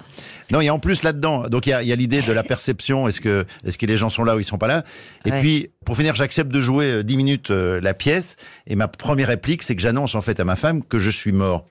Non, et en plus là-dedans, donc il y a, il y a l'idée de la perception. Est-ce que, est-ce que les gens sont là ou ils sont pas là Et
Ouais.
puis, pour finir, j'accepte de jouer euh, 10 minutes euh, la pièce. Et ma première réplique, c'est que j'annonce en fait à ma femme que je suis mort.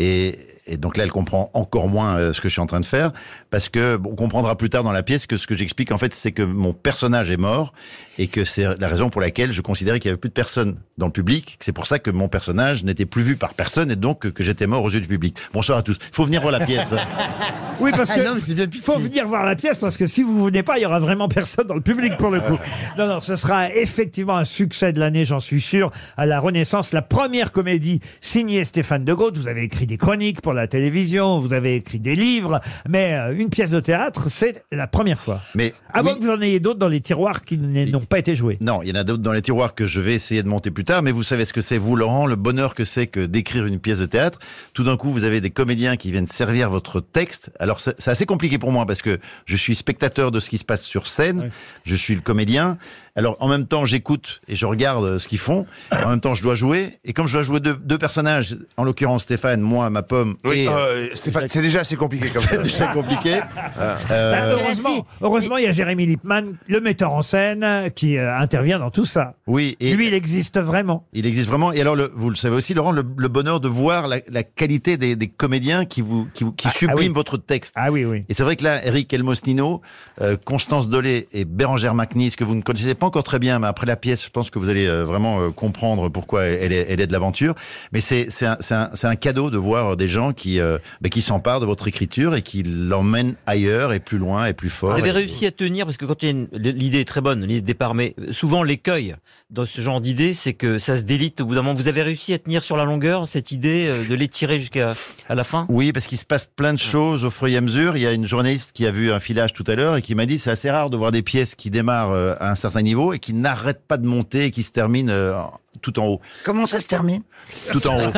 Et, et donc là, elle comprend encore moins euh, ce que je suis en train de faire parce que bon, on comprendra plus tard dans la pièce que ce que j'explique en fait, c'est que mon personnage est mort et que c'est la raison pour laquelle je considérais qu'il y avait plus de personnes dans le public. que C'est pour ça que mon personnage n'était plus vu par personne et donc que- que j'étais mort aux yeux du public. Bonsoir à tous. Il faut venir voir la pièce. hein.
Oui, parce que
Ah Non, mais c'est bien
faut venir voir la pièce parce que si vous venez pas, il y aura vraiment personne dans le public pour le coup.
Ah.
Non, non, ce sera effectivement un succès de l'année, j'en suis sûr. À la Renaissance, la première comédie signée Stéphane de Gaulle. Vous avez écrit des chroniques pour la télévision, vous avez écrit des livres, mais euh, une pièce de théâtre, c'est la première fois.
Mais
à moins que vous en ayez d'autres dans les tiroirs qui n- n'ont pas été joués.
Non, il y en a d'autres dans les tiroirs que je vais essayer de monter plus tard, mais vous savez ce que c'est, vous, Laurent, le bonheur que c'est que d'écrire une pièce de théâtre. Tout d'un coup, vous avez des comédiens qui viennent servir votre texte. Alors, c'est c'est assez compliqué pour moi parce que je suis spectateur de ce qui se passe sur scène, je suis le comédien. Alors, en même temps, j'écoute et je regarde euh, ce qu'ils font. En même temps, je dois jouer. Et comme je dois jouer deux, deux personnages, en l'occurrence Stéphane, moi, ma pomme.
Oui,
et,
euh, Stéphane, c'est déjà assez compliqué comme ça.
C'est déjà compliqué.
Ah.
Euh,
Bah, heureusement, heureusement, il y a Jérémy Lippmann, le metteur en scène, euh, qui euh, intervient dans tout ça.
Oui, et
Lui, il existe vraiment.
Il existe vraiment. Et alors, le- vous le savez aussi, Laurent, le, le bonheur de voir la, la qualité des, des comédiens qui vous qui, vous- qui
ah
subliment
oui.
votre texte. Ah oui, oui. Et c'est vrai que là, Eric Elmosnino, euh, Constance Dolé et Bérangère McNeese, que vous ne connaissez pas encore très bien, mais après la pièce, je pense que vous allez euh, vraiment euh, comprendre pourquoi elle, elle est, elle est de l'aventure. Mais c'est c'est un, c'est un- c'est un cadeau de voir des gens qui, euh, bah, qui s'emparent de votre écriture et qui l'emmènent ailleurs et plus loin et plus fort.
Vous avez
Et-
réussi à tenir, parce que quand il y a une- l'idée est très bonne, l'idée de départ, mais souvent l'écueil dans ce genre d'idée, c'est que ça se délite au bout d'un moment. Vous avez réussi à tenir sur la longueur cette idée euh, de l'étirer jusqu'à à la fin
Oui, parce qu'il se passe plein de choses au fur et à mesure. Il y a une journaliste qui a vu un filage tout à l'heure et qui m'a dit c'est assez rare de voir des pièces qui démarrent euh, à un certain niveau et qui n'arrêtent pas de monter et qui se terminent euh, en- tout en haut.
Comment ça se termine
Tout en haut.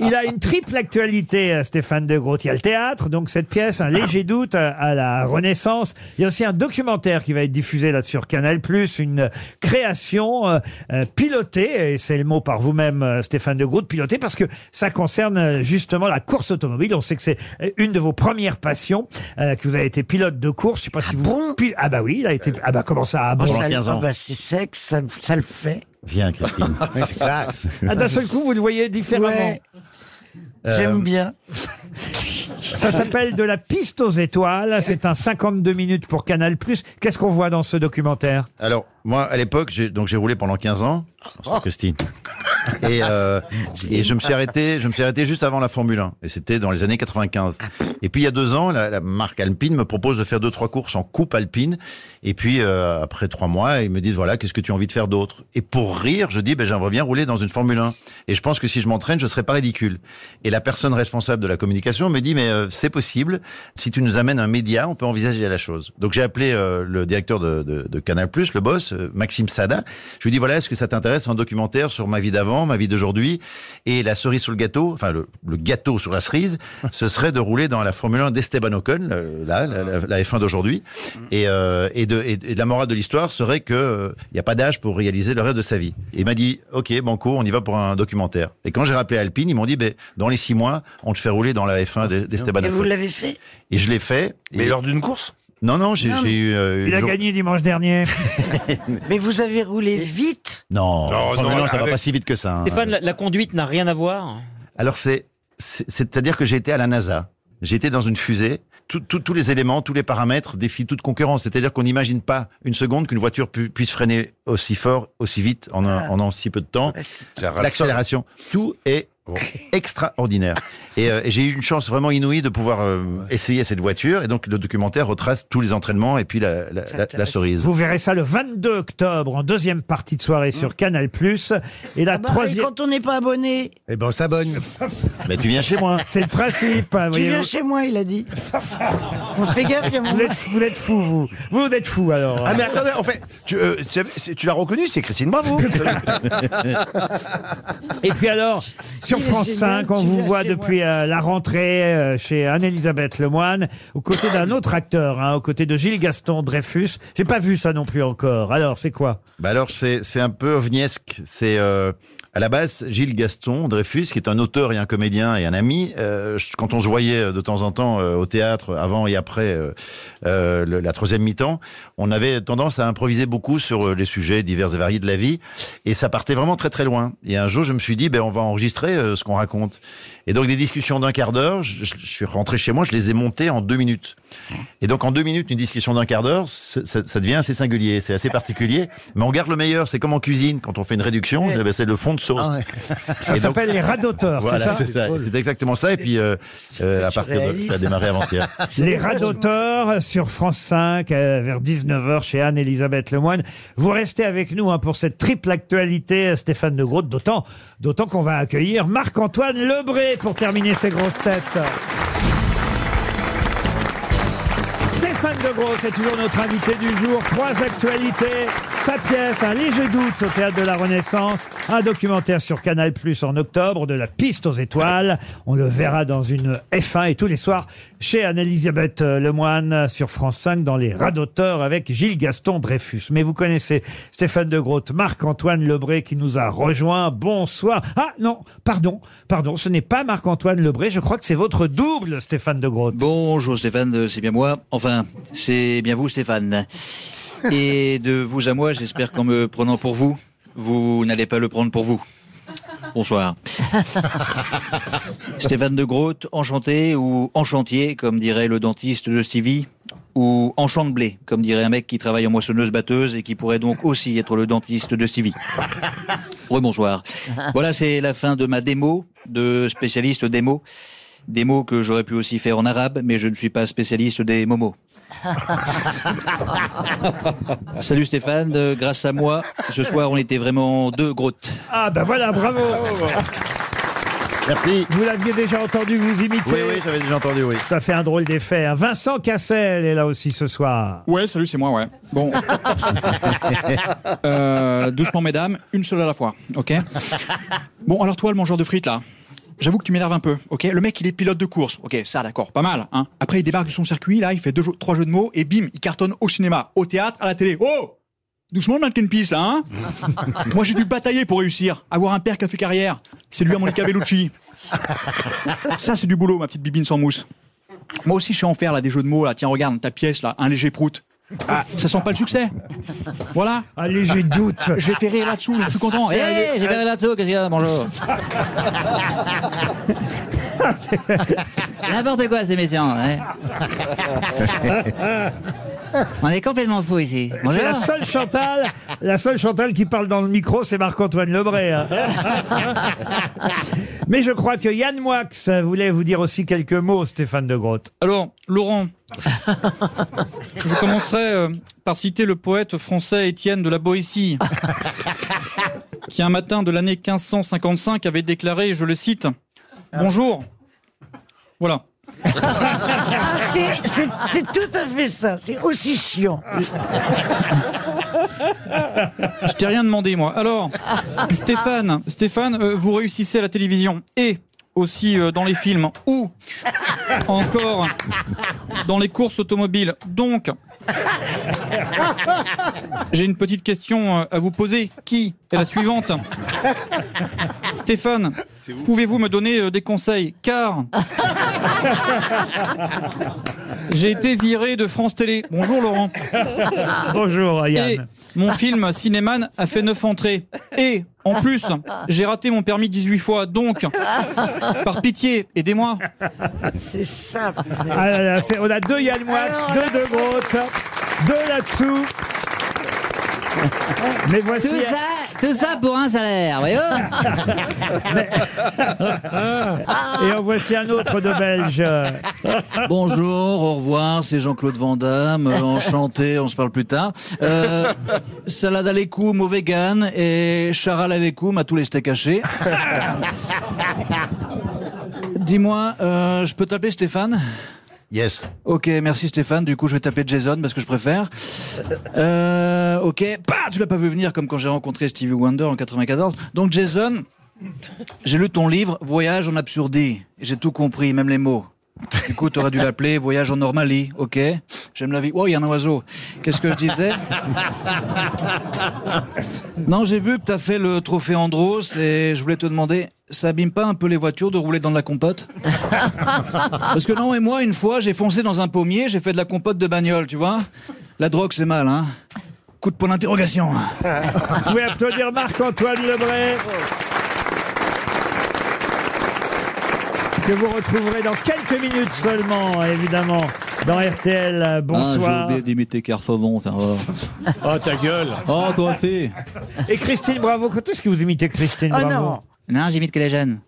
Il a une triple actualité, euh, Stéphane de Groot. Il y a le théâtre, donc cette pièce, un léger doute à- à la Renaissance. Il y a aussi un documentaire qui va être diffusé là sur Canal+, une création euh, euh, pilotée, et c'est le mot par vous-même, euh, Stéphane de Groot, pilotée, parce que ça concerne euh, justement la course automobile. On sait que c'est euh, une de vos premières passions, euh, que vous avez été pilote de course. Je sais pas si vous... Pi- ah bah oui, il a été... Ah bah comment ça ah bon
ça, ah bah, c'est sexe, ça, ça le fait.
Viens, Christine.
c'est classe.
Ah, d'un seul coup, vous le voyez différemment.
Ouais.
Euh,
J'aime bien.
Ça s'appelle De la piste aux étoiles. C'est un 52 minutes pour Canal+. Qu'est-ce qu'on voit dans ce documentaire
Alors, moi, à l'époque, j'ai, donc j'ai roulé pendant 15 ans. Bonsoir, Christine. Et, euh, et je me suis arrêté, je me suis arrêté juste avant la Formule 1. Et c'était dans les années 95. Et puis il y a deux ans, la, la marque Alpine me propose de faire deux trois courses en coupe Alpine. Et puis euh, après trois mois, ils me disent voilà, qu'est-ce que tu as envie de faire d'autre Et pour rire, je dis ben j'aimerais bien rouler dans une Formule 1. Et je pense que si je m'entraîne, je serai pas ridicule. Et la personne responsable de la communication me dit mais euh, c'est possible. Si tu nous amènes un média, on peut envisager la chose. Donc j'ai appelé euh, le directeur de, de- de Canal+, le boss euh, Maxime Sada. Je lui dis voilà, est-ce que ça t'intéresse un documentaire sur ma vie d'avant, ma vie d'aujourd'hui Et la cerise sur le gâteau, enfin le, le gâteau sur la cerise, ce serait de rouler dans la Formule 1 d'Esteban Ocon, euh, là, la, la- la F1 d'aujourd'hui. Et, euh, et, de, et, et la morale de l'histoire serait que euh, il n'y a pas d'âge pour réaliser le rêve de sa vie. Et il m'a dit ok, banco, on y va pour un documentaire. Et quand j'ai rappelé Alpine, ils m'ont dit ben dans les six mois, on te fait rouler dans la F1 d'E- d'Esteban
Et
Ocon.
vous l'avez fait
Et je l'ai fait. Ah, Mais lors d'une course Non, non, j'ai
Non,
j'ai eu. euh,
Il a
une jour-
gagné dimanche dernier.
Mais vous avez roulé vite
Non,
Non,
enfin,
non,
maintenant, ça va
avec-
pas si vite que ça. hein.
Stéphane, la, la conduite n'a rien à voir
Alors, c'est, c'est- c'est-à-dire que j'ai été à la NASA. J'étais dans une fusée. Tout- tout- tous les éléments, tous les paramètres défient toute concurrence. C'est-à-dire qu'on n'imagine pas une seconde qu'une voiture pu- puisse freiner aussi fort, aussi vite, en, un- en, un si peu de temps. L'accélération, tout est extraordinaire. Et, euh, et j'ai eu une chance vraiment inouïe de pouvoir euh, essayer cette voiture. Et donc, le documentaire retrace tous les entraînements et puis la, la- la- la cerise.
Vous verrez ça le 22 octobre en deuxième partie de soirée sur Canal+. Et la
Bah, et
troisième...
quand on n'est pas abonné,
Eh ben, on s'abonne.
Mais tu viens chez moi.
C'est le principe. hein,
tu viens
voyez-vous.
chez moi, il a dit. on se fait gaffe, il y a mon-
Vous êtes, vous êtes fou, vous. Vous êtes fou, alors.
Ah mais attendez, en fait, tu, euh, tu savais- c'est- tu l'as reconnu, c'est Christine Bravo.
Et puis alors, sur
Il est
France
génial,
5, on
tu
vous
viens
voit
chez
depuis euh, la rentrée euh, chez Anne-Elisabeth Lemoine, aux côtés d'un autre acteur, hein, aux côtés de Gilles Gaston Dreyfus. J'ai pas vu ça non plus encore. Alors, c'est quoi
Bah alors, c'est c'est un peu ovniesque. C'est euh, à la base Gilles Gaston Dreyfus, qui est un auteur et un comédien et un ami. euh, je- quand on se voyait de temps en temps euh, au théâtre, avant et après euh, euh, le- la troisième mi-temps, on avait tendance à improviser beaucoup sur euh, les sujets divers et variés de la vie, et ça partait vraiment très très loin. Et un jour, je me suis dit, ben on va enregistrer euh, ce qu'on raconte. Et donc des discussions d'un quart d'heure, je, je- je suis rentré chez moi, je les ai montées en deux minutes. Et donc en deux minutes, une discussion d'un quart d'heure, ça, ça- ça devient assez singulier, c'est assez particulier. Mais on garde le meilleur, c'est comme en cuisine, quand on fait une réduction, eh ben, c'est le fond de sauce.
Ça
Et donc-
s'appelle les radoteurs, c'est
Voilà,
ça
c'est ça. Et C'est exactement ça. Et puis euh, euh, à partir de,
surréaliste.
ça a démarré avant-hier.
Les rats d'auteur sur France 5 euh, vers 19h chez Anne-Elisabeth Lemoine. Vous restez avec nous hein, pour cette triple actualité, euh, Stéphane de Groot, d'autant, d'autant qu'on va accueillir Marc-Antoine Lebré pour terminer ses grosses têtes. Stéphane de Groot est toujours notre invité du jour. Trois actualités. Sa pièce, un léger doute au théâtre de la Renaissance. Un documentaire sur Canal Plus en octobre de la piste aux étoiles. On le verra dans une F1 et tous les soirs chez Anne-Elisabeth euh, Lemoine sur France 5 dans les rats d'auteur avec Gilles Gaston Dreyfus. Mais vous connaissez Stéphane de Groot, Marc-Antoine Lebré qui nous a rejoint. Bonsoir. Ah non, pardon, pardon, ce n'est pas Marc-Antoine Lebré. Je crois que c'est votre double, Stéphane de Groot.
Bonjour Stéphane, euh, c'est bien moi. Enfin, c'est bien vous Stéphane. Et de vous à moi, j'espère qu'en me prenant pour vous, vous n'allez pas le prendre pour vous. Bonsoir. Stéphane de Groot, enchanté ou enchantier, comme dirait le dentiste de Stevie, ou enchant de blé, comme dirait un mec qui travaille en moissonneuse-batteuse et qui pourrait donc aussi être le dentiste de Stevie. Rebonsoir. Voilà, c'est la fin de ma démo, de spécialiste démo. Démo que j'aurais pu aussi faire en arabe, mais je ne suis pas spécialiste des momos. Salut Stéphane, euh, grâce à moi, ce soir on était vraiment deux grottes.
Ah ben voilà, bravo
Merci.
Vous l'aviez déjà entendu vous imiter
Oui, oui, j'avais déjà entendu, oui.
Ça fait un drôle d'effet. hein. Vincent Cassel est là aussi ce soir.
Ouais, salut, c'est moi, ouais. Bon. Euh, doucement, mesdames, une seule à la fois, ok Bon, alors toi, le mangeur de frites, là, j'avoue que tu m'énerves un peu, ok Le mec, il est pilote de course, ok, ça, d'accord, pas mal, hein Après, il débarque de son circuit, là, il fait deux, jeux- trois jeux de mots, et bim, il cartonne au cinéma, au théâtre, à la télé. Oh Doucement, une piste là, hein Moi, j'ai dû batailler pour réussir, avoir un père qui a fait carrière. C'est lui à Monica Bellucci. Ça, c'est du boulot, ma petite bibine sans mousse. Moi aussi, je sais en faire, là, des jeux de mots, là. Tiens, regarde, ta pièce, là, un léger prout. Ah, ça sent pas le succès Voilà.
Un léger doute.
J'ai fait rire là-dessous, donc je suis content.
C'est
Eh,
un lé-
j'ai fait rire là-dessous, qu'est-ce qu'il y a Bonjour.
N'importe quoi, ces messieurs. ouais.
hein.
On est complètement fous ici.
C'est la seule Chantal, la seule Chantal qui parle dans le micro, c'est Marc-Antoine Lebré. hein. Mais je crois que Yann Moix voulait vous dire aussi quelques mots, Stéphane de Grotte.
Alors, Laurent, je commencerai euh, par citer le poète français Étienne de la Boétie, qui un matin de l'année 1555 avait déclaré, je le cite, Bonjour. Voilà.
Ah, C'est- c'est- C'est tout à fait ça, c'est aussi chiant.
Je t'ai rien demandé, moi. Alors, Stéphane, Stéphane, euh, vous réussissez à la télévision et aussi euh, dans les films ou encore dans les courses automobiles. Donc, j'ai une petite question euh, à vous poser qui est la suivante. Stéphane, pouvez-vous me donner euh, des conseils Car j'ai été viré de France Télé. Bonjour Laurent.
Bonjour Yann.
Et mon film Cinéman a fait 9 entrées. Et en plus, j'ai raté mon permis 18 fois. Donc, par pitié, aidez-moi.
C'est ça.
Ah là là, c'est- on a deux Yann Moix, deux De Grotte, deux là-dessous. Mais voici.
Tout ça, tout ça pour un salaire, voyez
Et en voici un autre de Belge.
Bonjour, au revoir, c'est Jean-Claude Van Damme, euh, enchanté, on se parle plus tard. Euh, salade alaikum au vegan et charal alaikum à tous les steaks hachés. Dis-moi, euh, je peux t'appeler Stéphane
Yes.
Ok, merci Stéphane. Du coup, je vais taper Jason parce que je préfère. Euh, ok, bah, tu l'as pas vu venir comme quand j'ai rencontré Stevie Wonder en 94. Donc Jason, j'ai lu ton livre Voyage en absurdie. Et J'ai tout compris, même les mots. Du coup, t'aurais dû l'appeler Voyage en normalie, ok J'aime la vie. Oh, il y a un oiseau. Qu'est-ce que je disais Non, j'ai vu que t'as fait le trophée Andros et je voulais te demander, ça abîme pas un peu les voitures de rouler dans de la compote parce que non, et moi, une fois, j'ai foncé dans un pommier, j'ai fait de la compote de bagnole, tu vois. La drogue, c'est mal, hein. Coup de point d'interrogation.
Vous pouvez applaudir Marc-Antoine Lebray.
Ah,
Que vous retrouverez dans quelques minutes seulement, évidemment, dans RTL.
Ah, j'ai
Bonsoir.
oublié d'imiter Carfavon, enfin, oh.
Oh, ta gueule
Oh, toi aussi
Et Christine Bravo, quand est-ce que vous imitez Christine
Oh
Bravo
non Non, j'imite que les jeunes.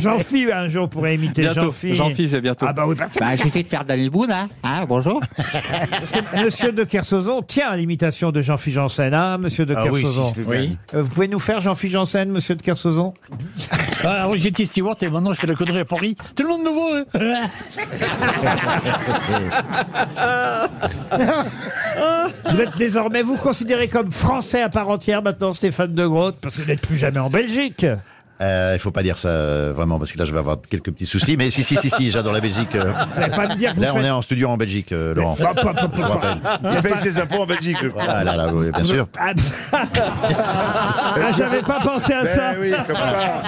Jean-Phi, un jour, pourrait imiter
Bientôt.
Jean-Phi.
Jean-Phi, c'est bientôt.
Ah bah oui, bah,
Bah,
il suffit de faire Daniel Boone, hein. Hein, bonjour.
Parce que Monsieur de Kersauzon tient à l'imitation de Jean-Philippe Janssen, hein, Monsieur de
Ah oui,
Kersauzon.
si, je fais bien. Oui.
Euh, vous pouvez nous faire Jean-Philippe Janssen, Monsieur de Kersauzon
Ah, oui, j'étais steward et maintenant je fais la connerie à Paris. Tout le monde me voit. hein. hein.
Vous êtes désormais, vous considérez comme français à part entière maintenant, Stéphane de Groot, parce que vous n'êtes plus jamais en Belgique.
Euh, Il faut pas dire ça euh, vraiment parce que là je vais avoir quelques petits soucis. Mais si, si, si, si, j'adore la Belgique. euh.
Vous allez pas me dire que vous
là, on
faites-
est en studio en Belgique, euh, Laurent.
Bah, bah, bah,
Je vous
bah.
rappelle.
Il paye ses impôts en Belgique. quoi.
Voilà, là, là, oui, bien sûr.
Ah, j'avais pas pensé à
Ben
ça.
oui, comme ça.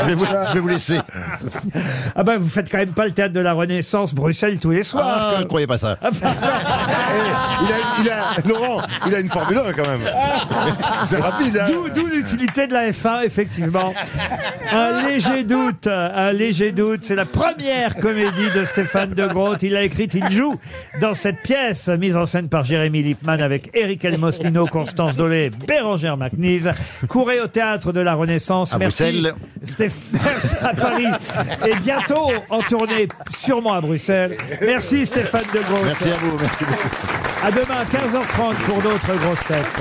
Je vais vous- je vais vous laisser.
Ah bah vous faites quand même pas le théâtre de la Renaissance Bruxelles tous les soirs.
Ah, croyez pas ça.
Il a, il a- Laurent, il a une Formule 1 quand même. C'est rapide. hein.
D'où, d'où l'utilité de la F1, effectivement. Un léger doute, un léger doute. C'est la première comédie de Stéphane de Groot. Il l'a écrite, il joue dans cette pièce mise en scène par Jérémy Lipman avec Eric Elmoslino, Constance Dolé, Bérangère McNeese. Courez au théâtre de la Renaissance.
À
Merci.
Bruxelles.
Stéph- Merci à Paris. Et bientôt en tournée, sûrement à Bruxelles. Merci Stéphane de Groot.
Merci à vous, merci beaucoup.
À demain, 15h30 pour d'autres grosses têtes.